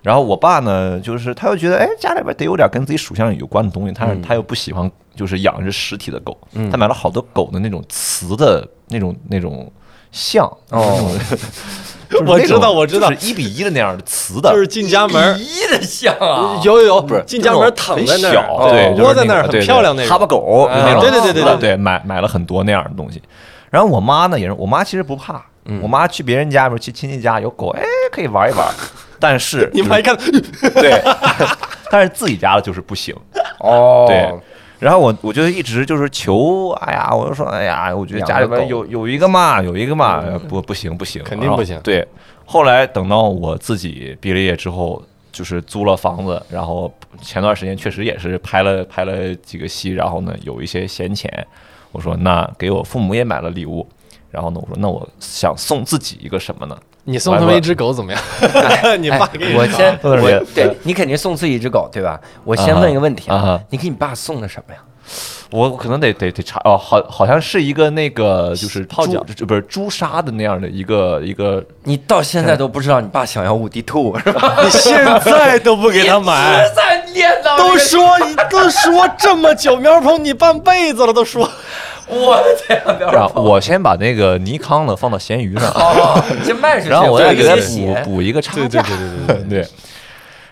F: 然后我爸呢就是他又觉得哎家里边得有点跟自己属相有关的东西，但
G: 嗯
F: 是他又不喜欢就是养一只实体的狗，他买了好多狗的那种瓷的那种那种像
B: 哦，
F: 就是
G: 我
F: 那
G: 知
F: 种
G: 道我知道
F: 就是一比一的那样的瓷的，
G: 就是进家门，
B: 一的像啊，
G: 有有有，
F: 不是
G: 进家门躺在那
F: 很小
G: 儿，啊哦
F: 对，就是
G: 窝在那儿
F: 个
G: 很
F: 对对
G: 漂亮那
F: 哈巴
G: 种。啊
F: 狗就那种，
G: 对对对对对
F: 对，买买了很多那样的东西。然后我妈呢也是，我妈其实不怕，
G: 嗯
F: 我妈去别人家，比如去亲戚家有狗，哎，可以玩一 玩。但是
G: 你妈一看，
F: 对， 但是自己家的就是不行。
B: 哦，
F: 对，然后我我就一直就是求，哎呀，我就说，哎呀，我觉得家里边有有一个嘛，有一个嘛，不不行不行，
G: 嗯肯定不行
F: 然后对，后来等到我自己毕了业之后，就是租了房子，然后前段时间确实也是拍了拍了几个戏，然后呢有一些闲钱，我说那给我父母也买了礼物。然后呢，我说那我想送自己一个什么呢？
G: 你送他们一只狗怎么样？ 你爸给
B: 哎
G: 你
B: 我先
F: 搞
B: 我
F: 对
B: 对你肯定送自己一只狗对吧？我先
F: 啊哈
B: 问一个问题
F: 啊
B: 啊
F: 哈，
B: 你给你爸送了什么呀？
F: 我可能得得得查哦，好好像是一个那个就是
G: 泡脚
F: 猪不是朱砂的那样的一个一个
B: 你到现在都不知道你爸想要五 D two 是吧？哎
G: 你 现在都不给他买，
B: 实在练到
G: 都说都说这么久，苗鹏你半辈子了，都
F: 啊
G: 说
B: 我天，啊不要
F: 然后我先把那个尼康的放到闲鱼 上，
B: 哦，先卖出去，
F: 然后我再
B: 再
F: 给他
B: 写
F: 补补一个差
G: 对对
F: 价。
G: 对对对
F: 对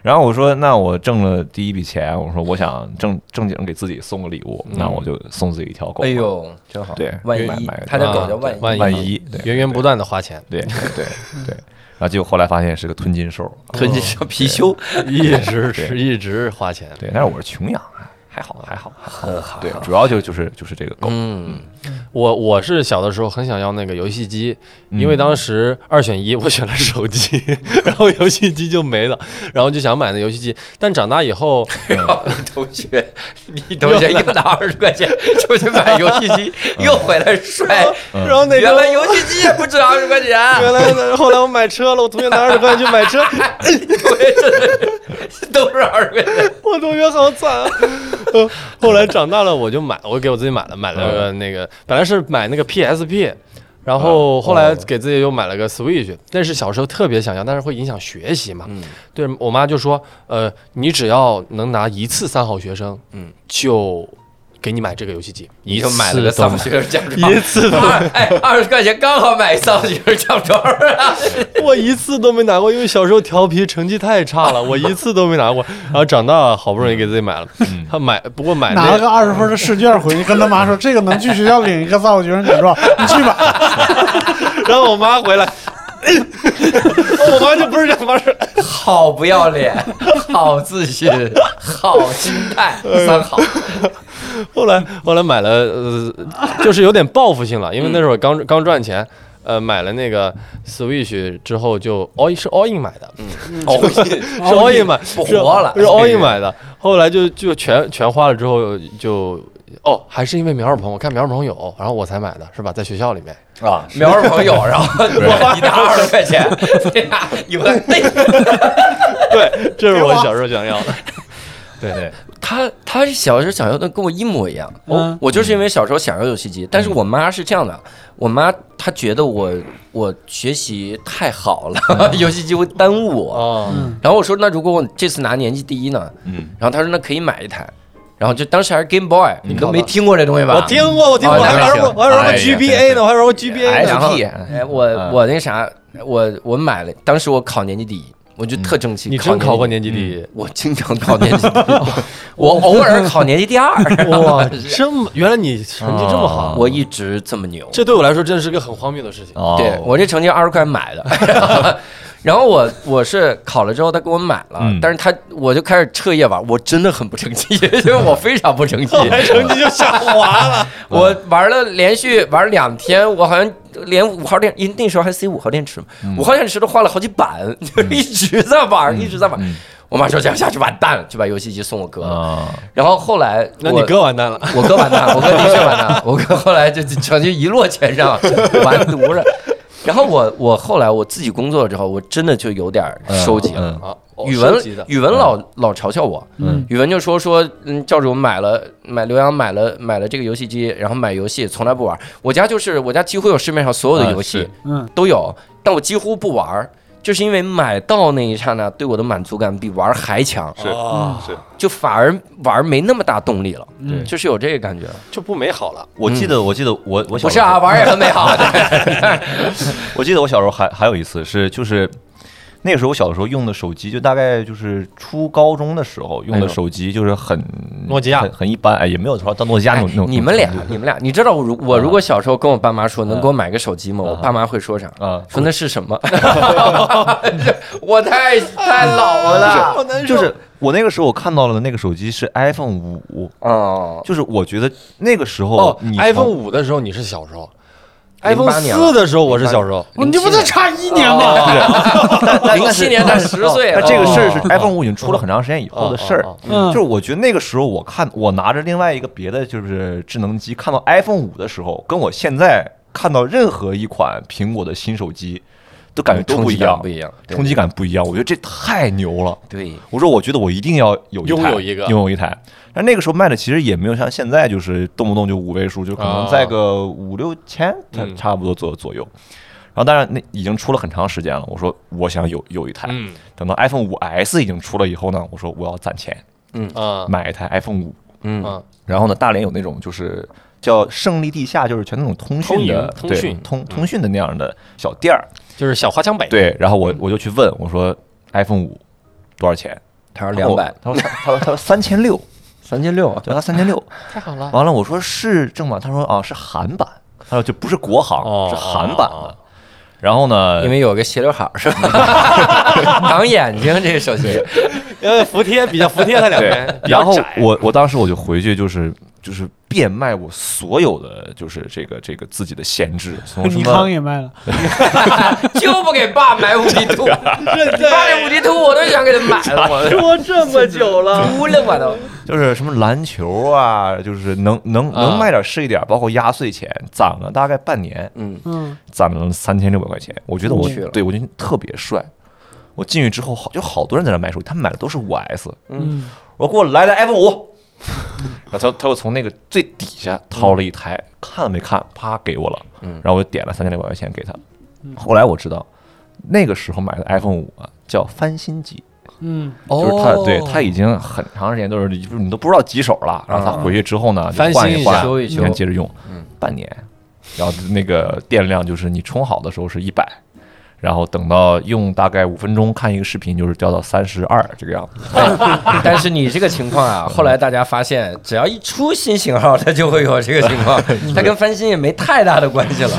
F: 然后我说，那我挣了第一笔钱，我说我想正正经给自己送个礼物，那我就送自己一条狗。
B: 哎，呦，真好，
F: 对
B: 万
F: 买
B: 一
F: 买
B: 他的狗叫万
G: 万
B: 一，
G: 一
F: 万一对
G: 源源不断的花钱，
F: 对对对对。然后结果后来发现是个吞金兽，
B: 吞进上貔貅，
G: 一直是一直花钱。
F: 对，但是我是穷养，啊还好还好，很好。对，主要就就是就是这个狗，
B: 嗯，
G: 我我是小的时候很想要那个游戏机，因
F: 嗯
G: 为当时二选一，我选了手机， 然后游戏机就没了，然后就想买那游戏机。但长大以后，
B: 然后你同学，你同学又拿二十块钱出去买游戏机，又回来摔，
F: 嗯
G: 然后那
B: 原来
G: 个。
B: 游戏机也不止二十块钱，啊
G: 原来的后来我买车了，我同学拿二十块钱去买车，
B: 我也是都是二十块钱，
G: 我同学好惨啊！呃后来长大了，我就买，我给我自己买了，买了个那
B: 嗯
G: 个，本来是买那个 PSP，然后后
B: 哦
G: 来给自己又买了个 Switch。但是小时候特别想要，但是会影响学习嘛。
B: 嗯
G: 对我妈就说，呃，你只要能拿一次三好学生，嗯，就给你买这个游戏机。
B: 你就买了个
G: 一次都
B: 丧
G: 没
B: 尸奖状，一
G: 次都
B: 二哎二十块钱刚好买丧尸 奖状啊，
G: 我一次都没拿过，因为小时候调皮，成绩太差了，我一次都没拿过。然后长大好不容易给自己买了，
B: 嗯
G: 他买不过
E: 哎
G: 买
D: 拿
G: 那
D: 了个二十分的试卷回去，跟他妈说这个能去学校领一个三好学生奖状，你去吧。
G: 然后我妈回来，哎我妈就不是这样，妈是
B: 好不要脸，好自信，好心态，三好，
G: 后来后来买了，呃，就是有点报复性了，因为那时候刚刚赚钱。呃，买了那个 Switch 之后就 all 是 all in 买的，
B: 哦，
G: 是 all in 买，
B: 不活了
G: 是 all in 买的。后来就就全全花了之后就哦，还是因为苗二鹏，我看苗二鹏有，然后我才买的，是吧？在学校里面，
B: 哦
F: 啊，
B: 苗儿朋友，然 后你拿二十块钱， 对呀，有个
G: 对，这是我小时候想要的。
F: 对对，
B: 他他小时候想要的跟我一模一样，我
D: 嗯
B: 我就是因为小时候想要游戏机，但是我妈是这样的，我妈她觉得我我学习太好了， 游戏机会耽误我，
G: 嗯哦，
B: 然后我说那如果我这次拿年级第一呢？
F: 嗯，
B: 然后她说那可以买一台，然后就当时还是 Game Boy，你们都没听过这东西吧？
G: 嗯我听过，我听过，
B: 哦
G: 我还
B: 那
G: 玩
B: 行
G: 过，我还玩过
F: 哎呀
G: GBA 呢，我还玩过 GBA 呢。
B: 然后
F: SP
B: 哎，我我那啥，我我买了，当时我考年级第一，我就特争气。
G: 你真考过
B: 年级
G: 年级第一？
B: 第一？我经常考年级第一， 我偶尔考年级第 二。
G: 哇，这么原来你成绩这么好，
F: 啊
B: 我一直这么牛。
G: 这对我来说真是个很荒谬的事情。
F: 哦，
B: 对我这成绩二十块钱买的， 然后我我是考了之后他给我买了，
F: 嗯
B: 但是他我就开始彻夜玩，我真的很不争气， 因为 我非常不争气，
G: 成绩就下滑了，
B: 我玩了连续玩了两天，我好像连五号电，因为嗯 那时候还 C 五号电池嘛，五号电池都换了好几版，就是一直在玩，一直在玩。我马上这样下去完蛋了，就把游戏机送我哥了。
F: 啊，
B: 然后后来
G: 那
B: 我
G: 你哥完蛋了。
B: 我哥完蛋，我哥的确完蛋了，我哥后来就就成就一落千 丈，完犊子。然后我我后来我自己工作了之后，我真的就有点儿收集了。
G: 啊，
B: 语
G: 收
B: 文
G: 集的
B: 语文老老嘲笑我，
D: 嗯
B: 语文就说说，嗯，教主买了买刘洋买了买了这个游戏机，然后买游戏从来不玩。我家就是我家几乎有市面上所有的游戏
F: 啊
D: 嗯
B: 都有，但我几乎不玩，就是因为买到那一刹那对我的满足感比玩还强，
E: 是
F: 嗯
G: 啊，
E: 是，
B: 就反而玩没那么大动力了，
D: 嗯
B: 就是有这个感觉。
G: 就不美好了。
F: 我记得我记得我我小
B: 不
F: 时
B: 是
F: 候
B: 啊，玩儿也很美 好。
F: 我记得我小时候还还有一次是就是。那个时候我小的时候用的手机，就大概就是初高中的时候用的手机，就是很
G: 诺基亚
F: 很很一般，哎，也没有说到诺基亚那种那种。
B: 你们俩，你们俩，你知道我如我如果小时候跟我爸妈说
F: 嗯
B: 能给我买个手机吗？我爸妈会说啥？
F: 啊，
B: 说那是什 么？ 我太太老了。
F: 嗯就是我那个时候我看到了那个手机是 iPhone 五，
B: 哦，
F: 就是我觉得那个时候
G: 哦
F: 你
G: ，iPhone 五的时候你是小时候，iPhone
B: 08年了
G: 四的时候我是小时候。
D: 你这不是差一年吗？
E: 哦
B: 零七年他十岁
F: 那
B: 了，
F: 这个事儿是 iPhone 五已经出了很长时间以后的事儿
G: 哦哦，
D: 嗯
F: 就是我觉得那个时候我看我拿着另外一个别的就是智能机看到 iPhone 五的时候，跟我现在看到任何一款苹果的新手机，都感觉都
B: 冲
F: 不
B: 击
F: 一
B: 感
F: 样
B: 不，一样，对
F: 冲击感不一样。我觉得这太牛了。
B: 对，
F: 我说，我觉得我一定要有一台
G: 拥有一个
F: 拥有一台。但那个时候卖的其实也没有像现在，就是动不动就五位数，就可能在个五六千，差
G: 哦嗯
F: 差不多左左右。然后当然那已经出了很长时间了。我说我想有有一台。
G: 嗯
F: 等到 iPhone 五 S 已经出了以后呢，我说我要攒钱嗯
G: 啊
F: 买一台 iPhone 五。
B: 嗯，
G: 啊
F: 然后呢，大连有那种就是叫胜利地下，就是全那种通讯的
G: 通营通
F: 对
G: 讯嗯
F: 通通讯的那样的小店儿。
G: 就是小花江北。
F: 对，然后我
G: 嗯
F: 我就去问我说 iPhone 五多少钱？
B: 他说两百，
F: 他说他说他说三 千六，
B: 哦三千六，啊
F: 对，他三千六。
G: 太好了。
F: 完了，我说是正版，他说啊是韩版，他说就不是国行，
G: 哦
F: 是韩版的。然后呢，
B: 因为有个斜刘海儿 是吧？挡眼睛这个手机，
G: 呃，服帖比较服帖，它两
F: 对
G: 边，比较
F: 然后
G: 窄
F: 我我当时我就回去就是就是变卖我所有的就是这个这个自己的闲置，从什
D: 尼
F: 么
D: 康也卖了，
B: 就不给爸买五 G 兔，你爸那五 G 兔我都想给他买了，我
G: 说这么久了，
B: 服了我都。
F: 就是什么篮球啊，就是能能能
G: 啊
F: 卖点是一点，包括压岁钱，攒了大概半年，
B: 嗯，
D: 嗯，
F: 攒了三千六百块钱，我觉得我
B: 去了
F: 对我觉得特别帅。我进去之后，好就好多人在那买手机，他们买的都是五 S。
B: 嗯，
F: 我说给我来台 iPhone 五， 然后他他又从那个最底下掏了一台，看了没看，啪给我了，
B: 嗯
F: 然后我就点了三千六百块钱给他。后来我知道，那个时候买的 iPhone 五啊，叫翻新机，
D: 嗯，
F: 就是他对他
B: 哦
F: 已经很长时间都是就是你都不知道几手了，然后他回去之后呢，就
G: 翻新
F: 换
G: 一下
F: 换，
B: 修一修
F: 然后接着用，半年，然后那个电量就是你充好的时候是一百。然后等到用大概五分钟看一个视频，就是掉到三十二这个样子。
B: 但是你这个情况 啊，后来大家发现，只要一出新型号，它就会有这个情 况，它跟翻新也没太大的关系 了。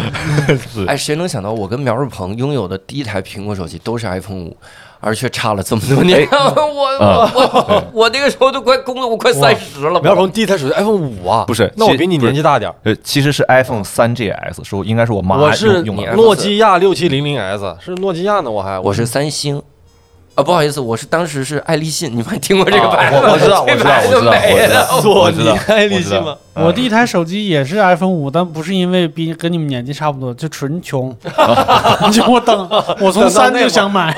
B: 哎，谁能想到我跟苗瑞鹏拥有的第一台苹果手机都是 iPhone 五，而却差了这么多年？ 我我我我那个时候都快工作，我快三十了。
G: 苗鹏第一台手机 iPhone 五啊，
F: 不是
G: 那我
F: 其实
G: 比你
F: 不是
G: 年纪大点儿，
F: 呃，其实是 iPhone 三 GS，说应该是我妈
G: 我是
F: 用用的。
G: 诺基亚六七零零 S，是诺基亚呢，我还
B: 我是三星。啊，不好意思，我是当时是爱立信，你们还听过这个牌
F: 啊
B: 子吗？
F: 我我知道，我
B: 这
F: 知道，
B: 牌子
F: 我知道，
B: 没
F: 我
B: 了
F: 知道，我知道，
G: 爱立
F: 我知道
G: 信吗？
E: 嗯
D: 我第一台手机也是 iPhone 五，但不是因为比跟你们年纪差不多，就纯 穷。你就我等，我从三就想买，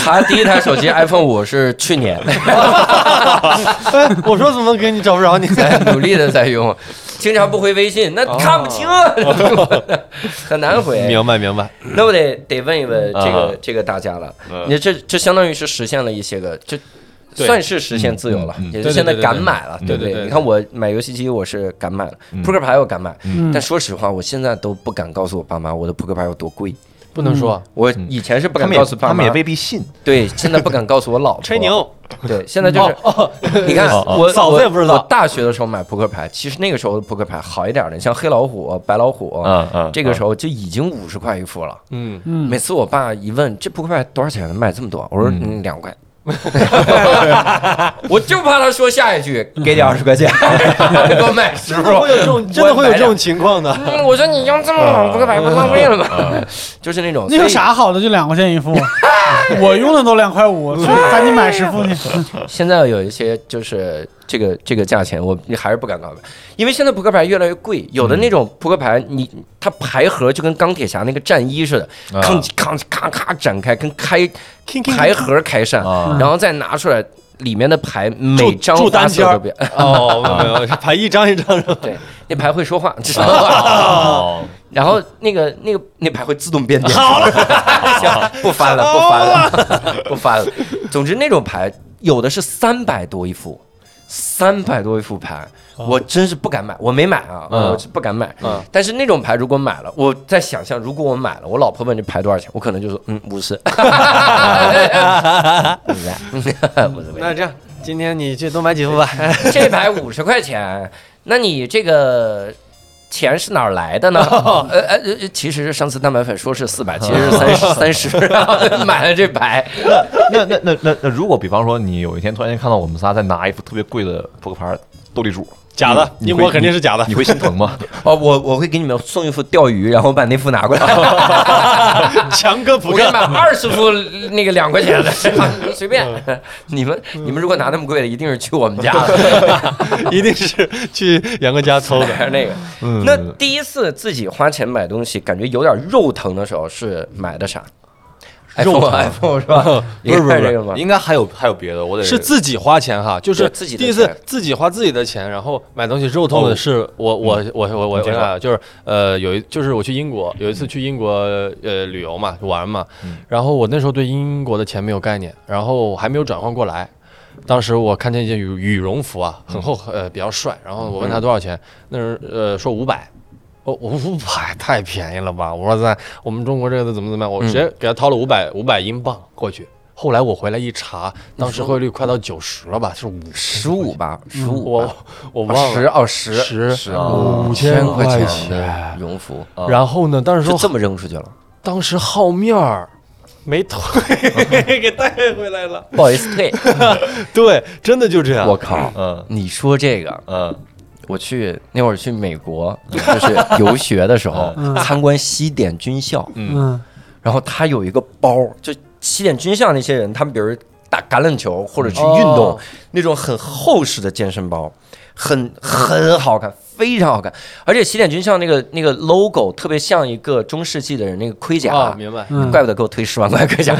B: 他第一台手机 iPhone 五是去年，
G: 哎，我说怎么给你找不着你？
B: 在努力的在用，经常不回微信，那看不清 啊，很难回。
G: 明白明白，
B: 那我得得问一问这个
F: 嗯
B: 这个大家了，你这这相当于是实现了一些个就。
G: 对
B: 算是实现自由了，
F: 嗯嗯
B: 也就现在
G: 对对对对
B: 敢买
F: 嗯
B: 了，
G: 对
B: 不
G: 对对
B: 你看我买游戏机，我是敢买了，扑克牌我敢买，
G: 嗯
B: 但说实话，我现在都不敢告诉我爸妈我的扑克牌有多贵。
G: 嗯
B: 嗯
G: 不能说
B: 我以前是不
F: 他
B: 敢
F: 们也
B: 告诉爸
F: 他
B: 妈
F: 们也，未必信。
B: 对，现在不敢告诉我 老婆。
G: 吹牛，
B: 对，现在就是 你看
F: 哦哦
B: 我
G: 嫂子也
B: 我
G: 不知道
B: 我大学的时候买扑克牌，其实那个时候的扑克牌好一点的，像黑老虎、白老虎，
F: 嗯嗯
B: 这个时候就已经五十块一副了。
G: 嗯，
D: 嗯
B: 每次我爸一问这扑克牌多少钱，卖这么多，我说
F: 嗯
B: 嗯两块。 我就怕他说下一句给你二十块钱，给我 买十副，
G: 会有这种真的会有这种情况 的。
B: 嗯。我 说你用这么好扑克牌不浪费了吗？就是那种
D: 那有？啥好的？就两块钱一副，我用的都两块五，去赶紧买师傅 去。
B: 现在有一些就是这个这个价钱，我还是不敢告白，因为现在扑克牌越来越贵，有的那种扑克牌，你它牌盒就跟钢铁侠那个战衣似的，吭吭咔咔展开，跟开牌盒开扇，
F: 啊
B: 然后再拿出来，里面的牌
E: 住
B: 每张
E: 住
B: 花
E: 单
B: 色
E: 间儿
B: 都变，
E: 哦，没有没有，排一张一张 的。
B: 对，那牌会说话，知道 吧？
F: 哦，
B: 然后那个那个那牌会自动变电。 好了，啊行，不翻了，不翻了， 不翻了。总之那种牌有的是三百多一副，三百多一副牌，我真是不敢买，我没买啊，
F: 嗯
B: 我是不敢买
F: 嗯。
B: 但是那种牌如果买了，我在想象，如果我买了，我老婆问这牌多少钱，我可能就说嗯五 十。五 十，五十。
G: 那这样，今天你这多买几副 吧。
B: 这牌五十块钱，那你这个钱是哪儿来的呢？
G: 哦
B: 呃呃，呃其实上次蛋白粉说是四百，其 实是三十三十，然后买了这牌，
F: 那那那那那，如果比方说你有一天突然间看到我们仨在拿一副特别贵的扑克牌斗地主，
E: 假的，
F: 你
E: 英
F: 会
E: 国肯定是假的
F: 你。会心疼吗？
B: 哦，我我会给你们送一副钓鱼，然后把那副拿过 来，
E: 强哥不
B: 我给你
E: 干
B: 买 二十副那个两块钱的，随便。
G: 嗯
B: 你们你们如果拿那么贵的，一定是去我 们家的。
E: 一定是去杨哥家抽的。
B: 还是那个。
G: 嗯
B: 那第一次自己花钱买东西，感觉有点肉疼的时候，是买的啥
E: 肉疼
B: ？iPhone，iPhone 是吧？
G: 不是不
B: 你看这个
G: 是
B: 吗
G: 不是，？应该还有还有别的，我得是自己花钱哈，就是
B: 对自己的
G: 第一次
B: 钱哦
G: 自己花自己的钱，然后买东西肉痛的是我我
B: 嗯
G: 我我我我
F: 你先说
G: 啊，就是呃有一就是我去英国有一次去英国呃旅游嘛玩嘛，
B: 嗯
G: 然后我那时候对英国的钱没有概念，然后我还没有转换过来。当时我看见一件羽羽绒服啊，
B: 嗯
G: 很厚，呃，比较帅。然后我问他多少钱，那人呃说五百，哦，我五百太便宜了吧！我说在我们中国这个怎么怎么样，我直接
B: 嗯
G: 给他掏了五百五百英镑过去。后来我回来一查，当时汇率快到九十了吧，是五
B: 十五吧，十五，
G: 我嗯我
B: 哦
G: 忘
B: 十
G: 了
B: 哦十
G: 十
B: 十
G: 哦
B: 五
G: 5000
B: 块哎
G: 块
B: 的
G: 钱
B: 羽绒服，
G: 然后呢，当时
B: 就
G: 说
B: 啊这么扔出去了。
G: 当时好面儿没退，给带回来了。
B: 不好意思，退。
G: 对，真的就这样。
B: 我靠！
F: 嗯
B: 你说这个，
F: 嗯，
B: 我去那会儿去美国，就是游学的时候，参观西点军校，
D: 嗯，
B: 然后他有一个包，就西点军校那些人，他们比如打橄榄球或者去运动，
G: 哦
B: 那种很厚实的健身包，很很好看，非常好看。而且西点军校那个那个 logo 特别像一个中世纪的人那个盔甲，
G: 啊，明白。
D: 嗯
B: 怪不得给我推十万块盔甲。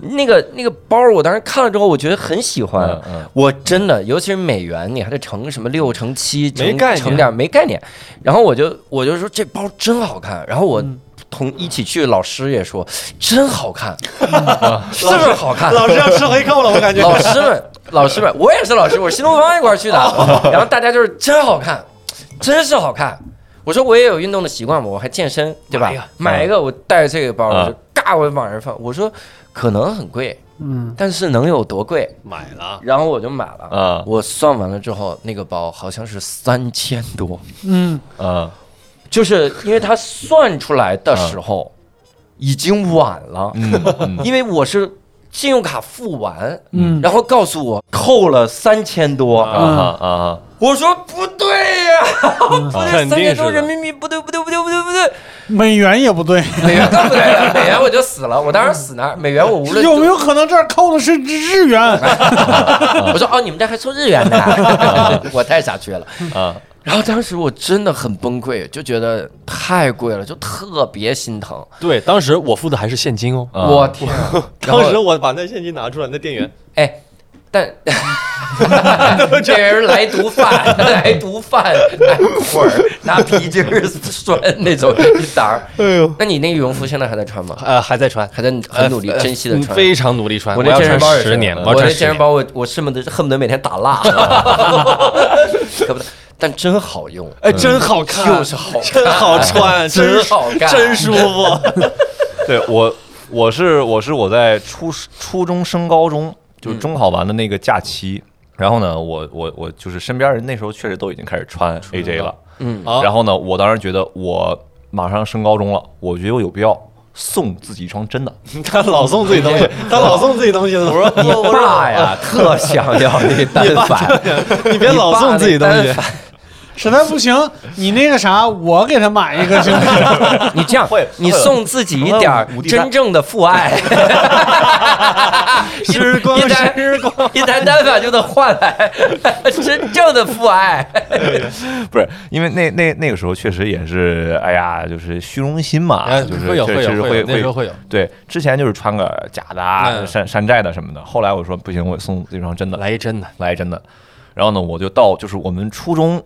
B: 那个那个包，我当时看了之后，我觉得很喜欢。
F: 嗯嗯
B: 我真的，尤其是美元，你还得乘什么六乘七，乘
G: 没概念
B: 乘点没概念。然后我就我就说这包真好看，然后我。同一起去，老师也说真好看， 是不是好看？
E: 老师要吃回扣了，我感 觉。
B: 老师们，老师们，我也是老师，我是新东方一块儿去的，
D: 哦
B: 然后大家就是真好看，真是好看。我说我也有运动的习惯嘛，我还健身，对吧
D: 哎
G: 买一个？
B: 买
D: 嗯
B: 一个，我带着这个包，
F: 啊
B: 我就嘎，我往上放。我说可能很贵，
D: 嗯，
B: 但是能有多贵？
G: 买了，啊
B: 然后我就买了。
F: 啊
B: 我算完了之后，那个包好像是三千多，
D: 嗯，
F: 啊
B: 就是因为他算出来的时候
D: 嗯
B: 已经晚了，
F: 嗯
B: 因为我是信用卡付完，
D: 嗯
B: 然后告诉我扣了三千多，
F: 啊啊
B: 我说不对呀、
D: 嗯
B: 不对，
G: 肯
B: 三
G: 定
B: 千
G: 是
B: 多
G: 的
B: 人民币不对不对不对不对不对，哎
D: 美元也不对，
B: 美元更不对了，美元我就死了，我当时死那儿，美元我无论
D: 有没有可能这儿扣的是日元？
B: 我说哦你们这还收日 元呢， 我太傻缺了。
F: 啊
B: 然后当时我真的很崩溃，就觉得太贵了，就特别心疼。
G: 对，当时我付的还是现金哦。
F: 啊
B: 我天啊，然
G: 当时
B: 后
G: 我把那现金拿出来，那店员
B: 哎。但 这人来毒贩，来毒贩，拿捆儿，拿皮筋儿拴那种一沓儿。哎呦，那你那个羽绒服现在还在穿吗？
G: 呃还在穿，
B: 还在很努力、
G: 呃
B: 珍惜的
G: 嗯
B: 穿。
G: 非常努力穿。
B: 我那
G: 要
B: 健身包
G: 穿
B: 也是呃
G: 十年，
B: 我
G: 要
B: 那健
G: 穿十
B: 身
G: 年。
B: 包我我恨不得恨不得每天打蜡， 可不得，但真好用，
G: 哎，真好看，
B: 嗯就是好看，
G: 真 好穿，
B: 真
G: 真
B: 好看
G: 真舒 服。
F: 对我，我是我是我在初初中升高中，就是中考完的那个假期。然后呢，我我我就是身边人那时候确实都已经开始穿 AJ 了，
B: 嗯
G: 啊
F: 然后呢，我当时觉得我马上升高中了，我觉得我有必要送自己一双真的。
G: 他老送自己东西，他老送自己东西。我说
B: 你爸呀，特想要那单反，
G: 你别老送自己东
B: 你
G: 西
B: 爸那单反。
D: 实在不行，你那个啥，我给他买一个行吗？
B: 你这样
F: 会，
B: 你送自己一点儿
F: 会有五滴
B: 真
F: 汗
B: 正的父 爱，
C: 时光
B: 一单一单单反就能换来 真正的父爱。
F: 不是，因为那那那个时候确实也是，哎呀，就是虚荣心嘛，
G: 哎
F: 就是
G: 会有
F: 确
G: 会有
F: 实
G: 会有那
F: 会
G: 时候会有。
F: 对，之前就是穿个假的啊，
G: 嗯
F: 山山寨的什么的。后来我说不行，我送这双真的，
G: 来一真的，
F: 来真的。然后呢，我就到就是我们初中，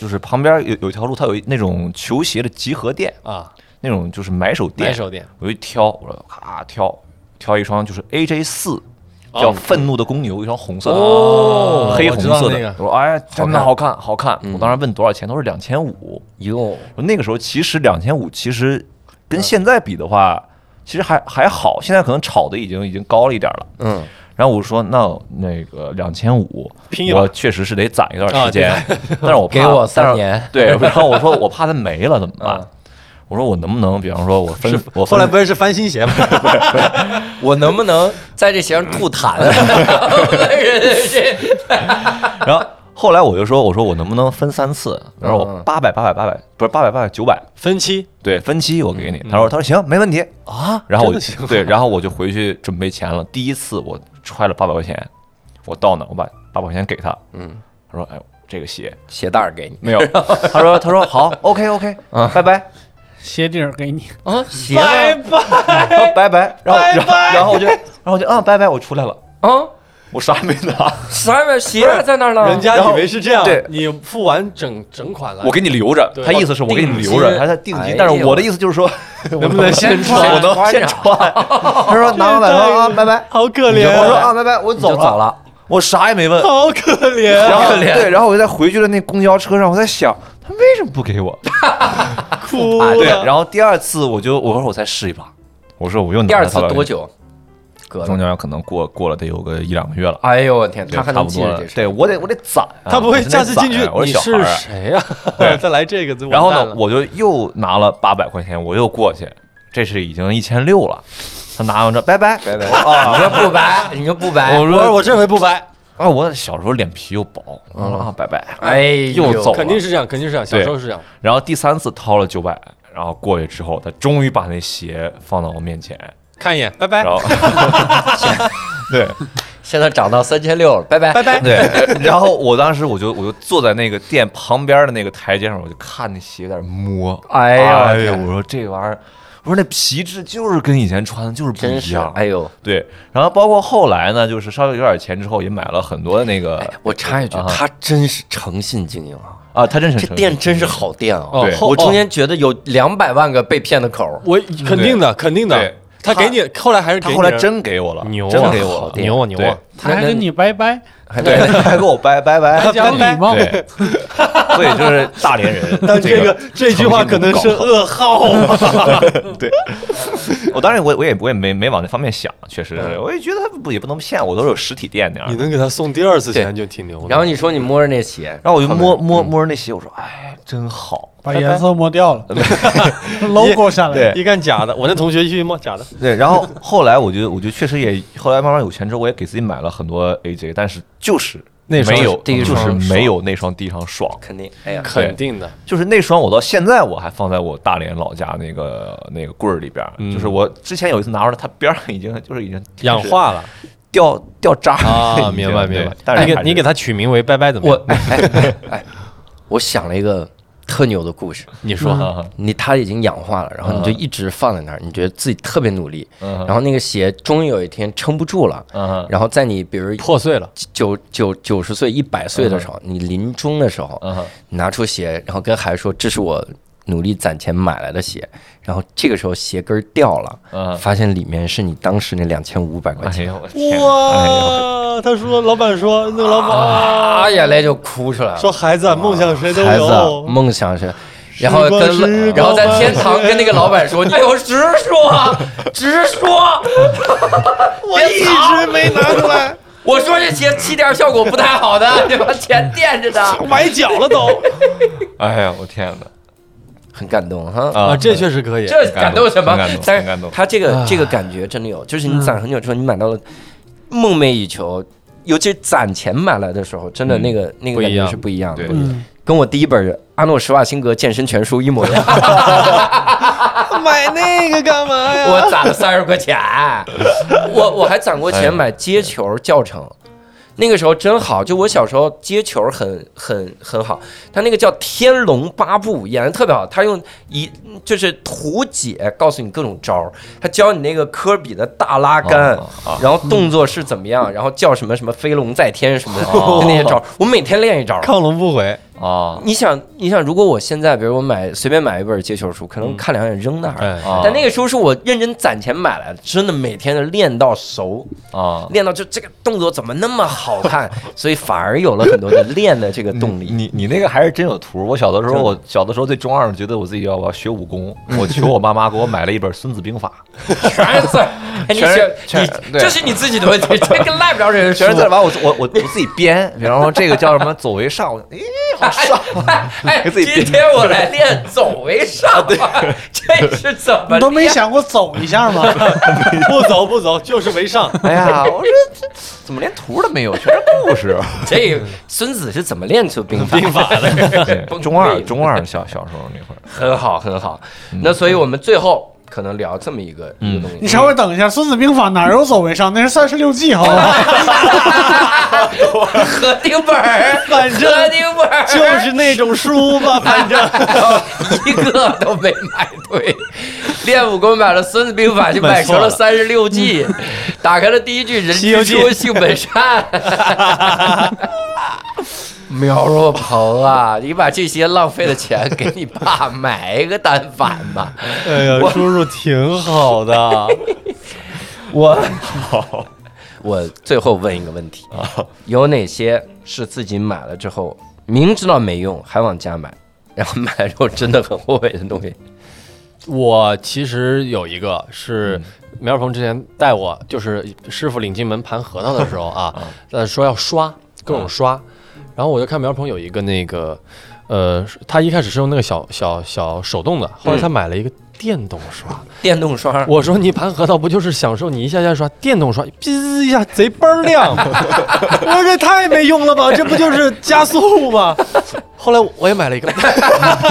F: 就是旁边有有一条路，它有一那种球鞋的集合店，
G: 啊，
F: 那种就是买手店。
G: 买手店，
F: 我就挑，我说咔挑，挑一双就是 AJ 四。叫《愤怒的公牛》，一双红色的，
G: 哦
F: 黑红色
G: 我
F: 的
G: 知道那。个嗯
F: 我说：“哎，真的好看，好看！”我当时问多少钱，他说两千五。
B: 哟，
F: 我那个时候其实两千五，其实跟现在比的话，其实还还好。现在可能炒的已经已经高了一点了。
B: 嗯，
F: 然后我说那那个两千五
E: 拼一，把
F: 我确实是得攒一段时间， 但是我怕
B: 给我
F: 但
B: 三
F: 是
B: 年
F: 对，然后我说我怕它没了怎么办？我说我能不能，比方说我分我
E: 后
F: 分
E: 来不是是翻新鞋吗？
B: 我能不能在这鞋上吐 痰？啊这
F: 然后后来我就说，我说我能不能分三次？然后我八百八百八百，不是八百八百九百，
G: 分期
F: 对，分期我给你。他说他说行，没问题。
G: 啊，
F: 然后我
G: 真的行
F: 对，然后我就回去准备钱了。第一次我揣了八百块钱，我到那儿我把八百块钱给他，
B: 嗯，
F: 他说哎呦这个鞋
B: 鞋带儿给你
F: 没有，他说他说好，OK OK，拜拜
D: 鞋底儿给你，
B: 啊，鞋带儿
F: 拜拜，然后然后然后我就然后我就嗯拜拜，我出来了，
B: 啊，
F: 我啥也没拿，
B: 上面鞋在那儿呢。
E: 人家以为是这样，
F: 对
G: 你付完整整款了，
F: 我给你留着。
G: 对
F: 他意思是我给你
B: 定
F: 留
B: 金
F: 着，他在定
B: 哎
F: 金
B: 呦，
F: 但是我的意思就是说
G: 能不能先
F: 我
G: 穿？
F: 能先穿。他说拿完了啊，拜拜。
E: 好可怜，
F: 我说啊，拜拜，我
B: 你就
F: 走
B: 走
F: 了，
B: 了，
F: 嗯我啥也没问。
E: 好可怜，啊
F: 然后对，然后我就在回去的那公交车上，我在想他为什么不给我？
E: 哭
B: 啊
F: 对，
E: 了。
F: 然后第二次我就我说我再试一把，我说我又拿
B: 第二
F: 了
B: 次
F: 800
B: 多？久？隔
F: 中
B: 了。
F: 间可能过过了得有个一两个月了。
B: 哎呦我天，
F: 对
B: 他还
F: 差
B: 能
F: 不
B: 记
F: 多
B: 着
F: 了
B: 这，事。
F: 对我得我得攒啊，
E: 他不会
F: 我是
E: 下
F: 得
E: 次
F: 攒
E: 进去
F: 啊我
G: 你
F: 是小
G: 是
F: 孩儿啊。
G: 谁呀？
F: 对
E: 再来这个，这完
F: 然后
E: 蛋
F: 呢
E: 了，
F: 我就又拿了八百块钱，我又过去，这是已经一千六了。他拿完这，拜拜拜拜啊！
B: 你说不白，你说不白。
E: 我说我这回不掰，
F: 啊，我小时候脸皮又薄，啊，拜拜。
B: 哎呦，
F: 又走了
G: 肯定是这样，肯定是这样，小
F: 对
G: 时候是这样。
F: 然后第三次掏了九百，然后过去之后，他终于把那鞋放到我面前，
G: 看一眼，
E: 拜拜
F: 然。后， 对
B: 现在涨到三千六了，拜拜拜拜。
F: 对，然后我当时我就我就坐在那个店旁边的那个台阶上，我就看那鞋在那摸，
B: 哎呀
F: 哎呀，我说这玩意儿，我说那皮质就是跟以前穿的就是不
B: 真
F: 一
B: 是，
F: 样，
B: 哎呦，
F: 对，然后包括后来呢，就是稍微有点钱之后，也买了很多的那个
B: 我插一句，
F: 啊
B: 他真是诚信经营啊，
F: 啊，他真是
B: 这店真是好店啊
G: 哦
F: 对。
G: 后
B: 我中
G: 哦
B: 间觉得有两百万个被骗的口儿，
G: 我肯定的，肯定的
F: 对，
G: 他给你，后来还是
F: 他
G: 给
F: 后
G: 你
F: 来真给我了，
G: 牛啊，
F: 真给我了，
G: 牛啊牛啊！
D: 他还跟你拜拜，
F: 对，还给我掰掰掰，
D: 讲礼貌。
F: 对，所以就是大连人。
E: 但这个这句话可能是噩
G: 啊
E: 耗，
F: 我当然我我也我也没没往那方面想，确实是，我也觉得他不也不能骗我，都是有实体店那样
G: 你
F: 的。
G: 能给他送第二次
B: 对
G: 钱就挺牛的。
B: 然后你说你摸着那鞋，
F: 然后我就摸摸摸着那鞋，我说哎，真好。
D: 把颜色抹掉了 ，logo 下来。
F: 对
G: 一看假的，我那同学去摸假的，
F: 对，然后后来我就我就确实也后来慢慢有钱之后，我也给自己买了很多 AJ，但是就是
G: 那双
F: 没有
B: 第一
F: 就
B: 双
F: 是
B: 爽
F: 没有那双第一双爽，
B: 肯定，哎呀，
G: 肯定的。
F: 就是那双我到现在我还放在我大连老家那个那个柜儿里边儿，就是我之前有一次拿出来，它边上已经就是已经
G: 氧化了
F: 掉掉渣儿了
G: 啊，
F: 已经
G: 明白
F: 对
G: 明白。
F: 但是
G: 你给
F: 还是
G: 你给他取名为“拜拜”怎么
B: 我
G: 样？
B: 哎哎哎哎，我想了一个特牛的故事，
G: 你说嗯哈，
B: 你它已经氧化了，然后你就一直放在那儿，你觉得自己特别努力，
F: 嗯哼
B: 然后那个鞋终于有一天撑不住了，
F: 嗯哼
B: 然后在你比如
G: 破碎了，
B: 九九九十岁、一百岁的时候，你临终的时候，
F: 嗯哼
B: 你拿出鞋，然后跟孩子说：“这是我努力攒钱买来的鞋。”然后这个时候鞋跟儿掉了，
F: 嗯
B: 发现里面是你当时那两千五百块
F: 哎
B: 钱，
F: 呦我天哪！哎呦
E: 哇！他说，老板说，那个老板
B: 啊，
E: 啊
B: 眼泪就哭出来了。
E: 说，孩子啊，梦想谁都
B: 孩子啊
E: 有，
B: 梦想是。然后
E: 时光
B: 跟
E: 时光
B: 然后在天堂跟那个老板 说：“你有直说，直说，
E: 我一直没拿出来，
B: 哎 我说这鞋气垫效果不太好的，你把钱垫着的。
E: 崴脚了都。
F: 哎呀，我天哪！”
B: 很感动哈
G: 啊，这确实可以。
B: 这感动什么
F: 很感动？
B: 但
F: 很感
B: 是
F: 动嗯
B: 他这个这个感觉真的有，就是你攒很久之后，你买到了梦寐以求，尤其是攒钱买来的时候，真的
F: 嗯
B: 那个、那个
G: 不
B: 感
G: 一
B: 觉
G: 样
B: 是不一样的，
F: 对
D: 嗯，
B: 跟我第一本阿诺·施瓦辛格健身全书一模一样。
G: 买那个干嘛呀？
B: 我攒了三十块 钱，我我还攒过钱买接球教程。那个时候真好，就我小时候接球很很很好，他那个叫《天龙八部》，演的特别好。他用一就是图解告诉你各种招儿，他教你那个科比的大拉杆，然后动作是怎么样，然后叫什么什么飞龙在天什么的、就那些招儿。我每天练一招儿，
G: 亢龙不回，
F: 啊
B: 你想，你想，如果我现在，比如我买随便买一本接球书，可能看两眼扔那儿了。
G: 哎
F: 啊
B: 但那个书是我认真攒钱买来的，真的每天都练到熟，
F: 啊，
B: 练到就这个动作怎么那么好看， 所以反而有了很多的练的这个动力。
F: 你你那个还是真有图。我小的时候，我小的时候最中二，觉得我自己要我要学武 功，我求我妈妈给我买了一本《孙子兵法
B: 全是字儿，哎你
F: 全
B: 学
F: 是全是
B: 你
F: 对
B: 这是你自己的问题，这个赖不着人家》，
F: 全是字
B: 说
F: 儿。完我我我我自己编，比方说这个叫什么“走为上”，我哎，好上，
B: 哎，
F: 给自己编
B: 今天我来练走为上，啊这是怎么
D: 你都没
B: 练
D: 想过走一下吗？
F: 嗯
G: 不走不走，就是为上。
F: 哎呀，我说这怎么连图都没有，全是故事。
B: 这孙子是怎么练出兵法兵法
F: 对
B: 的崩溃
F: 中二
B: 了
F: 中二小小时候那会儿，
B: 很好，很好。那所以我们最后可能聊这么一个一个东西。
D: 你稍微等一下，《孙子兵法》哪有走为上？那是三十六计，好吧？
B: 合订本儿，
G: 反正
B: 合订本儿
G: 就是那种书吧，反正
B: 一个都没买对。练武功买了《孙子兵法》，就买成了三十六计。打开了第一句“人之初，性本善”，苗若鹏啊，你把这些浪费的钱给你爸买一个单反吧。
G: 哎呀，叔叔挺好的。
B: 我我最后问一个问题：
G: 啊
B: 有哪些是自己买了之后明知道没用还往家买，然后买了之后真的很后悔的东西？
G: 我其实有一个是苗晓鹏之前带我，就是师傅领进门盘核桃的时候啊，呃，说要刷各种刷，然后我就看苗晓鹏有一个那个，呃，他一开始是用那个小小小手动的，后来他买了一个电动刷。
B: 电动刷，
G: 我说你盘核桃不就是享受你一下下刷电动刷，哔一下贼倍儿亮，我说这太没用了吧，这不就是加速吗？后来我也买了一个，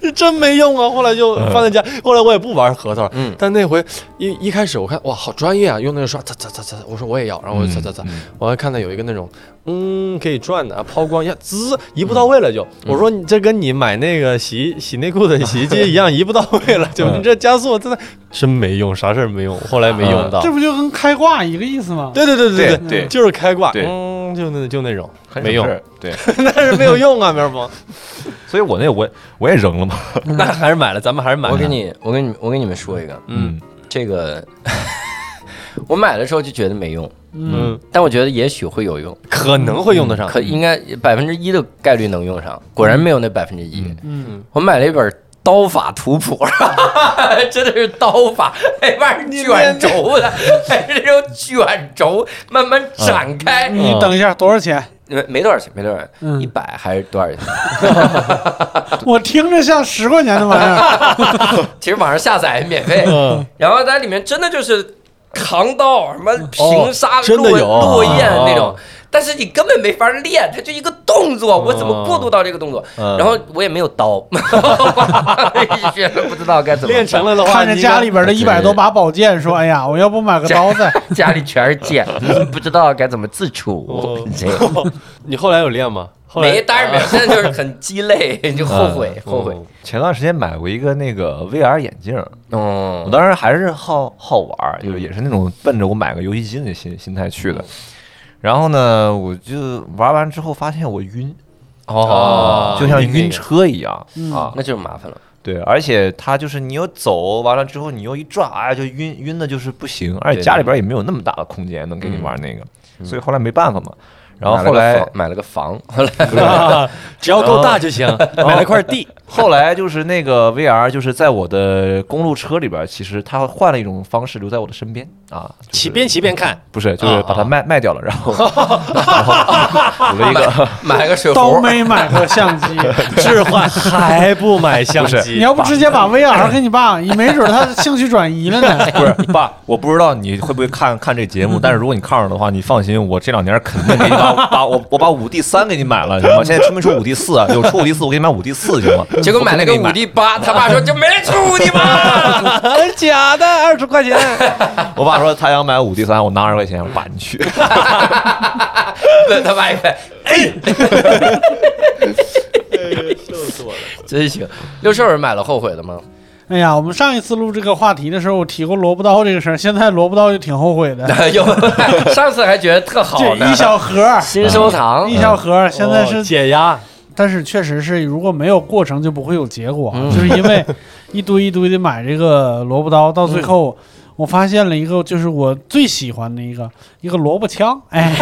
G: 这真没用啊。后来就放在家，后来我也不玩核桃，
B: 嗯
G: 但那回一一开始我看哇好专业啊，用那个刷擦擦擦擦，我说我也要，然后我就擦擦擦，我还看到有一个那种嗯可以转的啊，抛光一下滋一步到位了就，我说你这跟你买那个洗洗内裤的洗衣机一样，一步到位了就，你这加速真的真没用，啥事儿没用，后来没
F: 哦
G: 用到。
D: 这不就跟开挂一个意思吗？
G: 对对对对
F: 对对
G: 就是开挂，
F: 对
G: 嗯，就那就那种
F: 很
G: 没
F: 省
G: 用
F: 事，儿对，
G: 但是没有用啊，苗峰，
F: 所以我那我我也扔了 嘛，
G: 那还是买了，咱们还是买了。
B: 我给你，我给你，我给你们说一个，
G: 嗯，
B: 这个 我买的时候就觉得没用，
G: 嗯，
B: 但我觉得也许会有用，
G: 可能会用得上，
B: 可应该百分之一的概率能用上。果然没有那百分之一。
D: 嗯，
B: 我买了一本《刀法图谱》， 真的是刀法， 哎，玩意儿卷轴的，还 是那种卷轴慢慢展开。
D: 你等一下，多少钱？
B: 没没多少钱，没多少钱，
D: 嗯
B: 一百还是多少钱？
D: 我听着像十块钱的玩意儿。
B: 其实网上下载免费，然后它里面真的就是扛刀、什么平沙、
G: 哦真的
B: 落
G: 有
B: 落雁
G: 啊
B: 那种， 但是你根本没法练，它就一个动作，我怎么过渡到这个动作？
F: 嗯
B: 然后我也没有刀， 学了不知道该怎么办
G: 练成了的话，
D: 看着家里边的一百多把宝剑，说：“哎呀，我要不买个刀子
B: 家里全是 剑，不知道该怎么自处
G: 哦。
B: 这样
G: 你看，你后来有练吗？后来
B: 没，当然没有，现在就是很鸡肋，就后悔，
G: 嗯
B: 后悔。
F: 前段时间买过一个那个 VR 眼镜，我
B: 嗯，
F: 当时还是好好玩儿，就是也是那种奔着我买个游戏机的心心态去
B: 嗯
F: 的。然后呢，我就玩完之后发现我晕，啊
B: 哦
F: 就像晕车一样啊。
B: 那就是麻烦了。
F: 对，而且它就是你又走完了之后，你又一转，哎呀，就晕晕的，就是不行。而且
B: 对嗯
F: 家里边也没有那么大的空间能给你玩那个，所以后来没办法嘛。然后
B: 买了
F: 后
B: 个
F: 来
B: 房买了个房，后 来
G: 只要够大就行，买了块地，
F: 后来就是那个 VR，就是在我的公路车里边，其实它换了一种方式留在我的身边啊，就是
G: 骑边骑边看，
F: 不是，就是
B: 啊
F: 把它卖卖掉了，然后然后补了一个，
B: 买个水
D: 都
B: 壶，
D: 没买过相机，
G: 置换还不买相机
D: 你要不直接把 VR 给你爸，你没准他兴趣转移了呢。
F: 不 是爸，我不知道你会不会看看这节目，但是如果你看上的话，你放心，我这两年肯定给你 把把我我把五 D 三给你买了，行吗？现在出没出五 D 四啊？有出五 D 四，我给你买五 D 四行吗？
B: 结果买了个
F: 我肯定给你
B: 五 D 八，他爸说就没人出五 D 八，
G: 假的，二十块钱。
F: 我爸说他想买五 D 三，我拿二十块钱，我爸你去。
B: 对他爸也哎， 笑死我了，真行。六兽人买了后悔的吗？
D: 哎呀，我们上一次录这个话题的时候，我提过萝卜刀这个事儿，现在萝卜刀就挺后悔的，
B: 有，上次还觉得特 好
D: 这
B: 呢
D: 一，小盒儿，
B: 新收藏
D: 一小盒儿，现在是
G: 哦解压，
D: 但是确实是，如果没有过程就不会有结果
B: 嗯
D: 啊，就是因为一堆一堆的买这个萝卜刀，到最后。
B: 嗯
D: 我发现了一个，就是我最喜欢的一个一个萝卜枪， 哎，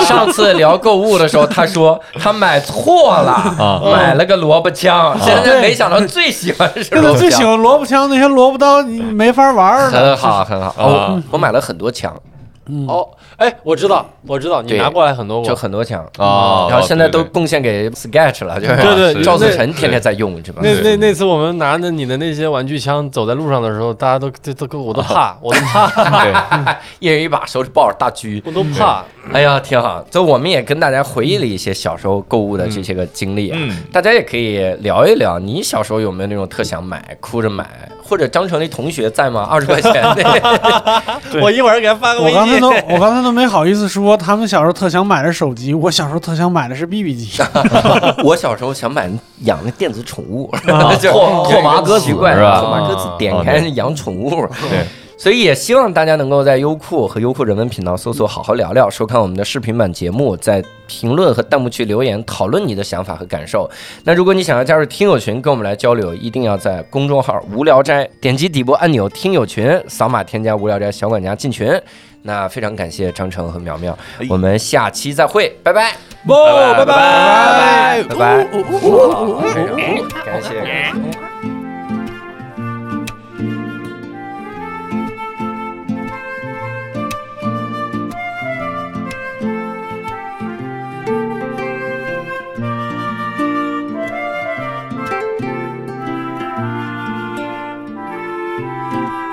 B: 上次聊购物的时候，他说他买错了，
D: 嗯
B: 买了个萝卜
D: 啊
B: 枪，现在没想到最喜欢的是
D: 真的
B: 萝卜
D: 最喜
B: 枪。
D: 欢萝卜枪，那些萝卜刀你没法玩 儿了。
B: 很好，很好。哦，我买了很多枪，
G: 啊
D: 嗯
G: 哦，哎，我知道，我知道，你
B: 对
G: 拿过来很多
B: 就
G: 我。
B: 很多枪
F: 哦
B: 然后现在都
F: 对对
B: 贡献给 Sketch 了，就是
G: 对对对
B: 赵子晨天天在用，是吧？
G: 那那那次我们拿着你的那些玩具枪走在路上的时候，大家都都都跟我都怕，我都怕，
F: 对，
B: 一人一把，手里抱着大狙。
G: 我都怕。
B: 哎呀，挺好。就我们也跟大家回忆了一些小时候购物的这些个经历啊，
F: 嗯
B: 大家也可以聊一聊，你小时候有没有那种特想买、哭着买，或者张成立同学在吗？二十块钱，
G: 我一会儿给他发个
D: 我
G: 微
D: 刚才
G: 信
D: 都，我刚才都没好意思说，他们小时候特想买的手机，我小时候特想买的是 BB 机。
B: 我小时候想买养那电子宠物，
F: 啊
B: 就
F: 拓拓麻鸽子
B: 奇怪
F: 是吧
B: 拓麻鸽子点开
F: 啊
B: 养宠物。 所以也希望大家能够在优酷和优酷人文频道搜索“好好聊聊”，收看我们的视频版节目，在评论和弹幕区留言讨论你的想法和感受。那如果你想要加入听友群，跟我们来交流，一定要在公众号“无聊斋”点击底部按钮“听友群”，扫码添加“无聊斋小管家”进群。那非常感谢张成和苗苗，我们下期再会，拜拜。
F: 拜拜。
B: 拜拜。感谢。
H: Thank